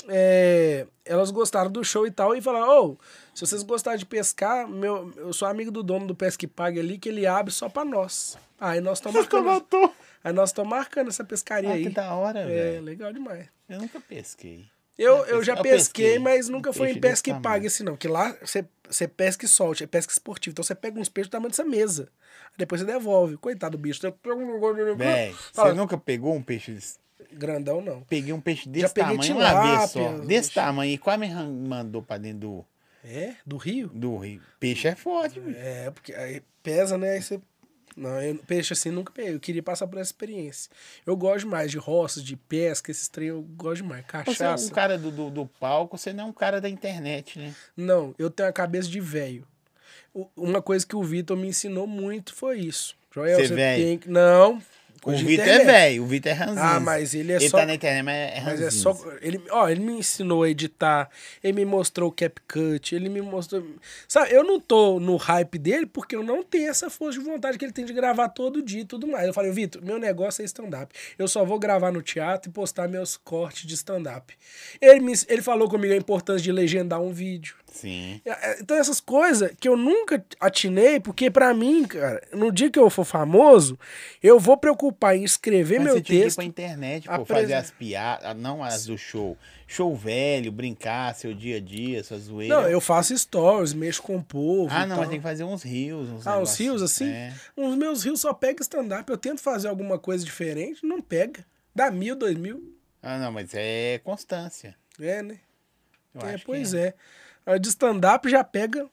Speaker 2: é, elas gostaram do show e tal e falaram: ô, se vocês gostarem de pescar, meu, eu sou amigo do dono do Pesque Pague ali que ele abre só pra nós. Aí nós estamos marcando. Aí nós estamos marcando essa pescaria
Speaker 1: Ah,
Speaker 2: aí.
Speaker 1: que da hora,
Speaker 2: É,
Speaker 1: velho.
Speaker 2: legal demais.
Speaker 1: Eu nunca pesquei.
Speaker 2: Eu, eu já
Speaker 1: Eu
Speaker 2: pesquei,
Speaker 1: pesquei.
Speaker 2: mas nunca
Speaker 1: Um
Speaker 2: foi em
Speaker 1: peixe desse
Speaker 2: pesca e
Speaker 1: tamanho.
Speaker 2: paga esse não. Que lá você, você pesca e solte, é pesca esportiva. Então você pega uns peixes do tamanho dessa mesa. Aí Depois você devolve. Coitado do bicho. Você-
Speaker 1: Véi,
Speaker 2: Fala,
Speaker 1: você nunca pegou um peixe desse?
Speaker 2: Grandão não.
Speaker 1: Peguei um peixe
Speaker 2: Já
Speaker 1: desse
Speaker 2: peguei
Speaker 1: tamanho uma vez só.
Speaker 2: tilápia,
Speaker 1: Desse
Speaker 2: bicho.
Speaker 1: tamanho. E quase me arran- mandou pra dentro do,
Speaker 2: É? Do rio?
Speaker 1: do rio. Peixe é forte, bicho.
Speaker 2: É, porque aí pesa, né? Aí você. Não, eu, peixe assim nunca peguei. Eu queria passar por essa experiência. Eu gosto mais de roças, de pesca, esses trem eu gosto demais.
Speaker 1: Você é um
Speaker 2: Cachaça.
Speaker 1: cara do, do, do palco, você não é um cara da internet, né?
Speaker 2: Não, eu tenho a cabeça de velho. O- Uma coisa que o Vitor me ensinou muito foi isso. Joel,
Speaker 1: Cê
Speaker 2: você,
Speaker 1: é velho?
Speaker 2: tem que. Não.
Speaker 1: O
Speaker 2: coisa de
Speaker 1: Vitor é
Speaker 2: internet.
Speaker 1: velho, o Vitor é ranzinho.
Speaker 2: Ah, mas ele é
Speaker 1: ele
Speaker 2: só.
Speaker 1: tá na internet, mas é
Speaker 2: Mas
Speaker 1: ranzinho.
Speaker 2: é só. Ele, ó, ele me ensinou a editar, ele me mostrou o CapCut, ele me mostrou. Sabe, eu não tô no hype dele porque eu não tenho essa força de vontade que ele tem de gravar todo dia e tudo mais. Eu falei, Vitor, meu negócio é stand-up. Eu só vou gravar no teatro e postar meus cortes de stand-up. Ele, me, ele falou comigo a importância de legendar um vídeo.
Speaker 1: Sim.
Speaker 2: É, é, Então, essas coisas que eu nunca atinei, porque pra mim, cara, no dia que eu for famoso, eu vou preocupar em escrever
Speaker 1: Mas
Speaker 2: meu
Speaker 1: você tinha que ir
Speaker 2: texto.
Speaker 1: pra internet, pô,
Speaker 2: Apresen-
Speaker 1: fazer as piadas, ah, não as do show. Show velho, brincar, seu dia a dia, sua zoeira.
Speaker 2: Não, eu faço stories, mexo com o povo.
Speaker 1: Ah,
Speaker 2: e
Speaker 1: não,
Speaker 2: tal.
Speaker 1: mas tem que fazer uns rios. Uns
Speaker 2: Ah, os
Speaker 1: negócios,
Speaker 2: rios assim?
Speaker 1: É.
Speaker 2: Os meus rios só pega stand-up. Eu tento fazer alguma coisa diferente, não pega. Dá mil, dois mil.
Speaker 1: Ah, não, mas é constância.
Speaker 2: É, né?
Speaker 1: Eu
Speaker 2: É,
Speaker 1: acho que
Speaker 2: pois é. A De stand-up já pega.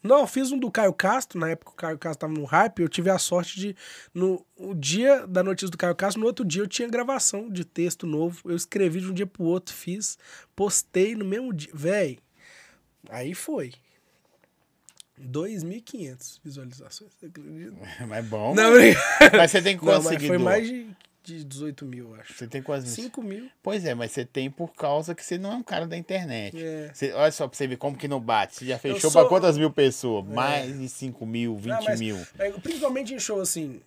Speaker 2: Não, eu fiz um do Caio Castro, na época que o Caio Castro tava no hype, eu tive a sorte de, no o dia da notícia do Caio Castro, no outro dia eu tinha gravação de texto novo, eu escrevi de um dia pro outro, fiz, postei no mesmo dia. Véi, aí foi. 2.500 visualizações, você acredita?
Speaker 1: Mas é bom.
Speaker 2: é. Não, brinca-
Speaker 1: Mas você tem
Speaker 2: não
Speaker 1: quantos
Speaker 2: mas foi
Speaker 1: seguidores?
Speaker 2: mais de, de 18 mil, eu acho.
Speaker 1: Você tem quase.
Speaker 2: 5 mil.
Speaker 1: Pois é, mas você tem por causa que você não é um cara da internet.
Speaker 2: É.
Speaker 1: Você- olha só pra você ver como que não bate. Você já fechou
Speaker 2: sou-
Speaker 1: pra quantas mil pessoas? Mais de 5 mil, 20
Speaker 2: Ah, mas,
Speaker 1: mil.
Speaker 2: é, principalmente em show assim,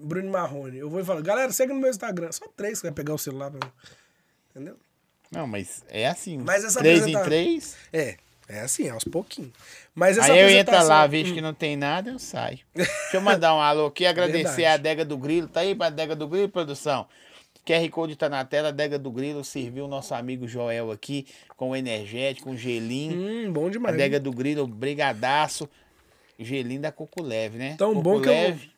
Speaker 2: Bruno Marrone. Eu vou e falo, galera, segue no meu Instagram. Só três que vai pegar o celular pra mim. Entendeu?
Speaker 1: Não, mas é assim.
Speaker 2: Mas essa
Speaker 1: 3 em
Speaker 2: apresenta-
Speaker 1: 3.
Speaker 2: É, é assim, aos pouquinhos. Mas essa tá
Speaker 1: Aí eu entro
Speaker 2: apresentação-
Speaker 1: lá, vejo que não tem nada, eu saio. Deixa eu mandar um alô aqui, agradecer
Speaker 2: Verdade.
Speaker 1: a Adega do Grilo. Tá aí pra Adega do Grilo, produção? QR Code tá na tela, Adega do Grilo serviu o nosso amigo Joel aqui com o energético, um gelinho.
Speaker 2: Hum, bom demais.
Speaker 1: Adega do Grilo, brigadaço. Gelinho da Coco Leve, né?
Speaker 2: Tão
Speaker 1: Coco
Speaker 2: bom que eu-
Speaker 1: Leve,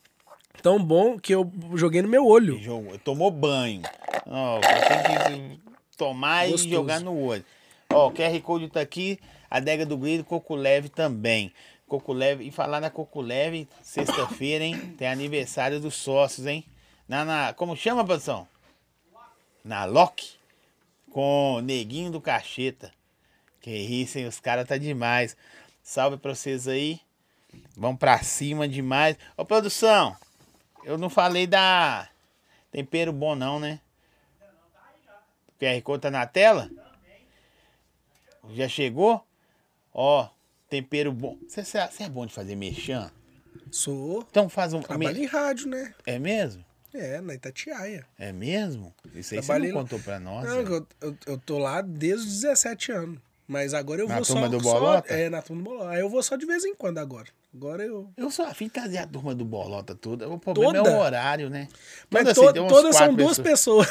Speaker 2: Tão bom que eu joguei no meu olho.
Speaker 1: jogou- tomou banho. Ó, tem que tomar
Speaker 2: Gostoso.
Speaker 1: e jogar no olho. Ó, o QR Code tá aqui, Adega do Grilo, Coco Leve também. Coco Leve, e falar na Coco Leve, sexta-feira, hein? Tem aniversário dos sócios, hein? Na, na- como chama, produção? Na Loki. Com o Neguinho do Cacheta. Que isso, hein? Os caras tá demais. Salve pra vocês aí. Vão pra cima demais. Ô, produção, eu não falei da tempero bom, não, né? O QR Code tá na tela? Já chegou? Ó, tempero bom. Você é bom de fazer mexã?
Speaker 2: Sou.
Speaker 1: Então faz um.
Speaker 2: Trabalho em rádio, né?
Speaker 1: É mesmo?
Speaker 2: É, na Itatiaia.
Speaker 1: É mesmo? Isso aí
Speaker 2: Trabalhei
Speaker 1: você não
Speaker 2: lá.
Speaker 1: contou pra nós.
Speaker 2: Não,
Speaker 1: né?
Speaker 2: eu, eu, eu tô lá desde os 17 anos. Mas agora eu
Speaker 1: Na
Speaker 2: vou só.
Speaker 1: turma do
Speaker 2: só-
Speaker 1: Bolota?
Speaker 2: É, na turma do Bolota. Aí eu vou só de vez em quando agora. Agora eu.
Speaker 1: Eu sou afim de trazer a turma do Bolota toda. O problema é
Speaker 2: Toda?
Speaker 1: o horário, né?
Speaker 2: Mas
Speaker 1: Toda,
Speaker 2: to-
Speaker 1: assim, tem umas
Speaker 2: todas são
Speaker 1: quatro
Speaker 2: duas pessoas.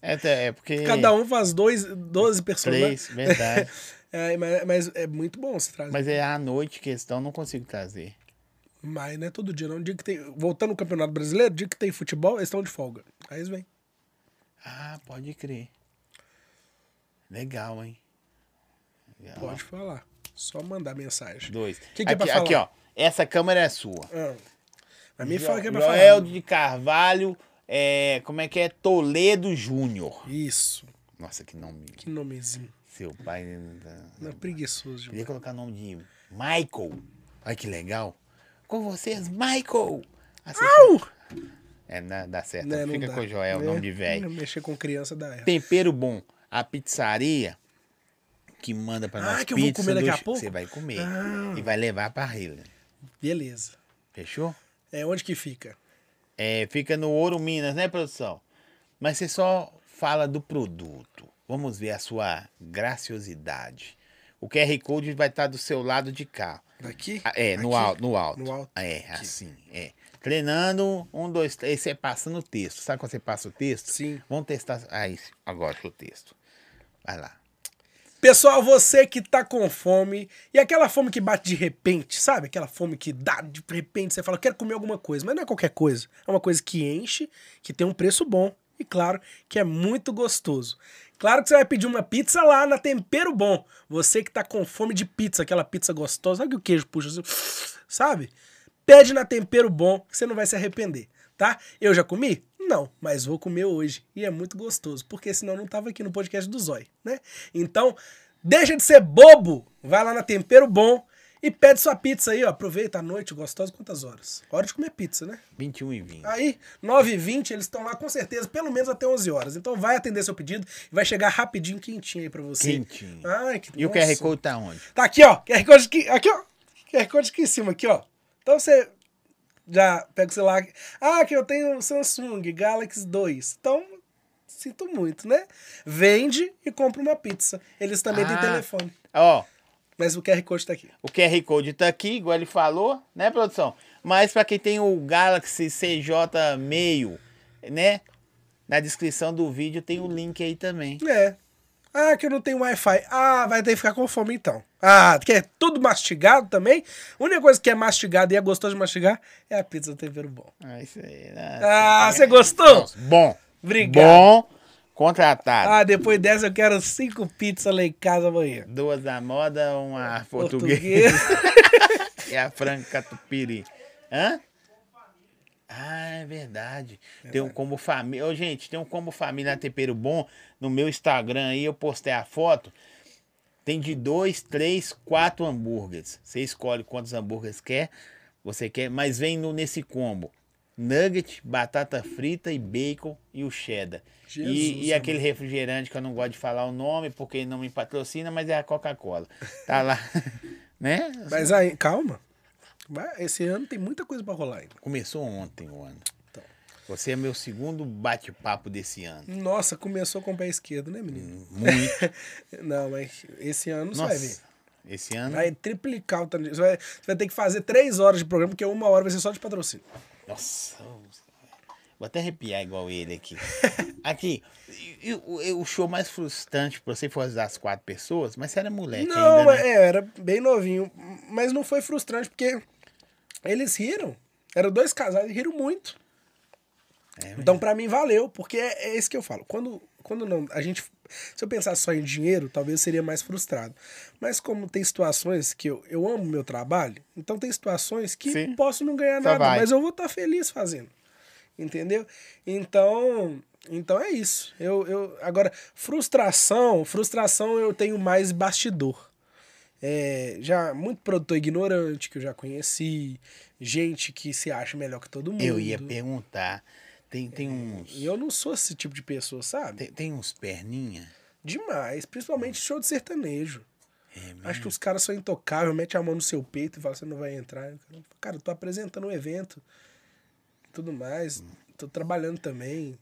Speaker 1: É, tá, é porque.
Speaker 2: Cada um faz dois, 12 pessoas. né?
Speaker 1: Três, verdade.
Speaker 2: É, mas, mas é muito bom se trazer. Mas...
Speaker 1: Mas é à noite questão, não consigo trazer.
Speaker 2: não é todo dia, não. Dia que tem. Voltando ao Campeonato Brasileiro, dia que tem futebol, eles estão de folga. Aí eles vêm.
Speaker 1: Ah, pode crer. Legal, hein? Legal.
Speaker 2: Pode falar. Só mandar mensagem.
Speaker 1: Dois.
Speaker 2: que que é
Speaker 1: aqui,
Speaker 2: pra
Speaker 1: aqui,
Speaker 2: falar?
Speaker 1: ó. Essa câmera é sua.
Speaker 2: Ah, mas me
Speaker 1: Jo-
Speaker 2: fala que é pra
Speaker 1: Joel
Speaker 2: falar.
Speaker 1: de Carvalho é, como é que é? Toledo Júnior.
Speaker 2: Isso.
Speaker 1: Nossa, que nome.
Speaker 2: Que nomezinho.
Speaker 1: Seu pai.
Speaker 2: Não é preguiçoso demais.
Speaker 1: Podia colocar o nome de Michael. Olha que legal. Com vocês, Michael. Assim,
Speaker 2: Au!
Speaker 1: É, não dá certo.
Speaker 2: Né, não
Speaker 1: Fica
Speaker 2: dá.
Speaker 1: com o Joel, o
Speaker 2: Né?
Speaker 1: nome de velho.
Speaker 2: Mexer com criança da época.
Speaker 1: Tempero bom. A pizzaria que manda pra
Speaker 2: Ah,
Speaker 1: nós
Speaker 2: que eu vou
Speaker 1: pizza,
Speaker 2: comer daqui a
Speaker 1: sanduíche,
Speaker 2: pouco?
Speaker 1: Você vai comer.
Speaker 2: Ah.
Speaker 1: E vai levar pra ele.
Speaker 2: Beleza.
Speaker 1: Fechou?
Speaker 2: É onde que fica?
Speaker 1: É, fica no Ouro Minas, né, produção? Mas você só fala do produto. Vamos ver a sua graciosidade. O QR Code vai estar do seu lado de cá.
Speaker 2: Daqui?
Speaker 1: Ah, É, no
Speaker 2: Aqui?
Speaker 1: alto, no alto.
Speaker 2: No alto.
Speaker 1: É, assim, é. Treinando, um, dois, três, você passando o texto. Sabe quando você passa o texto?
Speaker 2: Sim.
Speaker 1: Vamos testar. Aí, agora o texto. Vai lá.
Speaker 2: Pessoal, você que tá com fome, e aquela fome que bate de repente, sabe? Aquela fome que dá de repente, você fala, quero comer alguma coisa, mas não é qualquer coisa. É uma coisa que enche, que tem um preço bom e, claro, que é muito gostoso. Claro que você vai pedir uma pizza lá na Tempero Bom. Você que tá com fome de pizza, aquela pizza gostosa, sabe que o queijo puxa, assim, sabe? Pede na Tempero Bom, que você não vai se arrepender, tá? Eu já comi? Não, mas vou comer hoje. E é muito gostoso, porque senão eu não tava aqui no podcast do Zói, né? Então, deixa de ser bobo, vai lá na Tempero Bom e pede sua pizza aí, ó. Aproveita a noite, gostosa, quantas horas? Hora de comer pizza, né?
Speaker 1: 21 e 20.
Speaker 2: Aí, 9h20, eles estão lá com certeza, pelo menos até 11 horas. Então vai atender seu pedido e vai chegar rapidinho, quentinho aí pra você.
Speaker 1: Quentinho.
Speaker 2: Ai, que
Speaker 1: E o
Speaker 2: Ah, nossa.
Speaker 1: QR Code tá onde?
Speaker 2: Tá aqui, ó. QR Code aqui, aqui, ó. QR Code aqui em cima, aqui, ó. Então você já pega o celular. Ah, que eu tenho o Samsung Galaxy 2. Então, sinto muito, né? Vende e compra uma pizza. Eles também têm
Speaker 1: Ah.
Speaker 2: telefone.
Speaker 1: Ó,
Speaker 2: Mas o QR Code tá aqui.
Speaker 1: o QR Code tá aqui, igual ele falou, né, produção? Mas pra quem tem o Galaxy CJ meio, né? Na descrição do vídeo tem o link aí também.
Speaker 2: É. Ah, que eu não tenho Wi-Fi. Ah, vai ter que ficar com fome então. Ah, que é tudo mastigado também. A única coisa que é mastigada e é gostoso de mastigar é a pizza do tempero bom.
Speaker 1: Ah, isso aí. né?
Speaker 2: Ah, você gostou?
Speaker 1: Bom.
Speaker 2: Obrigado.
Speaker 1: Bom, contratado.
Speaker 2: Ah, depois dessa eu quero cinco pizzas lá em casa amanhã.
Speaker 1: Duas da moda,
Speaker 2: É,
Speaker 1: uma portuguesa
Speaker 2: Português.
Speaker 1: e É a franca tupiri. Hã? Ah, é verdade. Tem um combo família. Ô, gente, tem um combo família tempero bom no meu Instagram aí. Eu postei a foto. Tem de dois, três, quatro hambúrgueres. Você escolhe quantos hambúrgueres quer, você quer, mas vem no, nesse combo. Nugget, batata frita e bacon e o cheddar.
Speaker 2: Jesus,
Speaker 1: e, e
Speaker 2: amado.
Speaker 1: aquele refrigerante que eu não gosto de falar o nome porque não me patrocina, mas é a Coca-Cola. Tá lá, né?
Speaker 2: Mas aí, calma. Vai- Esse ano tem muita coisa pra rolar ainda.
Speaker 1: Começou ontem o ano.
Speaker 2: Então.
Speaker 1: Você é meu segundo bate-papo desse ano.
Speaker 2: Nossa, começou com o pé esquerdo, né, menino?
Speaker 1: Hum, Muito.
Speaker 2: Não, mas esse ano você vai ver.
Speaker 1: Nossa, esse ano.
Speaker 2: Vai triplicar o tanto de... Você vai, você vai ter que fazer três horas de programa, porque uma hora vai ser só de patrocínio.
Speaker 1: Nossa. Vou até arrepiar igual ele aqui. aqui, e- e o- e o show mais frustrante pra você foi das quatro pessoas, mas você era moleque
Speaker 2: não,
Speaker 1: ainda, né?
Speaker 2: é, eu era bem novinho. Mas não foi frustrante, porque eles riram. Eram dois casais e riram muito.
Speaker 1: É,
Speaker 2: então, pra mim, valeu, porque é, é isso que eu falo. Quando, quando não, a gente. Se eu pensasse só em dinheiro, talvez eu seria mais frustrado. Mas como tem situações que eu, eu amo meu trabalho, então tem situações que
Speaker 1: Sim.
Speaker 2: posso não ganhar
Speaker 1: Só
Speaker 2: nada,
Speaker 1: vai.
Speaker 2: É mas eu vou estar feliz fazendo. Entendeu? Então, então é isso. Eu, eu, agora, frustração, frustração eu tenho mais bastidor. É, já muito produtor ignorante que eu já conheci, gente que se acha melhor que todo mundo.
Speaker 1: Eu ia perguntar. Tem, tem
Speaker 2: É
Speaker 1: uns.
Speaker 2: E eu não sou esse tipo de pessoa, sabe?
Speaker 1: Tem, tem uns perninha?
Speaker 2: Demais, principalmente show de sertanejo.
Speaker 1: É mesmo?
Speaker 2: Acho que os caras são intocáveis, mete a mão no seu peito e fala, você não vai entrar. Eu falo, Cara, eu tô apresentando um evento. Tudo mais. Tô trabalhando também.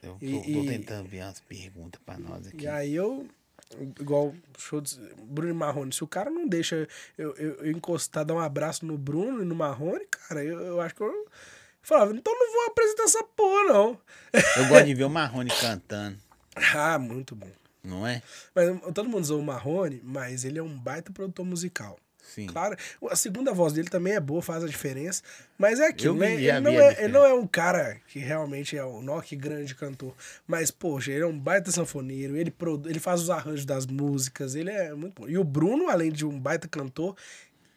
Speaker 1: Eu tô,
Speaker 2: e-
Speaker 1: tô
Speaker 2: e-
Speaker 1: tentando ver umas perguntas pra nós aqui.
Speaker 2: E aí eu, igual show de, Bruno e Marrone, se o cara não deixa eu, eu, eu encostar, dar um abraço no Bruno e no Marrone, cara, eu, eu acho que eu falava, então não vou apresentar essa porra, não.
Speaker 1: Eu gosto de ver o Marrone cantando,
Speaker 2: ah, muito bom.
Speaker 1: não é?
Speaker 2: Mas todo mundo usou o Marrone, mas ele é um baita produtor musical.
Speaker 1: Sim.
Speaker 2: Claro, a segunda voz dele também é boa, faz a diferença, mas é aquilo,
Speaker 1: Eu
Speaker 2: né?
Speaker 1: vi, já
Speaker 2: Ele não
Speaker 1: vi a
Speaker 2: é, ele não é um cara que realmente é um nó que grande cantor, mas, poxa, ele é um baita sanfoneiro, ele, produ- ele faz os arranjos das músicas, ele é muito bom. E o Bruno, além de um baita cantor,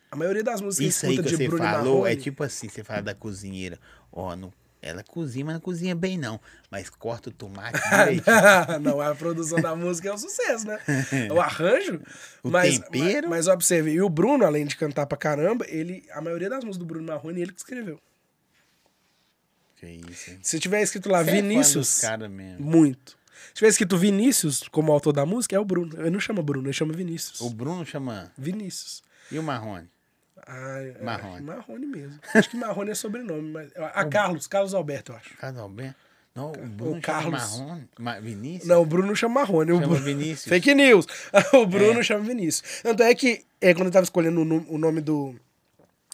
Speaker 2: a maioria das músicas
Speaker 1: Isso aí
Speaker 2: escuta
Speaker 1: que
Speaker 2: de
Speaker 1: você
Speaker 2: Bruno e
Speaker 1: falou é
Speaker 2: Marrone,
Speaker 1: tipo assim, você fala da cozinheira. Ó, no, Ela cozinha, mas não cozinha bem, não. Mas corta o tomate direitinho.
Speaker 2: Ah, não, a produção da música é um sucesso, né? O arranjo.
Speaker 1: O
Speaker 2: mas,
Speaker 1: tempero.
Speaker 2: Mas, mas observe, e o Bruno, além de cantar pra caramba, ele, a maioria das músicas do Bruno Marrone, ele que escreveu.
Speaker 1: que isso, hein?
Speaker 2: Se tiver escrito lá
Speaker 1: Você é fã dos
Speaker 2: Tá, Vinícius.
Speaker 1: cara mesmo.
Speaker 2: muito. Se tiver escrito Vinícius como autor da música, é o Bruno. Ele não chama Bruno, ele chama Vinícius.
Speaker 1: O Bruno chama.
Speaker 2: Vinícius.
Speaker 1: E o Marrone?
Speaker 2: Ah, é-
Speaker 1: Marrone.
Speaker 2: Marrone mesmo. Acho que Marrone é sobrenome, mas. Ah, Carlos, Carlos Alberto, eu acho.
Speaker 1: Carlos Alberto? tá Não, o Bruno
Speaker 2: Carlos.
Speaker 1: chama Marrone? Ma- Vinícius?
Speaker 2: Não, o Bruno não chama Marrone. o
Speaker 1: Chama
Speaker 2: Bruno...
Speaker 1: Vinícius. É.
Speaker 2: Fake news. O Bruno chama Vinícius. Tanto é que é, quando eu tava escolhendo o nu- o nome do,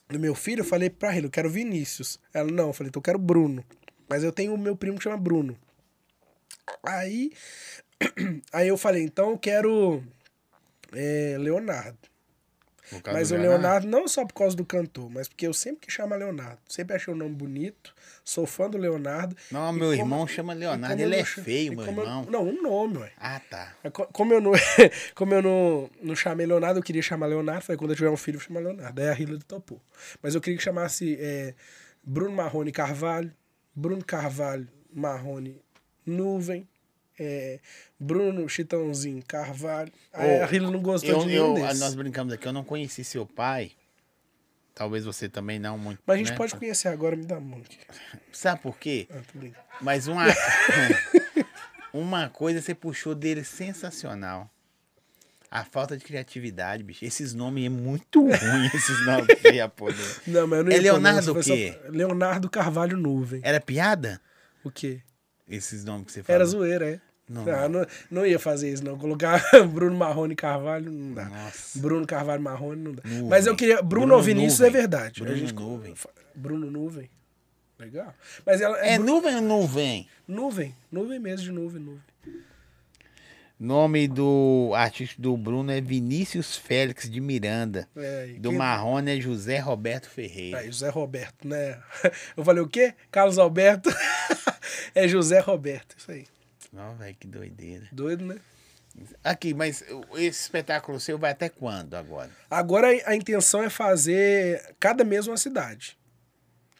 Speaker 2: do meu filho, eu falei pra ele, eu quero Vinícius. Ela, não, eu falei, então eu quero Bruno. Mas eu tenho o meu primo que chama Bruno. Aí, aí eu falei, então eu quero é, Leonardo.
Speaker 1: Por causa
Speaker 2: Mas
Speaker 1: Tá do
Speaker 2: o Leonardo não só por causa do cantor, mas porque eu sempre que chama Leonardo. Sempre achei o nome bonito, sou fã do Leonardo.
Speaker 1: Não,
Speaker 2: E
Speaker 1: meu
Speaker 2: como-
Speaker 1: irmão chama
Speaker 2: e
Speaker 1: Leonardo,
Speaker 2: como
Speaker 1: ele
Speaker 2: eu
Speaker 1: é
Speaker 2: não cha-
Speaker 1: feio,
Speaker 2: e
Speaker 1: meu
Speaker 2: como eu-
Speaker 1: irmão.
Speaker 2: não, o nome, ué.
Speaker 1: Ah, tá.
Speaker 2: É, co- Como eu não, como eu não, não chamei Leonardo, eu queria chamar Leonardo. Falei, quando eu tiver um filho, eu vou chamar Leonardo. Aí a Hillary topou. Mas eu queria que chamasse é, Bruno Marrone Carvalho, Bruno Carvalho Marrone Nuvem, é, Bruno Chitãozinho Carvalho. Aí
Speaker 1: Ô,
Speaker 2: a Hillary não gostou
Speaker 1: Oh, Eu,
Speaker 2: de nenhum
Speaker 1: eu, ah,
Speaker 2: desses.
Speaker 1: nós brincamos aqui, eu não conheci seu pai. Talvez você também não muito.
Speaker 2: Mas a gente
Speaker 1: né?
Speaker 2: pode conhecer agora, me dá um a mão aqui.
Speaker 1: Sabe por quê?
Speaker 2: Ah, tô brincando.
Speaker 1: Mas uma, uma coisa você puxou dele sensacional. A falta de criatividade, bicho. Esses nomes é muito ruim, esses nomes que você ia pôr dele.
Speaker 2: Não, mas eu não
Speaker 1: É
Speaker 2: ia pôr, não,
Speaker 1: Leonardo
Speaker 2: isso foi
Speaker 1: o quê?
Speaker 2: Leonardo Carvalho Nuvem.
Speaker 1: Era piada?
Speaker 2: O quê?
Speaker 1: Esses nomes que você falou.
Speaker 2: Era zoeira, é.
Speaker 1: Não,
Speaker 2: Não, não, não ia fazer isso, não. Colocar Bruno Marrone Carvalho não dá.
Speaker 1: Nossa.
Speaker 2: Bruno Carvalho Marrone não dá.
Speaker 1: Nuvem.
Speaker 2: Mas eu queria. Bruno,
Speaker 1: Bruno
Speaker 2: ou Vinícius
Speaker 1: Nuvem.
Speaker 2: é verdade.
Speaker 1: Bruno
Speaker 2: A gente-
Speaker 1: Nuvem.
Speaker 2: Bruno Nuvem. Legal. Mas ela é,
Speaker 1: É nuvem ou nuvem?
Speaker 2: nuvem. Nuvem mesmo de nuvem, nuvem.
Speaker 1: Nome do artista do Bruno é Vinícius Félix de Miranda.
Speaker 2: É, e
Speaker 1: Do
Speaker 2: quem-
Speaker 1: Marrone é José Roberto Ferreira.
Speaker 2: Aí, José Roberto, né? Eu falei o quê? Carlos Alberto. é José Roberto. Isso aí.
Speaker 1: Não, velho, que doideira.
Speaker 2: Doido, né?
Speaker 1: Aqui, mas esse espetáculo seu vai até quando agora?
Speaker 2: Agora a intenção é fazer cada mês uma cidade.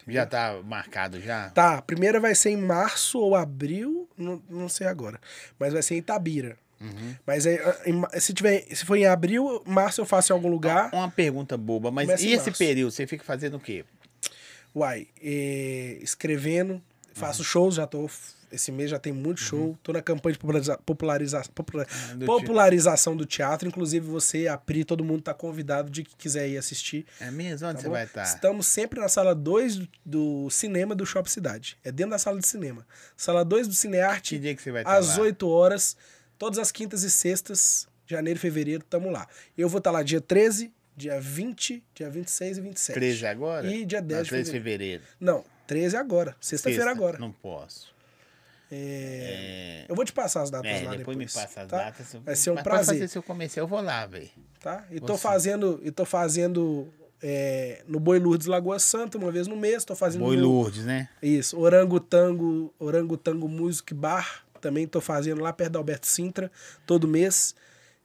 Speaker 1: Já tá marcado já?
Speaker 2: Tá, a primeira vai ser em março ou abril, não, não sei agora. Mas vai ser em Itabira.
Speaker 1: Uhum.
Speaker 2: Mas aí, ah, em ma- se, tiver, se for em abril, março eu faço em algum lugar.
Speaker 1: Então, Uma pergunta boba, mas
Speaker 2: Começa em
Speaker 1: e esse
Speaker 2: março.
Speaker 1: período? Você fica fazendo o quê?
Speaker 2: Uai, eh, escrevendo,
Speaker 1: Uhum.
Speaker 2: faço shows, já tô. Esse mês já tem muito show. Tô na campanha de populariza, populariza, popula-
Speaker 1: Ah, do
Speaker 2: popularização do teatro. Inclusive, você, a Pri, todo mundo tá convidado de que quiser ir assistir.
Speaker 1: É mesmo? Onde
Speaker 2: Tá
Speaker 1: você
Speaker 2: bom?
Speaker 1: vai estar?
Speaker 2: Estamos sempre na sala 2 do, do cinema do Shopping Cidade. É dentro da sala de cinema. Sala 2 do Cinearte.
Speaker 1: Que dia que você vai estar
Speaker 2: às
Speaker 1: lá?
Speaker 2: 8 horas, todas as quintas e sextas, janeiro e fevereiro, tamo lá. Eu vou estar lá dia 13, dia 20, dia 26 e 27.
Speaker 1: 13 agora?
Speaker 2: E dia 10
Speaker 1: Não, 13
Speaker 2: de
Speaker 1: de fevereiro.
Speaker 2: fevereiro. Não, 13 agora, sexta-feira
Speaker 1: Sexta,
Speaker 2: agora.
Speaker 1: Não posso. É,
Speaker 2: Eu vou te passar as datas
Speaker 1: é,
Speaker 2: lá
Speaker 1: depois,
Speaker 2: Tá depois.
Speaker 1: me passa as
Speaker 2: tá?
Speaker 1: datas.
Speaker 2: Vai ser um
Speaker 1: Mas Pode
Speaker 2: prazer,
Speaker 1: fazer seu comercial, eu vou lá, velho.
Speaker 2: tá? E tô
Speaker 1: Você.
Speaker 2: fazendo, e tô fazendo é, no Boi Lourdes Lagoa Santa uma vez no mês, tô fazendo
Speaker 1: Boi
Speaker 2: no-
Speaker 1: Lourdes, né?
Speaker 2: Isso, Orangotango, Orangotango Music Bar, também tô fazendo lá perto da Alberto Sintra, todo mês.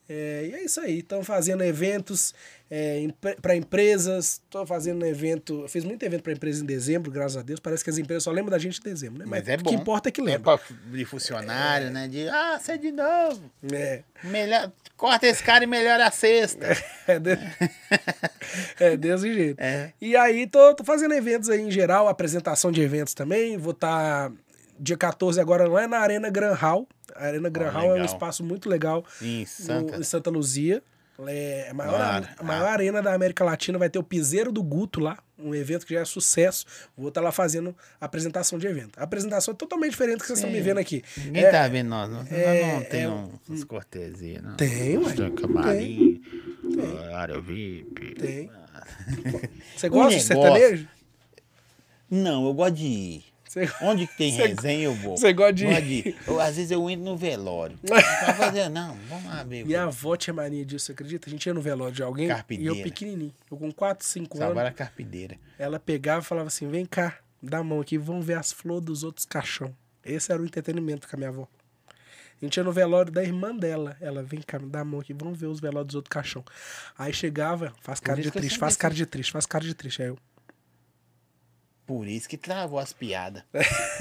Speaker 2: É, e é isso aí, estão fazendo eventos é, para empresas, tô fazendo evento, eu fiz muito evento para empresas em dezembro, graças a Deus, parece que as empresas só lembram da gente em dezembro, né?
Speaker 1: Mas, é
Speaker 2: o
Speaker 1: bom.
Speaker 2: que importa é que
Speaker 1: É
Speaker 2: lembra.
Speaker 1: pra, de funcionário, né? De, ah, você de novo.
Speaker 2: É,
Speaker 1: Melhor, corta esse cara e melhora a sexta.
Speaker 2: é, de- é desse jeito.
Speaker 1: É.
Speaker 2: E aí tô, tô fazendo eventos aí em geral, apresentação de eventos também. Vou estar dia 14 agora lá na Arena Gran Hall. A Arena Gran
Speaker 1: Ó,
Speaker 2: Hall é um
Speaker 1: legal.
Speaker 2: espaço muito legal
Speaker 1: Em
Speaker 2: no-
Speaker 1: Santa. ah.
Speaker 2: em Santa Luzia. É a maior,
Speaker 1: Claro.
Speaker 2: a maior arena da América Latina. Vai ter o Piseiro do Guto lá, um evento que já é sucesso. Vou estar lá fazendo apresentação de evento. A apresentação é totalmente diferente do que vocês estão me vendo aqui.
Speaker 1: Ninguém
Speaker 2: É,
Speaker 1: tá vendo nós, não. nós não tem
Speaker 2: é
Speaker 1: um, uns cortesias, não.
Speaker 2: Tem, ué.
Speaker 1: Tem camarim, tem. área VIP.
Speaker 2: Tem. Você
Speaker 1: O
Speaker 2: gosta de
Speaker 1: negócio-
Speaker 2: sertanejo?
Speaker 1: Não, eu gosto de ir.
Speaker 2: Você-
Speaker 1: Onde que tem
Speaker 2: Cê-
Speaker 1: resenha, eu vou.
Speaker 2: cê gosta de
Speaker 1: Gosto
Speaker 2: ir.
Speaker 1: Eu, às vezes eu entro no velório. Não vai fazer, não. Vamos lá, ver.
Speaker 2: Minha avó tinha mania disso, você acredita? A gente ia no velório de alguém
Speaker 1: Carpineira.
Speaker 2: e eu pequenininho. Eu com 4, 5 anos,
Speaker 1: Salvar é a carpideira.
Speaker 2: ela pegava e falava assim, vem cá, dá a mão aqui, vamos ver as flores dos outros caixão. Esse era o entretenimento com a minha avó. A gente ia no velório da irmã dela. Ela, vem cá, me dá a mão aqui, vamos ver os velórios dos outros caixão. Aí chegava, faz cara
Speaker 1: isso
Speaker 2: de
Speaker 1: que eu
Speaker 2: triste,
Speaker 1: sempre
Speaker 2: faz cara de triste, faz cara de triste. Aí eu...
Speaker 1: Por isso que travou as piadas.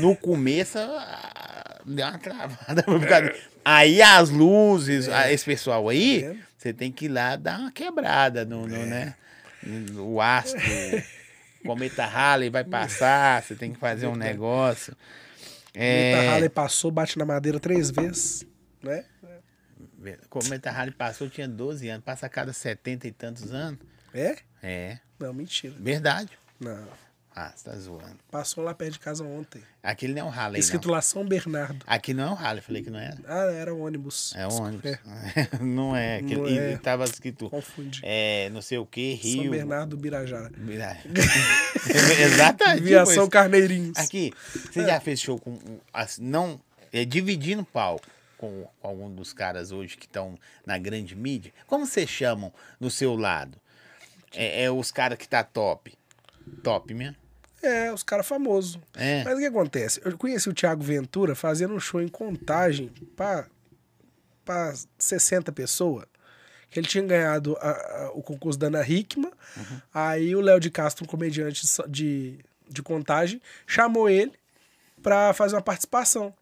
Speaker 1: No começo, ah, deu uma travada. por causa- Aí as luzes, ah, esse pessoal
Speaker 2: Tá
Speaker 1: aí,
Speaker 2: vendo?
Speaker 1: você tem que ir lá dar uma quebrada no, no, né? O astro, o cometa Halley vai passar, você tem que fazer um negócio.
Speaker 2: Eita,
Speaker 1: É,
Speaker 2: Halley passou, bate na madeira três vezes, né?
Speaker 1: cometa Halley passou, eu tinha 12 anos, passa a cada 70 e tantos anos.
Speaker 2: É?
Speaker 1: É,
Speaker 2: Não, mentira.
Speaker 1: verdade.
Speaker 2: Não.
Speaker 1: Ah, você tá zoando.
Speaker 2: Passou lá perto de casa ontem.
Speaker 1: Aquele não é um Halley,
Speaker 2: Escrito
Speaker 1: não.
Speaker 2: lá São Bernardo.
Speaker 1: Aqui não é um Halley, falei que não era.
Speaker 2: Ah, era um ônibus.
Speaker 1: É um ônibus.
Speaker 2: É,
Speaker 1: Não é. Aquele,
Speaker 2: Não
Speaker 1: e-
Speaker 2: é.
Speaker 1: e tava escrito
Speaker 2: confundi.
Speaker 1: é, não sei o que, Rio.
Speaker 2: São Bernardo do Birajara.
Speaker 1: Mira- Exatamente.
Speaker 2: Viação
Speaker 1: tipo isso.
Speaker 2: Carneirinhos.
Speaker 1: Aqui, você
Speaker 2: É.
Speaker 1: já fez show com. um- assim, não. É, dividindo palco com, com algum dos caras hoje que estão na grande mídia. Como vocês chamam no seu lado? É, é os caras que tá top. Top mesmo?
Speaker 2: É, os caras famosos.
Speaker 1: É.
Speaker 2: Mas o que acontece? Eu conheci o Thiago Ventura fazendo um show em contagem pra, pra 60 pessoas. Que ele tinha ganhado a- a- o concurso da Ana Hickman.
Speaker 1: Uhum.
Speaker 2: Aí o Léo de Castro, um comediante de, Sa- de, de contagem, chamou ele pra fazer uma participação.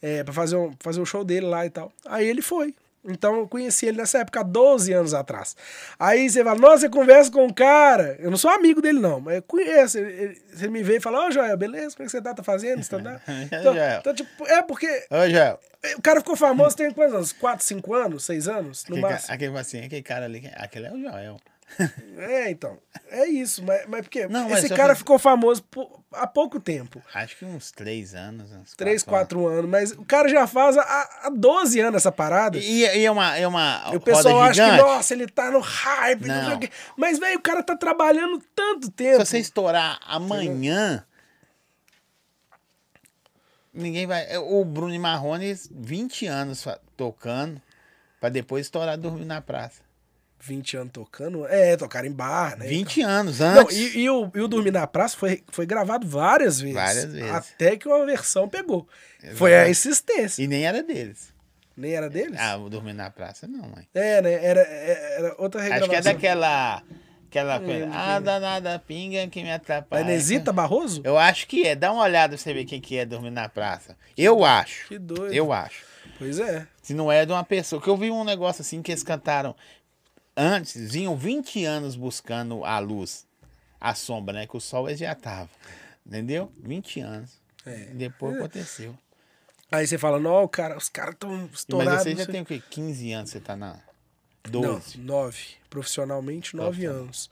Speaker 2: É, pra fazer um, fazer o show dele lá e tal. Aí ele foi. Então eu conheci ele nessa época, há 12 anos atrás. Aí você fala, nossa, você conversa com um cara. Eu não sou amigo dele, não, mas eu conheço. Ele, ele- você me vê e fala, ô Joel, beleza? Como é que você tá? Tá fazendo? Você tá então,
Speaker 1: Joel.
Speaker 2: então, tipo, é porque
Speaker 1: Ô, Joel.
Speaker 2: o cara ficou famoso tem quantos anos? 4, 5 anos? 6 anos? No
Speaker 1: Aquele, ca-
Speaker 2: máximo.
Speaker 1: aquele, assim, aquele cara ali, aquele é o Joel.
Speaker 2: É, então. É isso, mas, mas porque
Speaker 1: Não, mas
Speaker 2: esse
Speaker 1: só
Speaker 2: cara
Speaker 1: que-
Speaker 2: ficou famoso por- há pouco tempo.
Speaker 1: Acho que uns três anos. uns
Speaker 2: 3,
Speaker 1: quatro anos.
Speaker 2: 4 anos, mas o cara já faz há, há 12 anos essa parada.
Speaker 1: E, e é uma, é uma
Speaker 2: E o pessoal
Speaker 1: roda
Speaker 2: acha que,
Speaker 1: gigante.
Speaker 2: nossa, ele tá no hype, não. sei
Speaker 1: Não.
Speaker 2: o quê. Mas, velho, o cara tá trabalhando tanto
Speaker 1: Se
Speaker 2: tempo.
Speaker 1: você estourar amanhã, ninguém vai... é, O Bruno e Marrone, 20 anos fa- tocando, pra depois estourar dormindo na praça.
Speaker 2: 20 anos tocando. É, tocaram em bar, né?
Speaker 1: 20 anos
Speaker 2: Então- Não,
Speaker 1: antes.
Speaker 2: e, e o, e o Dormir na Praça foi, foi gravado várias vezes.
Speaker 1: Várias vezes.
Speaker 2: Até que uma versão pegou. Foi a insistência.
Speaker 1: e... nem era deles.
Speaker 2: Nem era deles?
Speaker 1: Ah, o dormindo na praça, não, mãe.
Speaker 2: É, né? Era, era outra
Speaker 1: Acho
Speaker 2: regravação.
Speaker 1: que é daquela... Aquela coisa,
Speaker 2: lembro
Speaker 1: ah, danada, pinga que me
Speaker 2: Da
Speaker 1: atrapalha.
Speaker 2: Inesita Barroso?
Speaker 1: Eu acho que é. Dá uma olhada pra você ver quem que é dormindo na praça. Eu acho.
Speaker 2: Que doido.
Speaker 1: Eu acho.
Speaker 2: Pois é.
Speaker 1: Se não é de uma pessoa. Que eu vi um negócio assim que eles cantaram antes, vinham 20 anos buscando a luz, a sombra, né? Que o sol eles já tava. Entendeu? 20 anos.
Speaker 2: É.
Speaker 1: E Depois aconteceu.
Speaker 2: Aí você fala, não, o cara, os caras estão estourados.
Speaker 1: Mas você
Speaker 2: não
Speaker 1: já
Speaker 2: sei
Speaker 1: tem o quê? 15 anos você tá na.
Speaker 2: Não,
Speaker 1: 12.
Speaker 2: nove. Profissionalmente, nove
Speaker 1: Profissional.
Speaker 2: anos.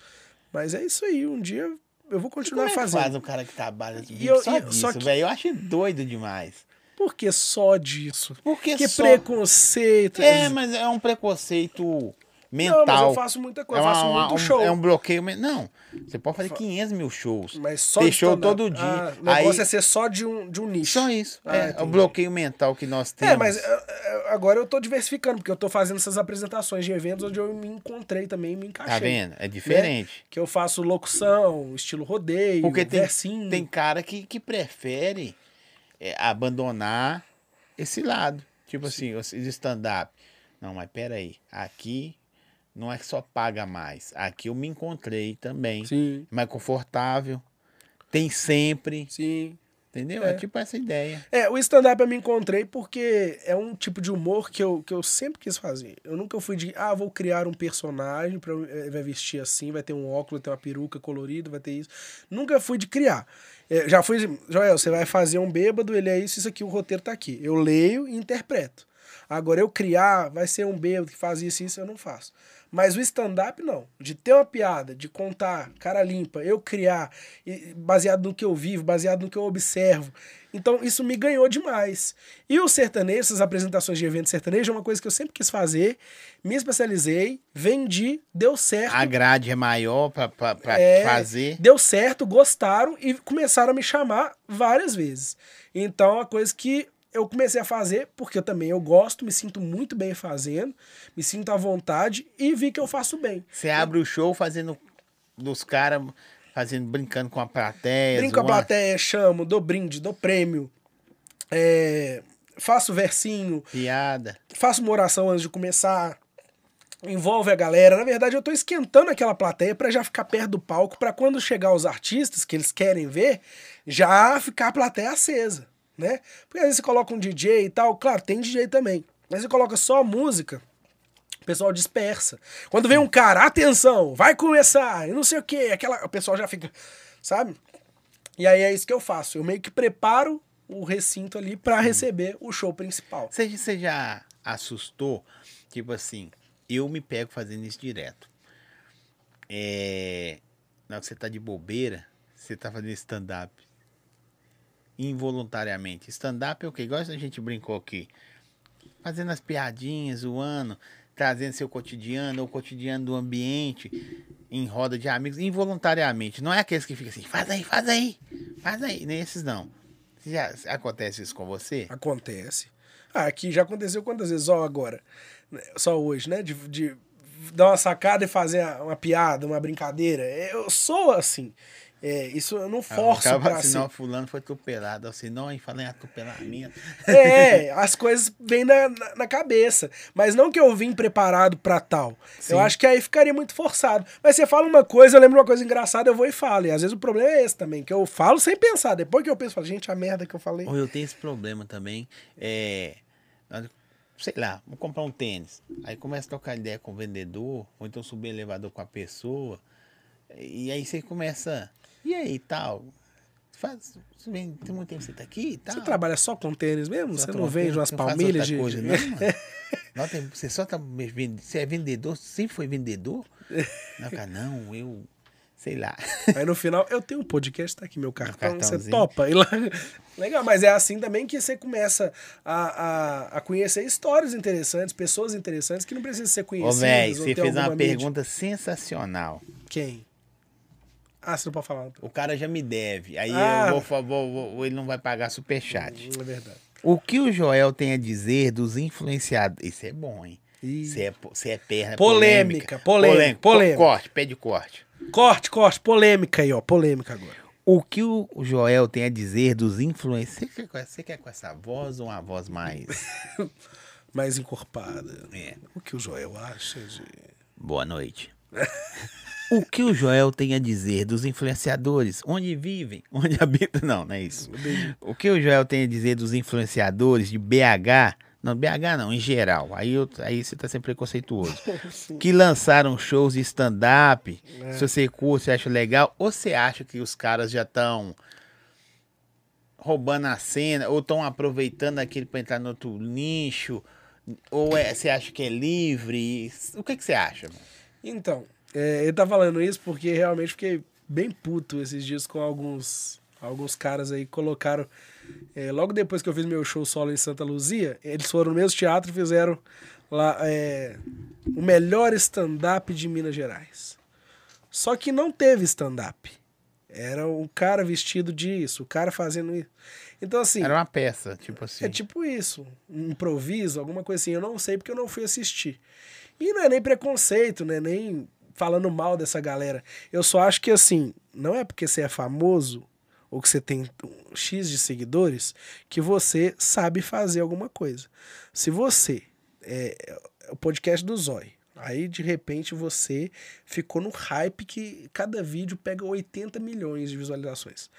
Speaker 2: Mas é isso aí, um dia eu vou
Speaker 1: Como
Speaker 2: continuar
Speaker 1: é que
Speaker 2: fazendo.
Speaker 1: faz um cara que trabalha de
Speaker 2: eu-
Speaker 1: só
Speaker 2: e-
Speaker 1: disso,
Speaker 2: só que-
Speaker 1: velho? Eu acho doido demais.
Speaker 2: Por que só disso?
Speaker 1: Porque
Speaker 2: Que
Speaker 1: só...
Speaker 2: preconceito.
Speaker 1: É, mas é um preconceito mental.
Speaker 2: Não, mas eu faço muita coisa, eu
Speaker 1: uma-
Speaker 2: faço
Speaker 1: uma-
Speaker 2: muito
Speaker 1: um-
Speaker 2: show.
Speaker 1: É um bloqueio. men- Não, você pode fazer 500 mil shows.
Speaker 2: Mas só
Speaker 1: Tem
Speaker 2: de
Speaker 1: show
Speaker 2: stand-up.
Speaker 1: todo dia.
Speaker 2: Ah, o
Speaker 1: Aí-
Speaker 2: negócio é ser só de um, de um nicho.
Speaker 1: Só isso.
Speaker 2: Ah,
Speaker 1: é, é o
Speaker 2: entendi.
Speaker 1: bloqueio mental que nós temos.
Speaker 2: É, mas é, é, agora eu tô diversificando, porque eu tô fazendo essas apresentações de eventos onde eu me encontrei também, me encaixei.
Speaker 1: Tá vendo?
Speaker 2: né?
Speaker 1: É diferente.
Speaker 2: Que eu faço locução, estilo rodeio,
Speaker 1: Porque tem,
Speaker 2: versinho.
Speaker 1: tem cara que, que prefere é, abandonar esse lado. Tipo assim, de stand-up. Não, mas peraí. Aqui não é que só paga mais. Aqui eu me encontrei também.
Speaker 2: Sim,
Speaker 1: Mais confortável. Tem sempre.
Speaker 2: sim.
Speaker 1: Entendeu?
Speaker 2: É.
Speaker 1: É, tipo essa ideia.
Speaker 2: É, o stand-up eu me encontrei porque é um tipo de humor que eu, que eu sempre quis fazer. Eu nunca fui de, ah, vou criar um personagem, pra, eu- eh, vai vestir assim, vai ter um óculos, vai ter uma peruca colorida, vai ter isso. Nunca fui de criar. Eh, já fui, de, Joel, você vai fazer um bêbado, ele é isso, isso aqui, o roteiro tá aqui. Eu leio e interpreto. Agora, eu criar, vai ser um bêbado que faz isso e isso, eu não faço. Mas o stand-up, não. De ter uma piada, de contar, cara limpa, eu criar, e- baseado no que eu vivo, baseado no que eu observo. Então, isso me ganhou demais. E o sertanejo, essas apresentações de evento sertanejo, é uma coisa que eu sempre quis fazer, me especializei, vendi, deu certo.
Speaker 1: A grade é maior pra, pra, pra
Speaker 2: É,
Speaker 1: fazer.
Speaker 2: Deu certo, gostaram e começaram a me chamar várias vezes. Então, é uma coisa que eu comecei a fazer, porque eu também eu gosto, me sinto muito bem fazendo, me sinto à vontade e vi que eu faço bem.
Speaker 1: Você abre o show fazendo dos caras fazendo brincando com a plateia.
Speaker 2: Brinco com a
Speaker 1: zoando.
Speaker 2: plateia, chamo, dou brinde, dou prêmio, é, faço versinho,
Speaker 1: Piada.
Speaker 2: faço uma oração antes de começar. envolve a galera. Na verdade, eu tô esquentando aquela plateia para já ficar perto do palco, para quando chegar os artistas que eles querem ver, já ficar a plateia acesa, né? Porque às vezes você coloca um DJ e tal, claro, tem DJ também. Mas você coloca só música, o pessoal dispersa. Quando vem um cara, atenção, vai começar, e não sei o quê, aquela, o pessoal já fica, sabe? E aí é isso que eu faço. Eu meio que preparo o recinto ali para receber o show principal.
Speaker 1: Você, você já assustou? Tipo assim, eu me pego fazendo isso direto. É, na hora que você tá de bobeira, você tá fazendo stand-up. Involuntariamente. Stand-up é o que? Igual a gente brincou aqui. Fazendo as piadinhas, zoando, trazendo seu cotidiano, ou o cotidiano do ambiente, em roda de amigos, involuntariamente. Não é aqueles que ficam assim, faz aí, faz aí, faz aí. Nem esses não. Já acontece isso com você?
Speaker 2: Acontece. Ah, aqui já aconteceu quantas vezes? Só agora. né? Só hoje, né? De, de dar uma sacada e fazer a- uma piada, uma brincadeira. Eu sou assim. É, isso eu não forço
Speaker 1: Ah, o cara
Speaker 2: pra
Speaker 1: fala assim,
Speaker 2: ser.
Speaker 1: não, fulano foi atropelado. Assim, não, e fala em atropelamento.
Speaker 2: É, as coisas vêm na, na, na cabeça. Mas não que eu vim preparado pra tal.
Speaker 1: Sim.
Speaker 2: Eu acho que aí ficaria muito forçado. Mas você fala uma coisa, eu lembro uma coisa engraçada, eu vou e falo. E às vezes o problema é esse também, que eu falo sem pensar. Depois que eu penso, eu falo, gente, a merda que eu falei.
Speaker 1: Ou eu tenho esse problema também. É, na hora- sei lá, vou comprar um tênis. Aí começa a trocar ideia com o vendedor, ou então subir o elevador com a pessoa. E aí você começa. E aí, tal? Faz, você vem- tem muito tempo que você tá aqui e tal.
Speaker 2: Você trabalha só com tênis mesmo?
Speaker 1: Só
Speaker 2: Você não
Speaker 1: toma
Speaker 2: vende
Speaker 1: tênis,
Speaker 2: umas
Speaker 1: não faz
Speaker 2: palmilhas
Speaker 1: outra
Speaker 2: de.
Speaker 1: coisa, né?
Speaker 2: de-
Speaker 1: não, mano. Não, tem- você só tá. me vende- Você é vendedor? Sempre foi vendedor? Não, cara, não, eu. Sei lá.
Speaker 2: Aí no final, eu tenho um podcast, tá aqui meu cartão, você
Speaker 1: cartãozinho.
Speaker 2: topa. E lá... Legal, mas é assim também que você começa a, a, a conhecer histórias interessantes, pessoas interessantes que não precisam ser
Speaker 1: Ô,
Speaker 2: conhecidas.
Speaker 1: velho,
Speaker 2: ou
Speaker 1: você
Speaker 2: ter
Speaker 1: fez uma
Speaker 2: alguma mídia.
Speaker 1: pergunta sensacional.
Speaker 2: Quem? Ah, você não pode falar. não.
Speaker 1: O cara já me deve. Aí
Speaker 2: Ah.
Speaker 1: eu vou, fa- vou- vou- ele não vai pagar superchat.
Speaker 2: É verdade.
Speaker 1: O que o Joel tem a dizer dos influenciadores? Isso é bom, hein?
Speaker 2: Ih.
Speaker 1: Isso é, po- isso é perna.
Speaker 2: Polêmica, polêmica,
Speaker 1: Po-
Speaker 2: polêmica.
Speaker 1: Corte, pede corte.
Speaker 2: Corte, corte, polêmica aí, ó. Polêmica agora.
Speaker 1: O que o o Joel tem a dizer dos influenciadores? Você quer, com- você quer com essa voz ou uma voz mais.
Speaker 2: Mais encorpada.
Speaker 1: É.
Speaker 2: O que o Joel acha de.
Speaker 1: Boa noite. o que o Joel tem a dizer dos influenciadores? Onde vivem? Onde habitam? Não, não é isso. O que o Joel tem a dizer dos influenciadores de BH? Não, BH não, em geral. Aí, eu- aí você tá sempre preconceituoso. que lançaram shows de stand-up. Se você curte, você acha legal, ou você acha que os caras já estão roubando a cena, ou estão aproveitando aquele para entrar no outro nicho, ou é- você acha que é livre? O que, que você acha? mano?
Speaker 2: Então, é, ele tá falando isso porque realmente fiquei bem puto esses dias com alguns, alguns caras aí que colocaram. é, logo depois que eu fiz meu show solo em Santa Luzia, eles foram no mesmo teatro e fizeram lá é, o melhor stand-up de Minas Gerais. Só que não teve stand-up. Era o cara vestido disso, o cara fazendo isso. Então, assim.
Speaker 1: Era uma peça, tipo assim.
Speaker 2: É tipo isso, um improviso, alguma coisa assim. Eu não sei porque eu não fui assistir. E não é nem preconceito, né? Nem falando mal dessa galera. Eu só acho que assim, não é porque você é famoso ou que você tem um X de seguidores que você sabe fazer alguma coisa. Se você é, é o podcast do Zói. Aí, de repente, você ficou no hype que cada vídeo pega 80 milhões de visualizações.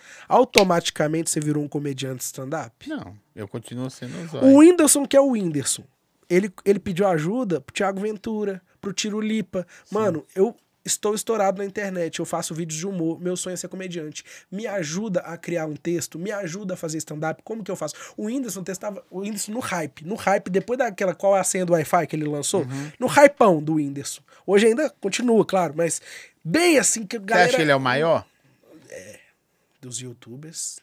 Speaker 2: Automaticamente você virou um comediante stand-up?
Speaker 1: Não, eu continuo sendo o
Speaker 2: O
Speaker 1: zóio.
Speaker 2: Whindersson, que é o Whindersson, ele, ele pediu ajuda pro Thiago Ventura, pro Tiro Lipa. Mano, eu estou estourado na internet, eu faço vídeos de humor, meu sonho é ser comediante. Me ajuda a criar um texto, me ajuda a fazer stand-up, como que eu faço? O Whindersson testava, o Whindersson no hype, no hype, depois daquela qual é a senha do Wi-Fi que ele lançou,
Speaker 1: Uhum.
Speaker 2: no hypeão do Whindersson. Hoje ainda continua, claro, mas bem assim que a
Speaker 1: Você acha que
Speaker 2: galera
Speaker 1: ele é o maior?
Speaker 2: dos youtubers.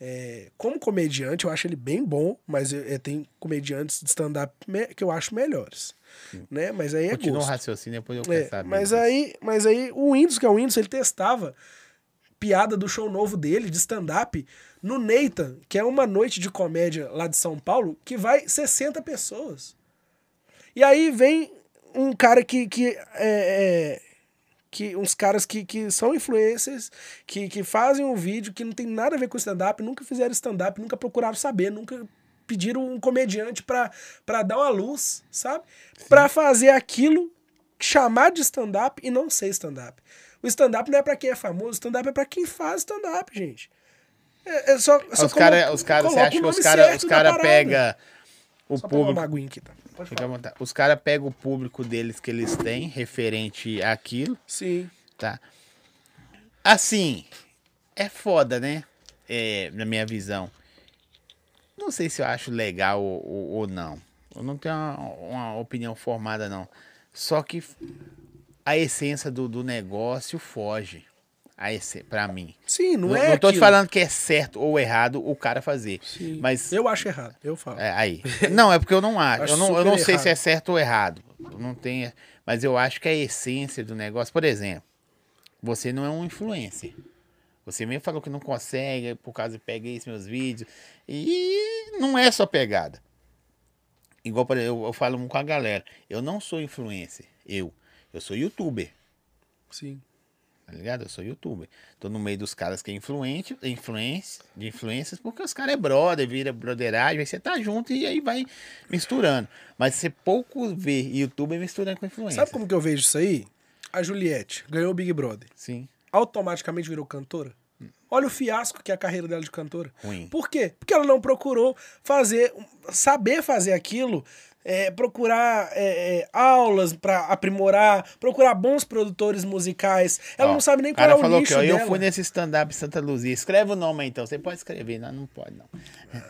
Speaker 2: É, como comediante, eu acho ele bem bom, mas eu- eu tenho comediantes de stand-up me- que eu acho melhores. Né? Mas aí é
Speaker 1: Continua o
Speaker 2: gosto.
Speaker 1: raciocínio, depois eu
Speaker 2: É,
Speaker 1: quero saber.
Speaker 2: mas, aí, mas aí o Windows, que é o Windows, ele testava piada do show novo dele, de stand-up, no Nathan, que é uma noite de comédia lá de São Paulo, que vai 60 pessoas. E aí vem um cara que. que é, é, que uns caras que, que são influencers, que, que fazem um vídeo que não tem nada a ver com stand-up, nunca fizeram stand-up, nunca procuraram saber, nunca pediram um comediante pra, pra dar uma luz, sabe? Pra fazer aquilo chamar de stand-up e não ser stand-up. O stand-up não é pra quem é famoso, o stand-up é pra quem faz stand-up, gente. É, é só, é só
Speaker 1: Os caras,
Speaker 2: colo-
Speaker 1: os cara, você
Speaker 2: coloca
Speaker 1: acha
Speaker 2: o
Speaker 1: que os
Speaker 2: nome
Speaker 1: caras
Speaker 2: certo
Speaker 1: os
Speaker 2: da
Speaker 1: cara
Speaker 2: parada.
Speaker 1: pega o
Speaker 2: Só pegar uma
Speaker 1: público.
Speaker 2: aguinha aqui, tá? Pode
Speaker 1: Fica à
Speaker 2: falar.
Speaker 1: vontade. Os caras pegam o público deles que eles têm referente àquilo,
Speaker 2: Sim.
Speaker 1: tá? Assim, é foda, né? É, na minha visão. Não sei se eu acho legal ou, ou- ou não. Eu não tenho uma, uma opinião formada, não. Só que a essência do, do negócio foge. A esse, pra mim.
Speaker 2: Sim, não,
Speaker 1: Não,
Speaker 2: é.
Speaker 1: não tô te
Speaker 2: aquilo.
Speaker 1: falando que é certo ou errado o cara fazer.
Speaker 2: Sim.
Speaker 1: Mas
Speaker 2: Eu acho errado, eu falo.
Speaker 1: é, aí. Não, é porque eu não acho.
Speaker 2: Acho
Speaker 1: eu não, eu não
Speaker 2: super
Speaker 1: sei se é
Speaker 2: errado.
Speaker 1: certo ou errado. Eu Não tem, mas eu acho que a essência do negócio, por exemplo, você não é um influencer. Você mesmo falou que não consegue, por causa de pega isso, meus vídeos. E não é só pegada. Igual, por exemplo, eu, eu falo muito com a galera. Eu não sou influencer. Eu. Eu sou youtuber.
Speaker 2: Sim.
Speaker 1: Tá ligado? Eu sou youtuber. Tô no meio dos caras que é influente, influência, de influências, porque os caras é brother, vira brotheragem, aí você tá junto e aí vai misturando. Mas você pouco vê youtuber misturando com influência.
Speaker 2: Sabe como que eu vejo isso aí? A Juliette ganhou o Big Brother.
Speaker 1: Sim.
Speaker 2: automaticamente virou cantora? Olha o fiasco que é a carreira dela de cantora.
Speaker 1: Ruim.
Speaker 2: Por quê? Porque ela não procurou fazer, saber fazer aquilo, é, procurar é, é, aulas pra aprimorar, procurar bons produtores musicais. Ela
Speaker 1: Ó,
Speaker 2: não sabe nem
Speaker 1: o
Speaker 2: qual
Speaker 1: cara
Speaker 2: é o
Speaker 1: falou
Speaker 2: nicho
Speaker 1: que ó,
Speaker 2: dela.
Speaker 1: eu fui nesse stand-up em Santa Luzia. Escreve o nome aí, então. Você pode escrever, não, não pode, não.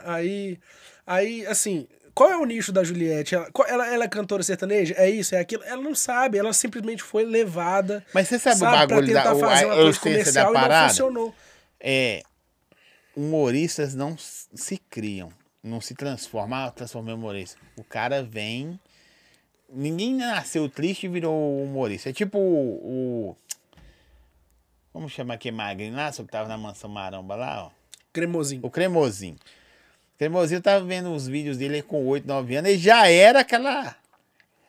Speaker 2: Aí, aí, assim, qual é o nicho da Juliette? Ela, qual- ela- ela é cantora sertaneja? É isso, é aquilo? Ela não sabe, ela simplesmente foi levada.
Speaker 1: Mas você sabe o Tá bagulho
Speaker 2: pra
Speaker 1: da-
Speaker 2: tentar
Speaker 1: o-
Speaker 2: fazer
Speaker 1: a
Speaker 2: uma coisa
Speaker 1: essência é da
Speaker 2: comercial e
Speaker 1: parada?
Speaker 2: não funcionou.
Speaker 1: É. Humoristas não s- se criam, não se transformam. Ah, eu transformei em humorista. O cara vem. Ninguém nasceu triste e virou humorista. É tipo o. o- Como chama aquele magrinho lá, só que tava na mansão maromba lá, ó.
Speaker 2: Cremosinho.
Speaker 1: O Cremosinho. O Cremosinho eu tava vendo os vídeos dele com 8, 9 anos, ele já era aquela.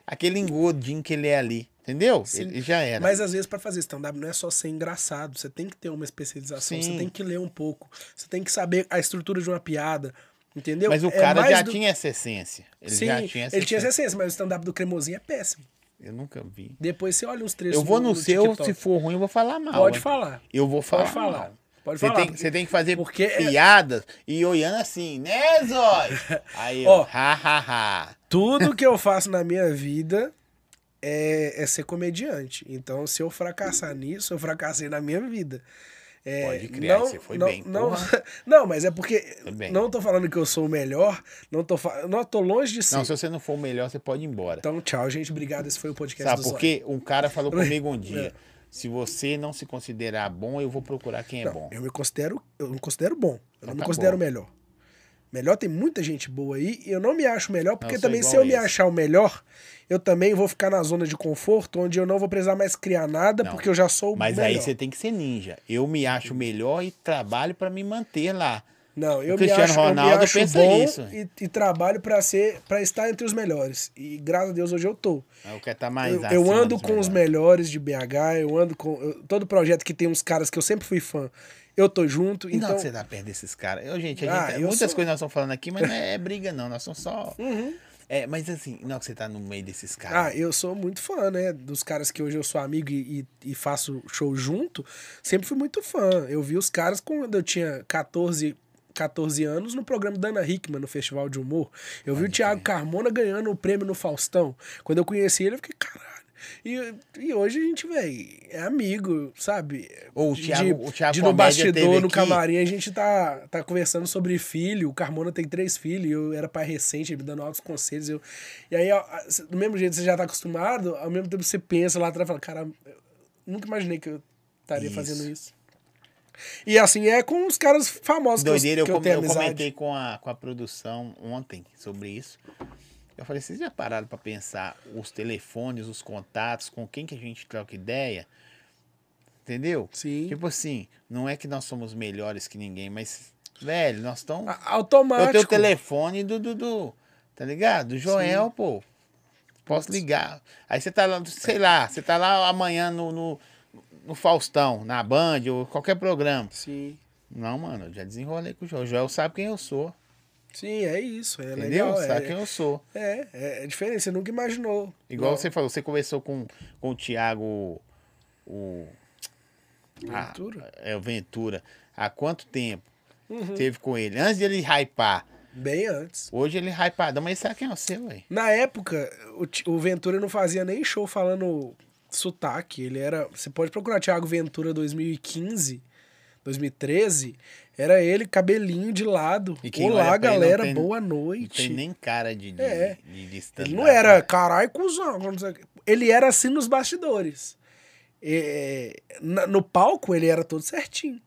Speaker 1: aquele engodinho que ele é ali. Entendeu?
Speaker 2: Sim.
Speaker 1: Ele já era.
Speaker 2: Mas às vezes para fazer stand-up não é só ser engraçado, você tem que ter uma
Speaker 1: Sim.
Speaker 2: especialização, você tem que ler um pouco, você tem que saber a estrutura de uma piada, entendeu?
Speaker 1: Mas o
Speaker 2: É
Speaker 1: cara
Speaker 2: mais
Speaker 1: já
Speaker 2: do-
Speaker 1: tinha essa essência. Ele
Speaker 2: Sim,
Speaker 1: já tinha essa
Speaker 2: ele tinha essa
Speaker 1: essência.
Speaker 2: essência, mas o stand-up do Cremosinho é péssimo.
Speaker 1: Eu nunca vi.
Speaker 2: Depois você olha uns trechos
Speaker 1: Eu vou no, seu,
Speaker 2: TikTok.
Speaker 1: se for ruim, eu vou falar mal.
Speaker 2: Pode
Speaker 1: hein?
Speaker 2: falar.
Speaker 1: Eu vou falar.
Speaker 2: Pode falar.
Speaker 1: mal.
Speaker 2: Pode
Speaker 1: Você
Speaker 2: falar.
Speaker 1: tem, você tem que fazer
Speaker 2: Porque é-
Speaker 1: piadas e olhando assim, né, Zói? Aí, ó,
Speaker 2: Ó.
Speaker 1: ha, ha, ha.
Speaker 2: Tudo que eu faço na minha vida é, é ser comediante. Então, se eu fracassar nisso, eu fracassei na minha vida. É,
Speaker 1: Pode crer,
Speaker 2: não-
Speaker 1: você foi
Speaker 2: não-
Speaker 1: bem,
Speaker 2: Não,
Speaker 1: porra.
Speaker 2: não, mas é porque
Speaker 1: Foi bem.
Speaker 2: não tô falando que eu sou o melhor, não tô, fa- não, tô longe de ser.
Speaker 1: Não, se você não for o melhor, você pode ir embora.
Speaker 2: Então, tchau, gente. Obrigado. Esse foi o podcast
Speaker 1: Sabe
Speaker 2: do
Speaker 1: por quê? Um cara falou comigo um
Speaker 2: É.
Speaker 1: dia: se você não se considerar bom, eu vou procurar quem é
Speaker 2: Não,
Speaker 1: bom.
Speaker 2: Eu me considero, eu me considero bom. Eu
Speaker 1: Então
Speaker 2: não me
Speaker 1: tá
Speaker 2: considero
Speaker 1: bom.
Speaker 2: melhor. Melhor tem muita gente boa aí e eu não me acho melhor, porque
Speaker 1: sou
Speaker 2: também se eu
Speaker 1: igual
Speaker 2: me
Speaker 1: esse.
Speaker 2: achar o melhor, eu também vou ficar na zona de conforto onde eu não vou precisar mais criar nada,
Speaker 1: Não,
Speaker 2: porque eu já sou o
Speaker 1: Mas
Speaker 2: melhor.
Speaker 1: aí você tem que ser ninja. Eu me acho melhor e trabalho pra me manter lá.
Speaker 2: Não, eu me
Speaker 1: Cristiano
Speaker 2: acho, eu
Speaker 1: Ronaldo
Speaker 2: me acho
Speaker 1: pensa
Speaker 2: bom
Speaker 1: isso.
Speaker 2: e, e trabalho pra ser, para estar entre os melhores. E graças a Deus hoje eu tô.
Speaker 1: Eu quero estar mais
Speaker 2: Eu, eu
Speaker 1: acima
Speaker 2: ando
Speaker 1: dos
Speaker 2: com os
Speaker 1: melhores.
Speaker 2: melhores de BH, eu ando com. eu- todo projeto que tem uns caras que eu sempre fui fã, eu tô junto.
Speaker 1: Então,
Speaker 2: Então,
Speaker 1: você dá perto desses caras. Eu, gente,
Speaker 2: Ah,
Speaker 1: a gente
Speaker 2: eu
Speaker 1: muitas
Speaker 2: sou- Uhum.
Speaker 1: coisas nós estamos falando aqui, mas não é, é briga, não. Nós somos só. É, mas assim, não que você tá no meio desses
Speaker 2: Ah,
Speaker 1: caras.
Speaker 2: eu sou muito fã, né? Dos caras que hoje eu sou amigo e, e- e faço show junto, sempre fui muito fã. Eu vi os caras quando eu tinha 14, 14 anos no programa da Ana Hickman, no Festival de Humor. Eu vi o Thiago Carmona ganhando o prêmio no Faustão. Quando eu conheci ele, eu fiquei, caralho. E, e hoje a gente, velho, é amigo, sabe?
Speaker 1: Ou o
Speaker 2: De-
Speaker 1: Thiago- o Thiago
Speaker 2: de no
Speaker 1: Comédia teve
Speaker 2: bastidor, no
Speaker 1: aqui.
Speaker 2: camarim, a gente tá, tá conversando sobre filho. O Carmona tem três filhos, eu era pai recente, ele me dando altos conselhos. Eu... E aí, ó, cê- do mesmo jeito que você já tá acostumado, ao mesmo tempo você pensa lá atrás e fala, cara, eu nunca imaginei que eu estaria
Speaker 1: Isso.
Speaker 2: fazendo isso. E assim é com os caras famosos que eu-
Speaker 1: Doideira, eu,
Speaker 2: que eu,
Speaker 1: com-
Speaker 2: tenho
Speaker 1: eu
Speaker 2: amizade.
Speaker 1: comentei com a, com a produção ontem sobre isso. Eu falei, vocês já pararam pra pensar os telefones, os contatos, com quem que a gente troca ideia? Entendeu?
Speaker 2: Sim.
Speaker 1: Tipo assim, não é que nós somos melhores que ninguém, mas, velho, nós estamos.
Speaker 2: A-
Speaker 1: Eu tenho o
Speaker 2: Automático.
Speaker 1: telefone do, do, do- tá ligado? Do Joel, pô. Posso ligar. Aí você tá lá, sei lá, você tá lá amanhã no, no, no Faustão, na Band ou qualquer programa.
Speaker 2: Sim.
Speaker 1: Não, mano, eu já desenrolei com o Joel. O Joel sabe quem eu sou.
Speaker 2: Sim, é isso. É
Speaker 1: Entendeu?
Speaker 2: legal.
Speaker 1: Sabe
Speaker 2: é,
Speaker 1: quem eu sou.
Speaker 2: é, é, é diferente, você nunca imaginou.
Speaker 1: Igual você falou, você conversou com, com o Thiago. O. a-
Speaker 2: Ventura?
Speaker 1: é, o Ventura. Há quanto tempo
Speaker 2: Uhum.
Speaker 1: teve com ele? Antes dele hypar.
Speaker 2: Bem antes.
Speaker 1: Hoje ele é hypadão, mas sabe quem é você, ué?
Speaker 2: Na época, o, Ti- o Ventura não fazia nem show falando sotaque. Ele era. Você pode procurar Thiago Ventura 2015, 2013. Era ele, cabelinho de lado.
Speaker 1: E quem
Speaker 2: Olá,
Speaker 1: olha pra ele não
Speaker 2: galera,
Speaker 1: tem-
Speaker 2: boa
Speaker 1: Não
Speaker 2: noite.
Speaker 1: tem nem cara de, de,
Speaker 2: É.
Speaker 1: de, de stand-up,
Speaker 2: Ele não era,
Speaker 1: né?
Speaker 2: carai, cuzão. não sei o quê. Ele era assim nos bastidores. É, na- no palco, ele era todo certinho.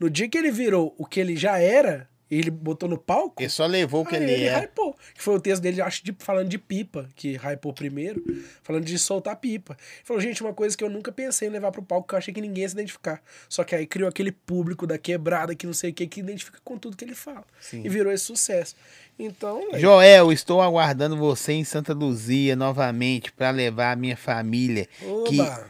Speaker 2: No dia que ele virou o que ele já era, ele botou no palco.
Speaker 1: Ele só levou o que
Speaker 2: Aí
Speaker 1: ele,
Speaker 2: Ah,
Speaker 1: é.
Speaker 2: ele
Speaker 1: era.
Speaker 2: hypou. Que foi o texto dele, acho, de, falando de pipa, que hypou primeiro, falando de soltar pipa. Ele falou, gente, uma coisa que eu nunca pensei em levar pro palco, que eu achei que ninguém ia se identificar. Só que aí criou aquele público da quebrada, que não sei o que, que identifica com tudo que ele fala.
Speaker 1: Sim.
Speaker 2: E virou esse sucesso. Então, velho,
Speaker 1: Joel, estou aguardando você em Santa Luzia novamente para levar a minha família, que,
Speaker 2: oba!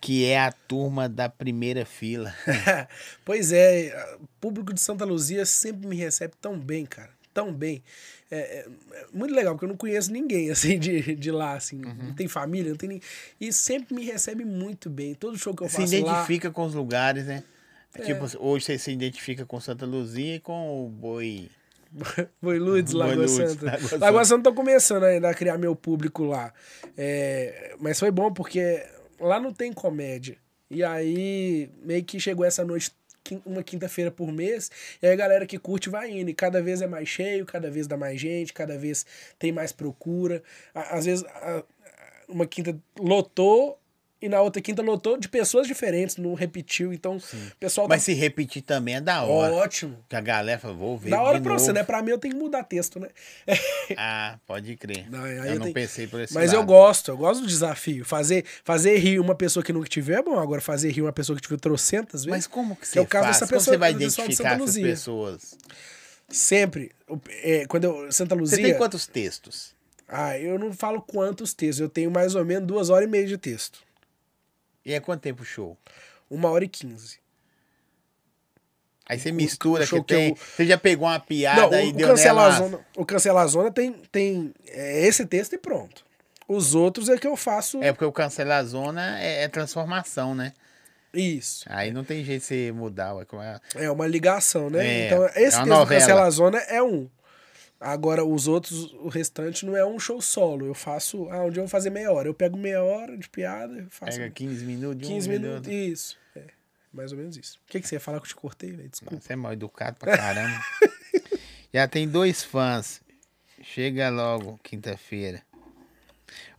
Speaker 1: que é a turma da primeira fila.
Speaker 2: pois é, o público de Santa Luzia sempre me recebe tão bem, cara. Tão bem. É, é, é muito legal, porque eu não conheço ninguém assim de, de lá, assim.
Speaker 1: Uhum.
Speaker 2: Não tem família, não tem ninguém. E sempre me recebe muito bem. Todo show que eu
Speaker 1: se
Speaker 2: faço É.
Speaker 1: identifica com os lugares, né? Tipo, hoje você se identifica com Santa Luzia e com o Boi.
Speaker 2: lá. Foi Ludes, Lagoa
Speaker 1: Boi Ludes,
Speaker 2: Santa.
Speaker 1: Lagoa Santa.
Speaker 2: Lagoa, Santa eu tô começando ainda a criar meu público lá. É, mas foi bom, porque lá não tem comédia. E aí, meio que chegou essa noite, quin- uma quinta-feira por mês, e aí a galera que curte vai indo. E cada vez é mais cheio, cada vez dá mais gente, cada vez tem mais procura. A- Às vezes, a- uma quinta lotou. E na outra quinta lotou de pessoas diferentes, não repetiu. Então, o pessoal
Speaker 1: Mas se repetir também é da
Speaker 2: tá
Speaker 1: hora.
Speaker 2: ótimo.
Speaker 1: Que a galera fala, vou ver.
Speaker 2: Da hora
Speaker 1: de
Speaker 2: pra
Speaker 1: novo.
Speaker 2: você, né? Pra mim eu tenho que mudar texto, né?
Speaker 1: Ah, pode crer.
Speaker 2: Não, aí
Speaker 1: eu,
Speaker 2: eu
Speaker 1: não
Speaker 2: tenho-
Speaker 1: pensei por esse
Speaker 2: Mas eu
Speaker 1: lado.
Speaker 2: gosto, eu gosto do desafio. Fazer, fazer rir uma pessoa que nunca tiver é bom. Agora, fazer rir uma pessoa que tiver trocentas vezes.
Speaker 1: Mas como que
Speaker 2: Que
Speaker 1: você
Speaker 2: é o caso
Speaker 1: faz?
Speaker 2: dessa
Speaker 1: como
Speaker 2: pessoa-
Speaker 1: você vai
Speaker 2: do pessoal de Santa
Speaker 1: identificar essas
Speaker 2: Luzia.
Speaker 1: pessoas?
Speaker 2: Sempre. o- é, quando eu. Santa
Speaker 1: Você
Speaker 2: Luzia.
Speaker 1: tem quantos textos?
Speaker 2: Ah, eu não falo quantos textos. Eu tenho mais ou menos duas horas e meia de texto.
Speaker 1: E é quanto tempo o show?
Speaker 2: Uma hora e quinze.
Speaker 1: Aí você mistura, que
Speaker 2: show que
Speaker 1: tem.
Speaker 2: eu-
Speaker 1: Você já pegou uma piada
Speaker 2: Não,
Speaker 1: e
Speaker 2: o, o
Speaker 1: Ah, deu
Speaker 2: cancelar
Speaker 1: nela.
Speaker 2: a zona. O cancelar a zona tem, tem é, esse texto e pronto. Os outros é que eu faço
Speaker 1: É porque o cancelar a zona é, é transformação, né?
Speaker 2: isso.
Speaker 1: Aí não tem jeito de você mudar. ué, como é-
Speaker 2: É uma ligação, né?
Speaker 1: É,
Speaker 2: então,
Speaker 1: é
Speaker 2: esse
Speaker 1: uma
Speaker 2: texto do
Speaker 1: novela.
Speaker 2: Cancela a Zona é um. Agora, os outros, o restante não é um show solo. Eu faço. Ah, onde eu vou fazer meia hora? Eu pego meia hora de piada, eu faço
Speaker 1: Pega 15 minutos,
Speaker 2: 15 minutos.
Speaker 1: minuto.
Speaker 2: Isso. É, mais ou menos isso. O que, que você ia falar que eu te cortei, velho? Desculpa.
Speaker 1: Você é mal educado pra caramba. já tem dois fãs. Chega logo, quinta-feira.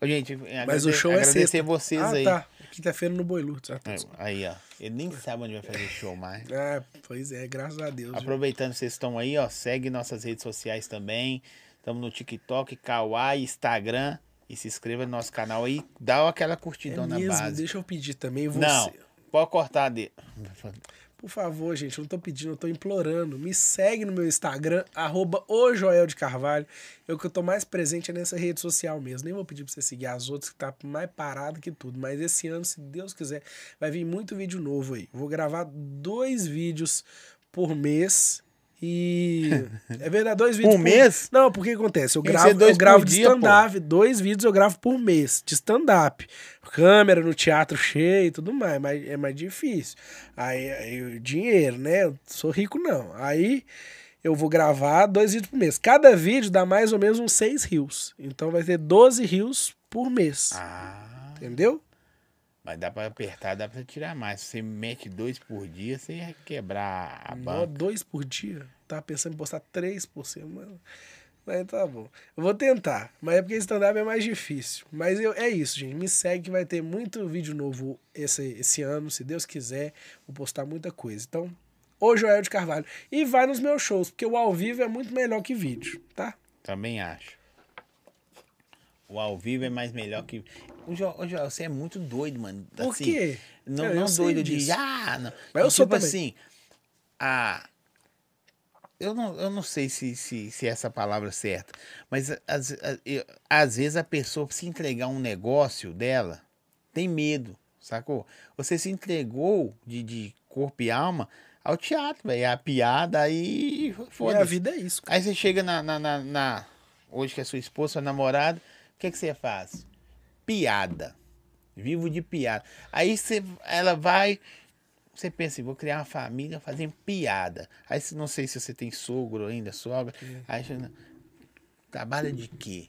Speaker 1: Ô, gente,
Speaker 2: Mas o show é
Speaker 1: agradecer
Speaker 2: sexta.
Speaker 1: vocês
Speaker 2: ah,
Speaker 1: aí. É,
Speaker 2: tá. Quinta-feira no Boi Lourdes. Ah, tá.
Speaker 1: Aí, ó. Ele nem sabe onde vai fazer show mais.
Speaker 2: Ah, pois é, graças a Deus. viu?
Speaker 1: Aproveitando que vocês estão aí, ó, segue nossas redes sociais também. Estamos no TikTok, Kawaii, Instagram. E se inscreva no nosso canal aí. Dá aquela
Speaker 2: É
Speaker 1: curtidão na
Speaker 2: mesmo,
Speaker 1: base.
Speaker 2: deixa eu pedir também. Você,
Speaker 1: Não, pode cortar dele.
Speaker 2: Por favor, gente, eu não tô pedindo, eu tô implorando. Me segue no meu Instagram, arroba o Joel de Carvalho. Eu que eu tô mais presente é nessa rede social mesmo. Nem vou pedir pra você seguir as outras, que tá mais parado que tudo. Mas esse ano, se Deus quiser, vai vir muito vídeo novo aí. Vou gravar dois vídeos por mês. E. É verdade, dois vídeos
Speaker 1: Um
Speaker 2: por
Speaker 1: mês?
Speaker 2: Não, porque que acontece? Eu
Speaker 1: Tem que
Speaker 2: gravo,
Speaker 1: ser dois
Speaker 2: eu gravo
Speaker 1: por
Speaker 2: de
Speaker 1: dia, pô.
Speaker 2: stand-up, dois vídeos eu gravo por mês, de stand-up. Câmera no teatro cheio e tudo mais, mas é mais difícil. Aí, aí o dinheiro, né? Eu sou rico não. Aí eu vou gravar dois vídeos por mês. Cada vídeo dá mais ou menos uns seis rios. Então vai ter 12 rios por mês.
Speaker 1: Ah,
Speaker 2: Entendeu?
Speaker 1: mas dá pra apertar, dá pra tirar mais. Se você mete dois por dia, você ia quebrar a
Speaker 2: Nó,
Speaker 1: banca.
Speaker 2: dois por dia. Tava pensando em postar três por semana. Mas tá bom. Eu vou tentar. Mas é porque stand-up é mais difícil. Mas eu, é isso, gente. Me segue que vai ter muito vídeo novo esse, esse ano, se Deus quiser. Vou postar muita coisa. Então, ô Joel de Carvalho. E vai nos meus shows, porque o ao vivo é muito melhor que vídeo, tá?
Speaker 1: Também acho. O ao vivo é mais melhor que. O Jo- o Joel, você é muito doido, mano.
Speaker 2: Por
Speaker 1: Assim,
Speaker 2: quê?
Speaker 1: Não,
Speaker 2: É, Eu- eu
Speaker 1: não
Speaker 2: sei
Speaker 1: doido de.
Speaker 2: disso.
Speaker 1: Ah, não.
Speaker 2: Mas eu
Speaker 1: E,
Speaker 2: sou
Speaker 1: tipo
Speaker 2: também.
Speaker 1: assim. A... Eu, não, eu não sei se, se, se é essa palavra certa, mas às, às- eu- às vezes a pessoa se entregar um negócio dela tem medo, sacou? Você se entregou de, de corpo e alma, ao teatro, velho. A piada aí.
Speaker 2: E a
Speaker 1: Foda-se.
Speaker 2: vida é isso, cara.
Speaker 1: Aí você chega na, na, na, na- Hoje que é sua esposa, sua namorada, o que, que você faz? Piada. Vivo de piada. Aí você, ela vai. Você pensa, assim, vou criar uma família fazendo piada. Aí você não sei se você tem sogro ainda, sogra. Aí você. Trabalha de quê?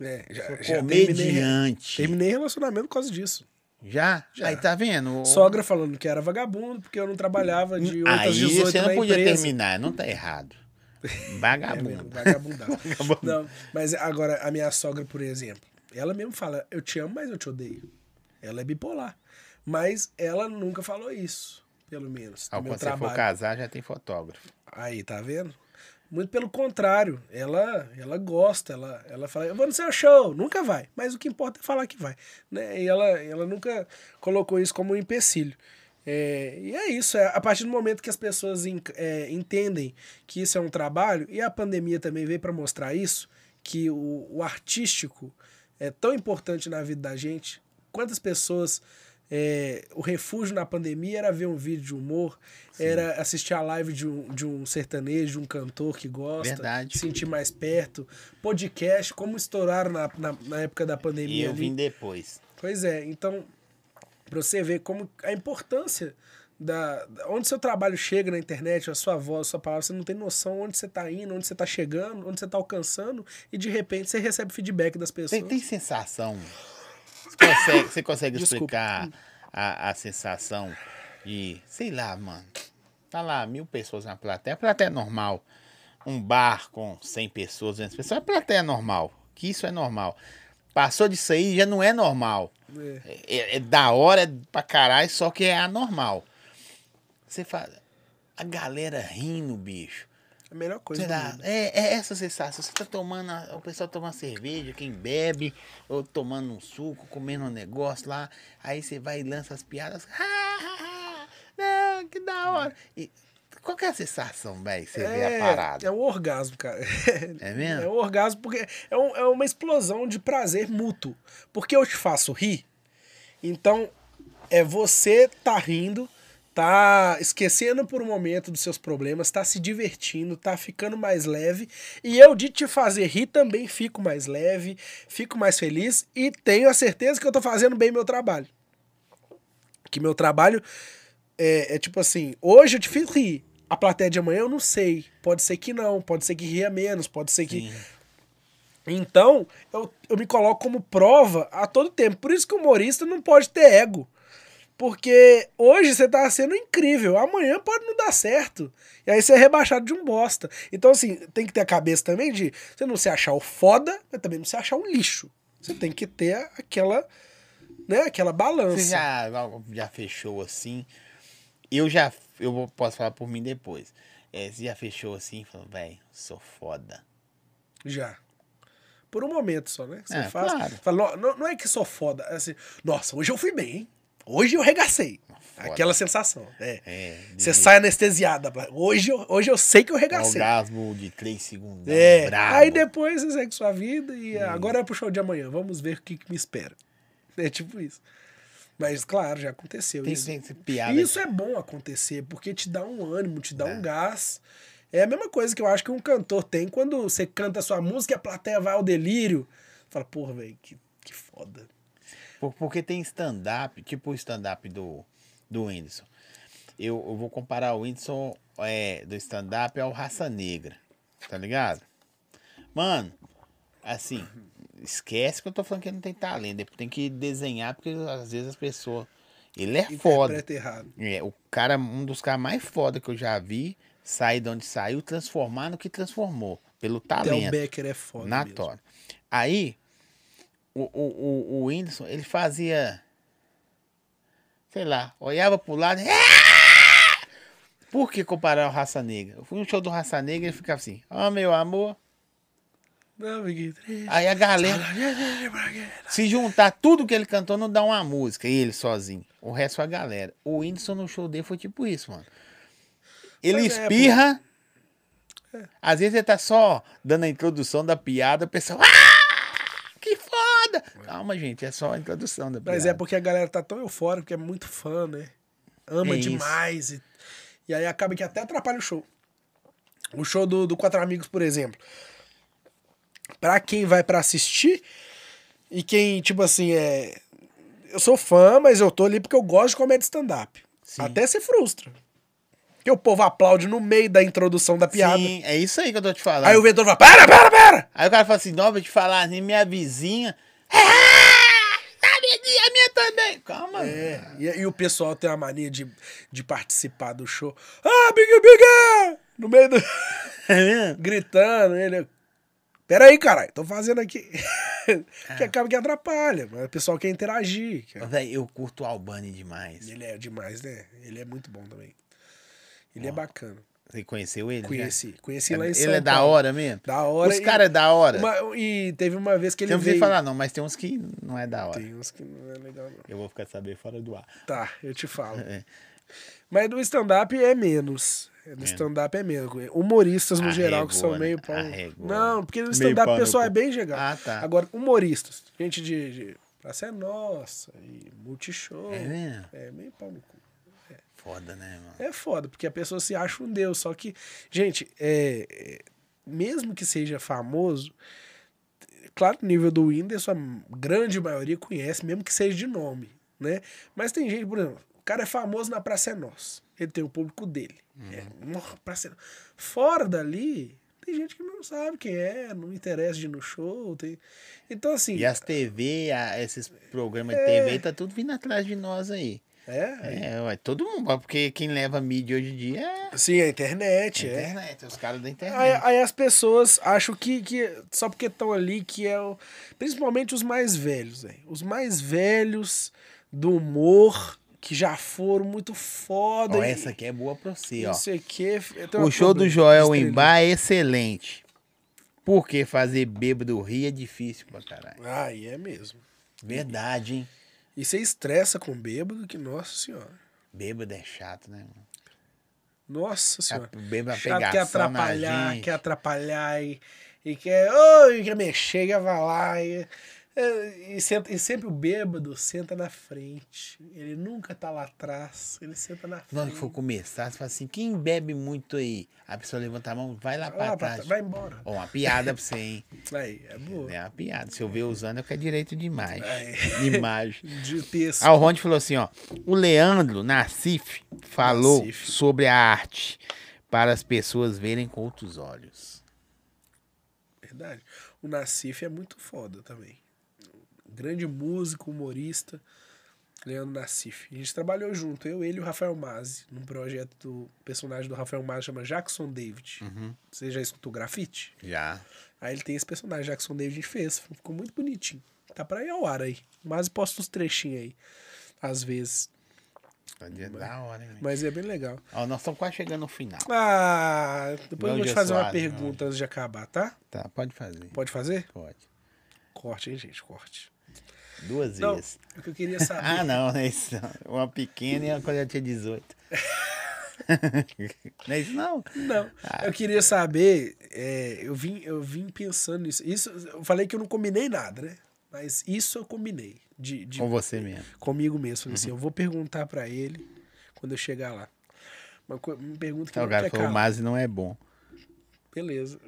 Speaker 2: É, já, já terminei,
Speaker 1: Comediante.
Speaker 2: terminei relacionamento por causa disso.
Speaker 1: Já?
Speaker 2: Já.
Speaker 1: Aí tá vendo? O-
Speaker 2: Sogra falando que era vagabundo, porque eu não trabalhava de 8
Speaker 1: Hum, Aí
Speaker 2: às 18
Speaker 1: você não
Speaker 2: na
Speaker 1: podia
Speaker 2: empresa.
Speaker 1: terminar, não tá errado.
Speaker 2: É mesmo,
Speaker 1: Vagabundo.
Speaker 2: vagabundado. Não, mas agora, a minha sogra, por exemplo, ela mesmo fala, eu te amo, mas eu te odeio. Ela é bipolar. Mas ela nunca falou isso, pelo menos.
Speaker 1: Ao
Speaker 2: no meu
Speaker 1: Ah, quando você for
Speaker 2: trabalho.
Speaker 1: casar, já tem fotógrafo.
Speaker 2: Aí, tá vendo? Muito pelo contrário, ela ela gosta, ela, ela fala, eu vou no seu show, nunca vai, mas o que importa é falar que vai. Né? E ela, ela nunca colocou isso como um empecilho. É, e é isso, é, a partir do momento que as pessoas en- é, entendem que isso é um trabalho, e a pandemia também veio para mostrar isso, que o, o artístico é tão importante na vida da gente, quantas pessoas é, o refúgio na pandemia era ver um vídeo de humor, era assistir a live de um, de um sertanejo, de um cantor que gosta,
Speaker 1: Verdade.
Speaker 2: sentir mais perto, podcast, como estouraram na, na, na época da
Speaker 1: E
Speaker 2: pandemia.
Speaker 1: eu
Speaker 2: ali.
Speaker 1: vim depois.
Speaker 2: Pois é, então, pra você ver como a importância da, da- onde seu trabalho chega na internet, a sua voz, a sua palavra, você não tem noção onde você tá indo, onde você tá chegando, onde você tá alcançando, e de repente você recebe feedback das pessoas.
Speaker 1: Você tem sensação. Você consegue, você consegue
Speaker 2: Desculpa.
Speaker 1: explicar a, a sensação de, sei lá, mano. Tá lá mil pessoas na plateia. A plateia é normal. Um bar com 100 pessoas, 200 pessoas. A plateia é normal. Que isso é normal. Passou disso aí, já não é normal.
Speaker 2: É.
Speaker 1: É, é da hora é pra caralho, só que é anormal. Você fala, a galera rindo, bicho.
Speaker 2: A melhor coisa.
Speaker 1: Sei
Speaker 2: do
Speaker 1: lá,
Speaker 2: mundo.
Speaker 1: é, é essa sensação. Você tá tomando, a- o pessoal toma cerveja, quem bebe, ou tomando um suco, comendo um negócio lá. Aí você vai e lança as piadas. "Ah, ah, ah, não, que da hora. E qual que é a sensação, velho? Você vê a parada.
Speaker 2: Hum. é um orgasmo, cara.
Speaker 1: É mesmo?
Speaker 2: É um orgasmo porque é, um- é uma explosão de prazer mútuo. Porque eu te faço rir, então é você tá rindo, tá esquecendo por um momento dos seus problemas, tá se divertindo, tá ficando mais leve. E eu de te fazer rir também fico mais leve, fico mais feliz e tenho a certeza que eu tô fazendo bem meu trabalho. Que meu trabalho é, é tipo assim, hoje eu te fiz rir. A plateia de amanhã eu não sei. Pode ser que não, pode ser que ria menos, pode ser que. Então, eu, eu me coloco como prova a todo tempo. Por isso que o humorista não pode ter ego. Porque hoje você tá sendo incrível, amanhã pode não dar certo. E aí você é rebaixado de um bosta. Então, assim, tem que ter a cabeça também de você não se achar o foda, mas também não se achar um lixo. Você tem que ter aquela, né, aquela balança.
Speaker 1: Você já, já fechou assim? Eu já. Eu vou- posso falar por mim depois. É, você já fechou assim? e Falou, velho, sou foda.
Speaker 2: Já. Por um momento só, né? Que Você
Speaker 1: É,
Speaker 2: faz.
Speaker 1: claro.
Speaker 2: Fala, "Não, não, não é que sou foda. É assim, nossa, hoje eu fui bem, hein? Hoje eu regacei.
Speaker 1: Foda.
Speaker 2: Aquela sensação. É.
Speaker 1: É,
Speaker 2: Você
Speaker 1: de-
Speaker 2: sai anestesiada. fala, Hoje eu, hoje eu sei que eu
Speaker 1: Um
Speaker 2: regacei.
Speaker 1: orgasmo de 3 segundos.
Speaker 2: É.
Speaker 1: brabo.
Speaker 2: Aí depois você segue sua vida e agora é pro show de amanhã. Vamos ver o que, que me espera. É tipo isso. Mas, claro, já aconteceu
Speaker 1: Tem,
Speaker 2: isso.
Speaker 1: tem essa piada.
Speaker 2: E isso é bom acontecer, porque te dá um ânimo, te dá um gás. É a mesma coisa que eu acho que um cantor tem quando você canta a sua música e a plateia vai ao delírio. Fala, porra, velho, que, que foda.
Speaker 1: Por- porque tem stand-up, tipo o stand-up do, do Whindersson. Eu, eu vou comparar o Whindersson é, do stand-up ao Raça Negra, tá ligado? Mano, assim, esquece que eu tô falando que ele não tem talento. ele Tem que desenhar, porque às vezes as pessoas... Ele é foda.
Speaker 2: Interpreta errado.
Speaker 1: É, o cara, um dos caras mais foda que eu já vi, sair de onde saiu, transformar no que transformou, pelo
Speaker 2: Até o
Speaker 1: talento.
Speaker 2: Becker é foda.
Speaker 1: na
Speaker 2: mesmo.
Speaker 1: tora. Aí, o, o, o, o Whindersson, ele fazia. Sei lá, olhava pro lado. "Ah!" Por que comparar o Raça Negra? Eu fui no show do Raça Negra e ele ficava assim: Ó, meu amor.
Speaker 2: Não, amiguinho.
Speaker 1: Aí a galera, se juntar tudo que ele cantou, não dá uma música, ele sozinho. O resto é a galera. O Whindersson no show dele foi tipo isso, mano. Ele
Speaker 2: Pois é, pô. É.
Speaker 1: espirra. Às vezes ele tá só dando a introdução da piada, o pessoal. "Ah, Que foda! Calma, gente, é só a introdução
Speaker 2: é
Speaker 1: da piada.
Speaker 2: Mas é porque a galera tá tão eufórica, porque é muito fã, né? Ama
Speaker 1: É isso.
Speaker 2: demais. E, E aí acaba que até atrapalha o show. O show do, do Quatro Amigos, por exemplo. Pra quem vai pra assistir e quem, tipo assim, é. Eu sou fã, mas eu tô ali porque eu gosto de comédia stand-up.
Speaker 1: Sim.
Speaker 2: Até se frustra. Porque o povo aplaude no meio da introdução da piada.
Speaker 1: Sim, é isso aí que eu tô te falando.
Speaker 2: Aí o vendedor fala: para, para, para!
Speaker 1: Aí o cara fala assim, não, vou te falar, assim, minha vizinha. Ah, a minha, a minha também. Calma,
Speaker 2: É, e, e o pessoal tem a mania de, de participar do show. Ah, Big Big! No meio do.
Speaker 1: é mesmo?
Speaker 2: gritando, ele. Peraí, caralho, tô fazendo aqui. que
Speaker 1: É.
Speaker 2: acaba que atrapalha, mas o pessoal quer interagir. quer-
Speaker 1: Véi, eu curto o Albani demais.
Speaker 2: Ele é demais, né? Ele é muito bom também. Ele é bacana.
Speaker 1: Você conheceu ele? já?
Speaker 2: Conheci. Conheci lá em
Speaker 1: ele
Speaker 2: São
Speaker 1: é da
Speaker 2: Paulo.
Speaker 1: hora mesmo?
Speaker 2: Da hora.
Speaker 1: Os
Speaker 2: e-
Speaker 1: caras é da hora.
Speaker 2: uma- e teve uma vez que ele
Speaker 1: Você não precisa
Speaker 2: veio...
Speaker 1: falar "Ah, não, mas tem um uns que não é da hora.
Speaker 2: Tem uns que não é legal, não.
Speaker 1: Eu vou ficar saber fora do ar.
Speaker 2: Tá, eu te falo.
Speaker 1: É.
Speaker 2: Mas do stand-up é menos. No stand-up é menos. Humoristas, no geral, que
Speaker 1: Arregou,
Speaker 2: são meio
Speaker 1: né?
Speaker 2: pau.
Speaker 1: Arregou.
Speaker 2: Não, porque no
Speaker 1: Meio
Speaker 2: stand-up
Speaker 1: pau
Speaker 2: o
Speaker 1: no
Speaker 2: pessoal
Speaker 1: cu.
Speaker 2: é bem legal.
Speaker 1: Ah, tá.
Speaker 2: Agora, humoristas, gente de. de praça é nossa, e multishow.
Speaker 1: É mesmo?
Speaker 2: É meio pau no cu.
Speaker 1: Foda, né, mano?
Speaker 2: É foda, porque a pessoa se acha um deus. Só que, gente, é, é, mesmo que seja famoso, claro, o nível do Whindersson, a grande maioria conhece, mesmo que seja de nome, né? Mas tem gente, por exemplo, o cara é famoso na Praça é Nossa. Ele tem o público dele.
Speaker 1: Uhum.
Speaker 2: É, nossa, Praça é Nossa. Fora dali, tem gente que não sabe quem é, não interessa de ir no show. tem- Então, assim...
Speaker 1: E as TV, a- esses programas de TV, tá tudo vindo atrás de nós aí.
Speaker 2: É,
Speaker 1: É, ué, todo mundo, porque quem leva mídia hoje em dia é
Speaker 2: sim, a
Speaker 1: a
Speaker 2: internet, é.
Speaker 1: internet, os caras da
Speaker 2: Aí,
Speaker 1: internet.
Speaker 2: aí as pessoas acham que, que só porque estão ali que é o, principalmente os mais velhos, velho. Os mais velhos do humor que já foram muito foda.
Speaker 1: Ó,
Speaker 2: e-
Speaker 1: essa aqui é boa pra você,
Speaker 2: e
Speaker 1: ó.
Speaker 2: Não sei o quê. Tem uma
Speaker 1: O show do
Speaker 2: dupla
Speaker 1: Joel
Speaker 2: então, estrela.
Speaker 1: em bar é excelente. Porque fazer bêbado rir é difícil pra caralho.
Speaker 2: Ai, é mesmo.
Speaker 1: Verdade, hein?
Speaker 2: E você estressa com bêbado que, nossa senhora.
Speaker 1: Bêbado é chato, né, mano?
Speaker 2: Nossa senhora.
Speaker 1: bêbado
Speaker 2: Chato quer
Speaker 1: pegação na
Speaker 2: atrapalhar,
Speaker 1: gente.
Speaker 2: quer atrapalhar e, e quer. Oi, quer mexer, quer falar. E, eh, e, senta- e sempre o bêbado senta na frente. Ele nunca tá lá atrás. Ele senta na
Speaker 1: Na hora que
Speaker 2: frente.
Speaker 1: for começar, você fala assim, quem bebe muito aí? A pessoa levanta a mão, vai lá pra
Speaker 2: Ah, pra-
Speaker 1: trás.
Speaker 2: vai embora.
Speaker 1: Ó, uma piada pra você, hein?
Speaker 2: Aí, é boa.
Speaker 1: É uma piada. Se eu ver usando, eu quero direito de imagem.
Speaker 2: É.
Speaker 1: De imagem.
Speaker 2: De texto.
Speaker 1: Ah, o Ronde falou assim, ó. O Leandro Nassif falou
Speaker 2: Nassif.
Speaker 1: sobre a arte para as pessoas verem com outros olhos.
Speaker 2: Verdade. O Nassif é muito foda também. Um Grande músico, humorista, Leandro Nassif. A gente trabalhou junto, eu, ele e o Rafael Mazzi, num projeto do personagem do Rafael Mazzi chama Jackson David.
Speaker 1: Uhum.
Speaker 2: Você já escutou grafite?
Speaker 1: Já.
Speaker 2: Aí ele tem esse personagem, Jackson David, a gente fez. Ficou muito bonitinho. Tá pra ir ao ar aí. Mas posta uns trechinhos aí, às vezes.
Speaker 1: Tá de- da hora, hein?
Speaker 2: Mas é bem legal.
Speaker 1: Ó, nós estamos quase chegando no final.
Speaker 2: Ah, depois eu
Speaker 1: Não,
Speaker 2: vou te
Speaker 1: Jô
Speaker 2: fazer uma
Speaker 1: Soares, não.
Speaker 2: pergunta antes de acabar, tá?
Speaker 1: Tá, pode fazer.
Speaker 2: Pode fazer?
Speaker 1: Pode.
Speaker 2: Corte, hein, gente? Corte.
Speaker 1: Duas
Speaker 2: Não,
Speaker 1: vezes.
Speaker 2: o que eu queria saber.
Speaker 1: Ah, não, não é isso. não. Uma pequena e uma quando eu tinha 18. não é isso, não?
Speaker 2: Não.
Speaker 1: Ah.
Speaker 2: Eu queria saber, é, eu, vim, eu vim pensando nisso. Isso, eu falei que eu não combinei nada, né? Mas isso eu combinei. De, de-
Speaker 1: Com Uhum. você mesmo.
Speaker 2: Comigo mesmo. Falei assim, eu vou perguntar pra ele quando eu chegar lá. Uma, co- uma pergunta que
Speaker 1: Então,
Speaker 2: eu
Speaker 1: o
Speaker 2: não
Speaker 1: cara
Speaker 2: quer
Speaker 1: falou, o
Speaker 2: calar.
Speaker 1: Mazi não é bom.
Speaker 2: Beleza.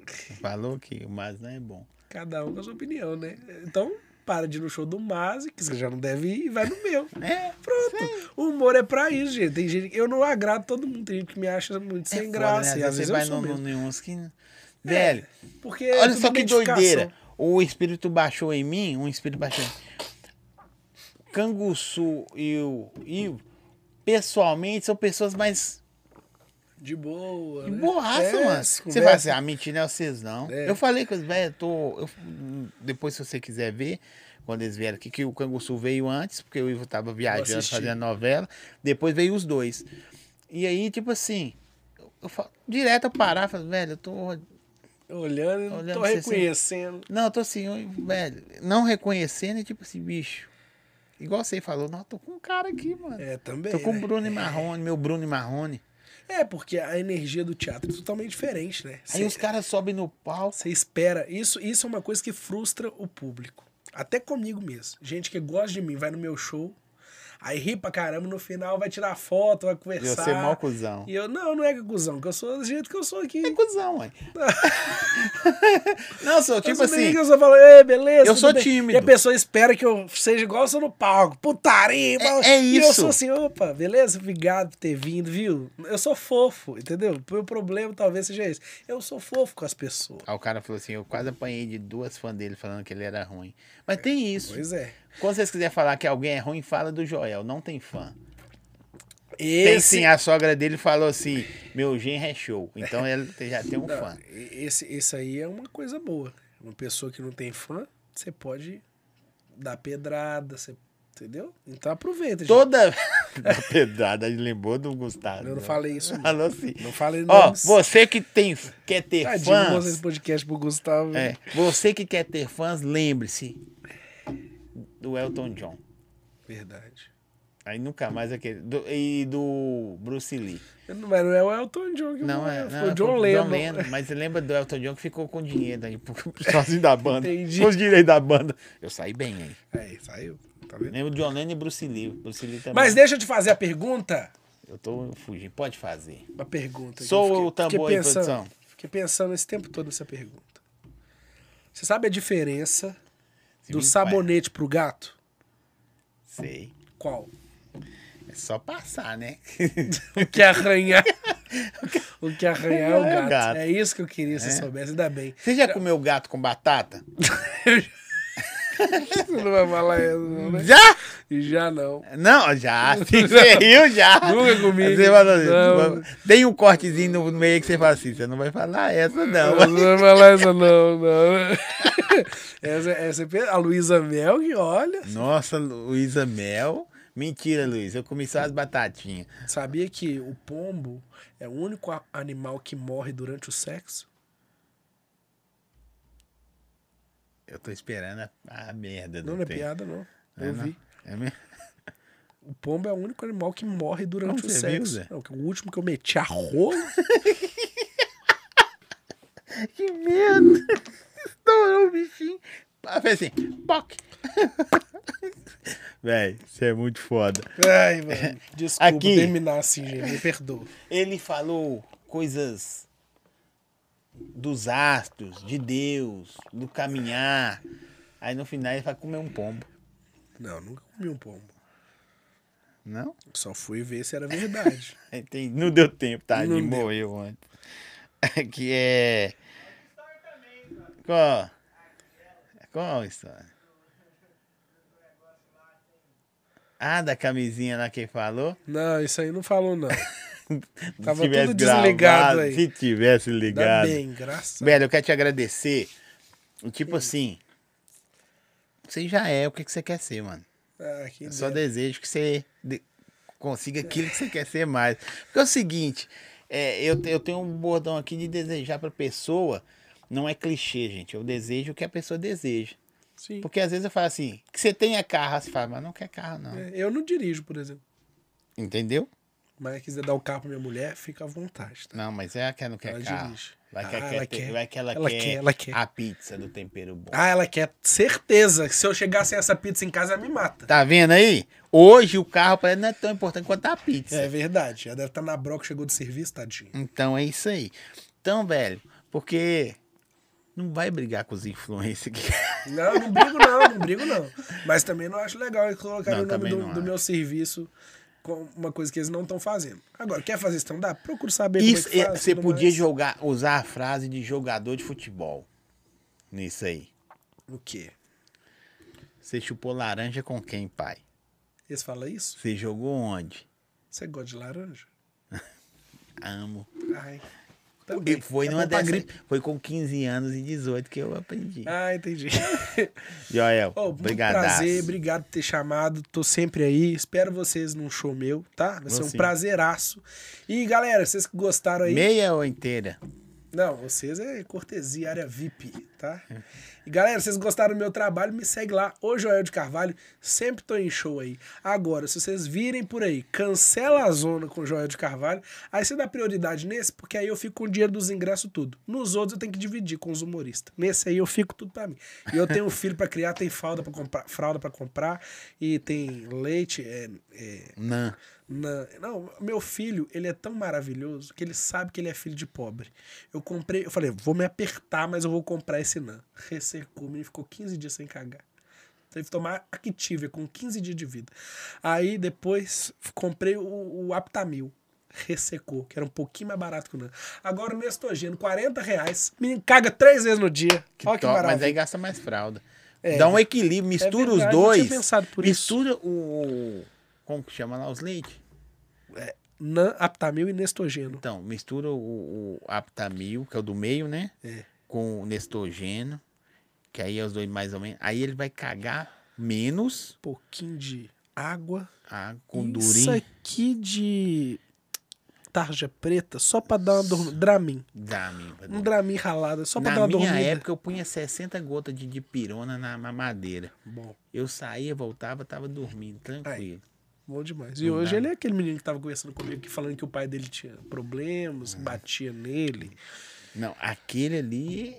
Speaker 1: Falou que o Mazi não é bom.
Speaker 2: Cada um com a sua opinião, né? Então, para de ir no show do Mazi, que você já não deve ir, e vai no meu.
Speaker 1: É,
Speaker 2: Pronto. O humor é pra isso, gente. Tem gente eu não agrado todo mundo. Tem gente que me acha muito
Speaker 1: É
Speaker 2: sem
Speaker 1: foda,
Speaker 2: graça.
Speaker 1: né?
Speaker 2: E às vezes
Speaker 1: você
Speaker 2: eu
Speaker 1: vai
Speaker 2: sou
Speaker 1: no,
Speaker 2: mesmo.
Speaker 1: no, em uns que- Velho,
Speaker 2: Porque é
Speaker 1: olha
Speaker 2: tudo
Speaker 1: só que
Speaker 2: identificação.
Speaker 1: doideira. O espírito baixou em mim, um espírito baixou em mim. Canguçu e o Ivo, pessoalmente, são pessoas mais
Speaker 2: De boa.
Speaker 1: de
Speaker 2: né?
Speaker 1: borraça,
Speaker 2: É,
Speaker 1: mano. Você
Speaker 2: se
Speaker 1: fala assim,
Speaker 2: conversa.
Speaker 1: ah, mentira, é vocês não.
Speaker 2: É.
Speaker 1: Eu falei com os velhos, tô... eu- depois se você quiser ver, quando eles vieram aqui, que o Canguçu veio antes, porque o Ivo tava viajando,
Speaker 2: assistir.
Speaker 1: fazendo novela. Depois veio os dois. E aí, tipo assim, eu, eu falo, direto eu parar, falo, velho, eu tô
Speaker 2: Olhando, eu
Speaker 1: Olhando
Speaker 2: tô
Speaker 1: pra você assim.
Speaker 2: reconhecendo.
Speaker 1: Não, eu tô assim, eu- velho, não reconhecendo e tipo assim, bicho. Igual você falou, não, eu tô com um cara aqui, mano.
Speaker 2: É, também.
Speaker 1: tô com o
Speaker 2: né?
Speaker 1: Bruno e Marrone, meu Bruno e Marrone.
Speaker 2: É, porque a energia do teatro é totalmente diferente, né?
Speaker 1: Aí os
Speaker 2: Você
Speaker 1: caras sobem no palco.
Speaker 2: você espera. Isso, isso é uma coisa que frustra o público. Até comigo mesmo. Gente que gosta de mim vai no meu show. Aí ri pra caramba, no final vai tirar foto, vai conversar.
Speaker 1: você é mó cuzão.
Speaker 2: E eu, não, não é que é cuzão, que eu sou do jeito que eu sou aqui.
Speaker 1: É cuzão, ué. não, sou tipo
Speaker 2: Eu sou
Speaker 1: assim.
Speaker 2: meio que Eu só falo, ei, beleza.
Speaker 1: Eu
Speaker 2: tudo
Speaker 1: sou
Speaker 2: bem."
Speaker 1: tímido.
Speaker 2: E a pessoa espera que eu seja igual eu sou no palco. Putaria, mano.
Speaker 1: é
Speaker 2: E eu
Speaker 1: isso.
Speaker 2: sou assim, opa, beleza? Obrigado por ter vindo, viu? Eu sou fofo, entendeu? O meu problema talvez seja esse. Eu sou fofo com as pessoas.
Speaker 1: Aí o cara falou assim: eu quase apanhei de duas fãs dele falando que ele era ruim. Mas tem isso.
Speaker 2: Pois é.
Speaker 1: Quando vocês quiserem falar que alguém é ruim, fala do Joel, não tem fã. Tem
Speaker 2: Esse,
Speaker 1: sim, ah, a sogra dele falou assim: meu genro é show. Então ele te- já tem um fã.
Speaker 2: esse, esse aí é uma coisa boa. Uma pessoa que não tem fã, você pode dar pedrada, você. Entendeu? Então aproveita, gente.
Speaker 1: Toda a pedrada ele lembrou do Gustavo.
Speaker 2: Eu não falei isso, não.
Speaker 1: Falou assim.
Speaker 2: Não falei
Speaker 1: Ó,
Speaker 2: nomes.
Speaker 1: você que tem, quer ter
Speaker 2: Tadinho,
Speaker 1: fãs.
Speaker 2: moça, esse podcast pro Gustavo.
Speaker 1: É, você que quer ter fãs, lembre-se do Elton John.
Speaker 2: Verdade.
Speaker 1: Aí nunca mais aquele. do- e do Bruce Lee.
Speaker 2: Mas não é o Elton John que
Speaker 1: Não, é.
Speaker 2: morreu,
Speaker 1: Não,
Speaker 2: foi o
Speaker 1: é
Speaker 2: John
Speaker 1: o
Speaker 2: Lennon.
Speaker 1: Mas você lembra do Elton John que ficou com dinheiro aí, por sozinho da banda.
Speaker 2: Entendi.
Speaker 1: Com os direitos da banda. Eu saí bem aí.
Speaker 2: Aí, saiu. Tá vendo?
Speaker 1: Lembro do John Lennon e Bruce Lee. Bruce Lee também.
Speaker 2: Mas deixa eu te fazer a pergunta.
Speaker 1: Eu tô fugindo. Pode fazer.
Speaker 2: Uma pergunta. que
Speaker 1: Sou
Speaker 2: eu
Speaker 1: o tambor em
Speaker 2: pensando,
Speaker 1: produção.
Speaker 2: Fiquei pensando esse tempo todo nessa pergunta. Você sabe a diferença
Speaker 1: Se
Speaker 2: do
Speaker 1: me-
Speaker 2: sabonete pro gato?
Speaker 1: Sei.
Speaker 2: Qual?
Speaker 1: É só passar, né?
Speaker 2: O que arranhar. o que arranhar é o
Speaker 1: É o
Speaker 2: gato.
Speaker 1: gato.
Speaker 2: É isso que eu queria se eu soubesse, ainda bem.
Speaker 1: Você já comeu gato com batata?
Speaker 2: Você não vai falar isso, não, né?
Speaker 1: Já?
Speaker 2: E já não.
Speaker 1: Não, já. Sim, Você riu já.
Speaker 2: Nunca comi.
Speaker 1: Você falou assim,
Speaker 2: Não.
Speaker 1: Tem um cortezinho no meio que você fala assim: você não vai falar essa, não.
Speaker 2: não vai falar isso, não, não. né? Essa, essa, é a Luísa Mel, que olha.
Speaker 1: Nossa, Luísa Mel. Mentira, Luiz. Eu comi só as batatinhas.
Speaker 2: Sabia que o pombo é o único a- animal que morre durante o sexo?
Speaker 1: Eu tô esperando a, a merda.
Speaker 2: Não,
Speaker 1: do
Speaker 2: não é
Speaker 1: tempo.
Speaker 2: piada, não.
Speaker 1: É,
Speaker 2: Eu
Speaker 1: não?
Speaker 2: vi.
Speaker 1: É mesmo?
Speaker 2: O pombo é o único animal que morre durante
Speaker 1: Não,
Speaker 2: o
Speaker 1: você viu,
Speaker 2: sexo.
Speaker 1: Zé?
Speaker 2: Não, que o último que eu meti a rola.
Speaker 1: Que medo! Estourou o bichinho. Ah, Fez assim, poc. Véi, você é muito foda.
Speaker 2: Ai, mano. É, Desculpa
Speaker 1: Aqui.
Speaker 2: terminar assim, gente. Me perdoa.
Speaker 1: Ele falou coisas dos astros, de Deus, do caminhar. Aí no final ele vai comer um pombo.
Speaker 2: Não, nunca comi um pombo.
Speaker 1: Não?
Speaker 2: Só fui ver se era verdade.
Speaker 1: Aí tem- Não deu tempo, tá?
Speaker 2: Não
Speaker 1: Ele
Speaker 2: deu.
Speaker 1: morreu antes. Que é. Qual? Qual história? Ah, da camisinha lá que ele falou?
Speaker 2: Não, isso aí não falou, não.
Speaker 1: Se
Speaker 2: Tava
Speaker 1: tivesse
Speaker 2: tudo desligado aí.
Speaker 1: Se tivesse
Speaker 2: Ainda
Speaker 1: ligado.
Speaker 2: bem, graças
Speaker 1: Velho, eu quero te agradecer. E, Tipo assim, você já é o que que você quer ser, mano.
Speaker 2: Ah, que
Speaker 1: Eu É só
Speaker 2: ideia.
Speaker 1: desejo que você de- consiga aquilo que você quer ser mais. Porque é o seguinte, é, eu, te- eu tenho um bordão aqui de desejar pra pessoa, não é clichê, gente. Eu desejo o que a pessoa deseja.
Speaker 2: Sim.
Speaker 1: Porque às vezes eu falo assim, que você tenha carro, aí você fala, mas não quer carro, não.
Speaker 2: É, Eu não dirijo, por exemplo.
Speaker 1: Entendeu?
Speaker 2: Mas quiser dar o carro pra minha mulher, fica à vontade, tá?
Speaker 1: Não, mas é que ela não quer
Speaker 2: Ela
Speaker 1: carro.
Speaker 2: dirige.
Speaker 1: Vai que,
Speaker 2: Ah,
Speaker 1: ela quer,
Speaker 2: ela
Speaker 1: ter-
Speaker 2: quer.
Speaker 1: vai que ela,
Speaker 2: Ela
Speaker 1: quer,
Speaker 2: quer, ela quer.
Speaker 1: a pizza do tempero bom.
Speaker 2: Ah, ela quer certeza que se eu chegar sem essa pizza em casa, ela me mata.
Speaker 1: Tá vendo aí? Hoje o carro pra ela não é tão importante quanto a pizza.
Speaker 2: É verdade. Ela deve estar na broca, chegou do serviço, tadinho.
Speaker 1: Então é isso aí. Então, velho, porque não vai brigar com os influencers aqui.
Speaker 2: Não, não brigo não, não brigo não. Mas também não acho legal eles colocarem
Speaker 1: Não,
Speaker 2: o nome
Speaker 1: também
Speaker 2: do,
Speaker 1: não
Speaker 2: do
Speaker 1: acho.
Speaker 2: meu serviço com uma coisa que eles não estão fazendo. Agora, quer fazer stand-up? Procura saber
Speaker 1: Isso,
Speaker 2: como é que
Speaker 1: é,
Speaker 2: faz.
Speaker 1: você
Speaker 2: tudo
Speaker 1: podia
Speaker 2: mais.
Speaker 1: jogar, usar a frase de jogador de futebol. Nisso aí.
Speaker 2: O quê?
Speaker 1: Você chupou laranja com quem, pai?
Speaker 2: Eles falam isso?
Speaker 1: Você jogou onde?
Speaker 2: Você gosta de laranja?
Speaker 1: Amo.
Speaker 2: Ai.
Speaker 1: E foi
Speaker 2: É
Speaker 1: numa
Speaker 2: Tá bom pra
Speaker 1: dessa,
Speaker 2: gripe.
Speaker 1: Foi com 15 anos e 18 que eu aprendi.
Speaker 2: Ah, entendi.
Speaker 1: Joel,
Speaker 2: Oh, muito
Speaker 1: obrigadaço.
Speaker 2: prazer, obrigado por ter chamado. Tô sempre aí. Espero vocês num show meu, tá? Vai ser
Speaker 1: Vou
Speaker 2: um
Speaker 1: sim.
Speaker 2: prazeraço. E galera, vocês que gostaram aí.
Speaker 1: Meia ou inteira?
Speaker 2: Não, vocês é cortesia, área VIP. tá? E galera, vocês gostaram do meu trabalho, me segue lá, o Joel de Carvalho, sempre tô em show aí. Agora, se vocês virem por aí, cancela a zona com o Joel de Carvalho, aí você dá prioridade nesse, porque aí eu fico com o dinheiro dos ingressos tudo. Nos outros eu tenho que dividir com os humoristas. Nesse aí eu fico tudo pra mim. E eu tenho um filho pra criar, tem fralda pra comprar, fralda pra comprar e tem leite, é- é,
Speaker 1: Não.
Speaker 2: na- Não, meu filho, ele é tão maravilhoso que ele sabe que ele é filho de pobre. Eu comprei, eu falei, vou me apertar, mas eu vou comprar esse NAN. Ressecou, o menino ficou 15 dias sem cagar. Teve que tomar Activia com 15 dias de vida. Aí depois comprei o, o Aptamil. Ressecou, que era um pouquinho mais barato que o NAN. Agora o Nestogeno, 40 reais. Menino caga três vezes no dia.
Speaker 1: Que
Speaker 2: Olha que
Speaker 1: top, mas é
Speaker 2: maravilha. É.
Speaker 1: aí gasta mais fralda. Dá um equilíbrio, mistura
Speaker 2: verdade,
Speaker 1: os
Speaker 2: eu não tinha
Speaker 1: dois.
Speaker 2: pensado por isso.
Speaker 1: mistura o. Como que chama lá os leite?
Speaker 2: NAN, Aptamil e Nestogeno.
Speaker 1: Então, mistura o, o Aptamil, que é o do meio, né?
Speaker 2: É.
Speaker 1: Com o Nestogeno, que aí é os dois mais ou menos. Aí ele vai cagar menos
Speaker 2: Pouquinho de água.
Speaker 1: a, com
Speaker 2: Isso
Speaker 1: durinho.
Speaker 2: aqui de tarja preta, só pra dar uma dormida. Dramin.
Speaker 1: Dá, meu. pra
Speaker 2: Um
Speaker 1: dormir.
Speaker 2: Dramin ralado, só pra
Speaker 1: Na
Speaker 2: dar uma
Speaker 1: minha
Speaker 2: dormida.
Speaker 1: época, eu punha 60 gotas de dipirona na mamadeira.
Speaker 2: Bom,
Speaker 1: Eu saía, voltava, tava dormindo, tranquilo.
Speaker 2: bom demais. E hoje ele é aquele menino que tava conversando comigo, que falando que o pai dele tinha problemas,
Speaker 1: É.
Speaker 2: batia nele.
Speaker 1: Não, aquele ali.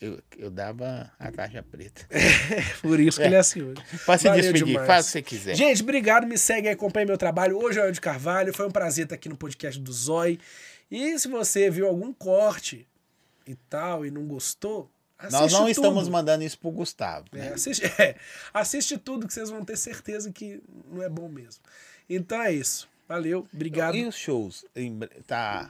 Speaker 1: Eu, eu dava a taxa preta.
Speaker 2: Por isso que ele é assim hoje.
Speaker 1: Pra se
Speaker 2: Valeu
Speaker 1: despedir,
Speaker 2: demais.
Speaker 1: faz o que você quiser.
Speaker 2: Gente, obrigado, me segue aí, acompanha meu trabalho. Hoje é o Joel de Carvalho, foi um prazer estar aqui no podcast do Zói. E se você viu algum corte e tal e não gostou, assiste
Speaker 1: Nós não
Speaker 2: tudo.
Speaker 1: estamos mandando isso pro Gustavo.
Speaker 2: É,
Speaker 1: né?
Speaker 2: assiste, é, assiste tudo que vocês vão ter certeza que não é bom mesmo. Então é isso. Valeu, obrigado.
Speaker 1: E os shows? Em bre- Tá.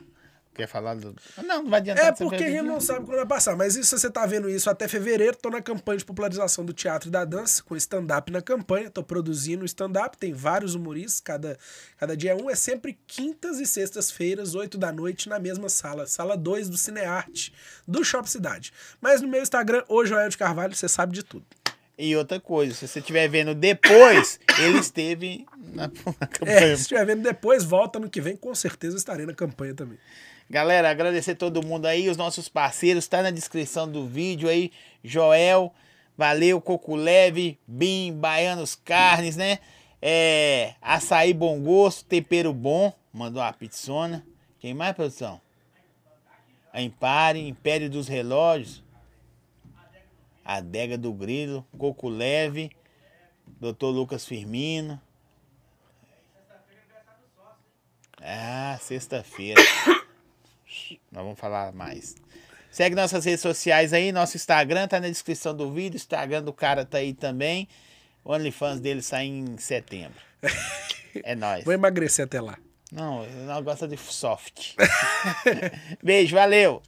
Speaker 1: Quer falar do. Não, não vai adiantar.
Speaker 2: É
Speaker 1: você
Speaker 2: porque a
Speaker 1: ver
Speaker 2: gente
Speaker 1: vídeo.
Speaker 2: não sabe quando vai passar, mas isso se você tá vendo isso até fevereiro, tô na campanha de popularização do teatro e da dança, com stand-up na campanha, tô produzindo stand-up, tem vários humoristas, cada, cada dia é um, é sempre quintas e sextas-feiras, oito da noite, na mesma sala, sala 2 do Cinearte, do Shop Cidade. Mas no meu Instagram, o Joel de Carvalho, você sabe de tudo.
Speaker 1: E outra coisa, se você estiver vendo depois, ele esteve na, na
Speaker 2: É,
Speaker 1: campanha.
Speaker 2: se estiver vendo depois, volta no que vem, com certeza estarei na campanha também.
Speaker 1: Galera, agradecer todo mundo aí, os nossos parceiros, tá na descrição do vídeo aí, Joel, valeu, Coco Leve, Bim, Baianos Carnes, né? É, açaí Bom Gosto, Tempero Bom, mandou a pizzona. Quem mais, produção? A Impare, Império dos Relógios, Adega do Grilo, Coco Leve, Dr. Lucas Firmino. Ah, sexta-feira. Nós vamos falar mais. Segue nossas redes sociais aí, nosso Instagram tá na descrição do vídeo, Instagram do cara tá aí também. O OnlyFans dele sai em setembro. É nóis.
Speaker 2: Vou emagrecer até lá.
Speaker 1: Não, eu não gosto de soft. é Beijo, valeu!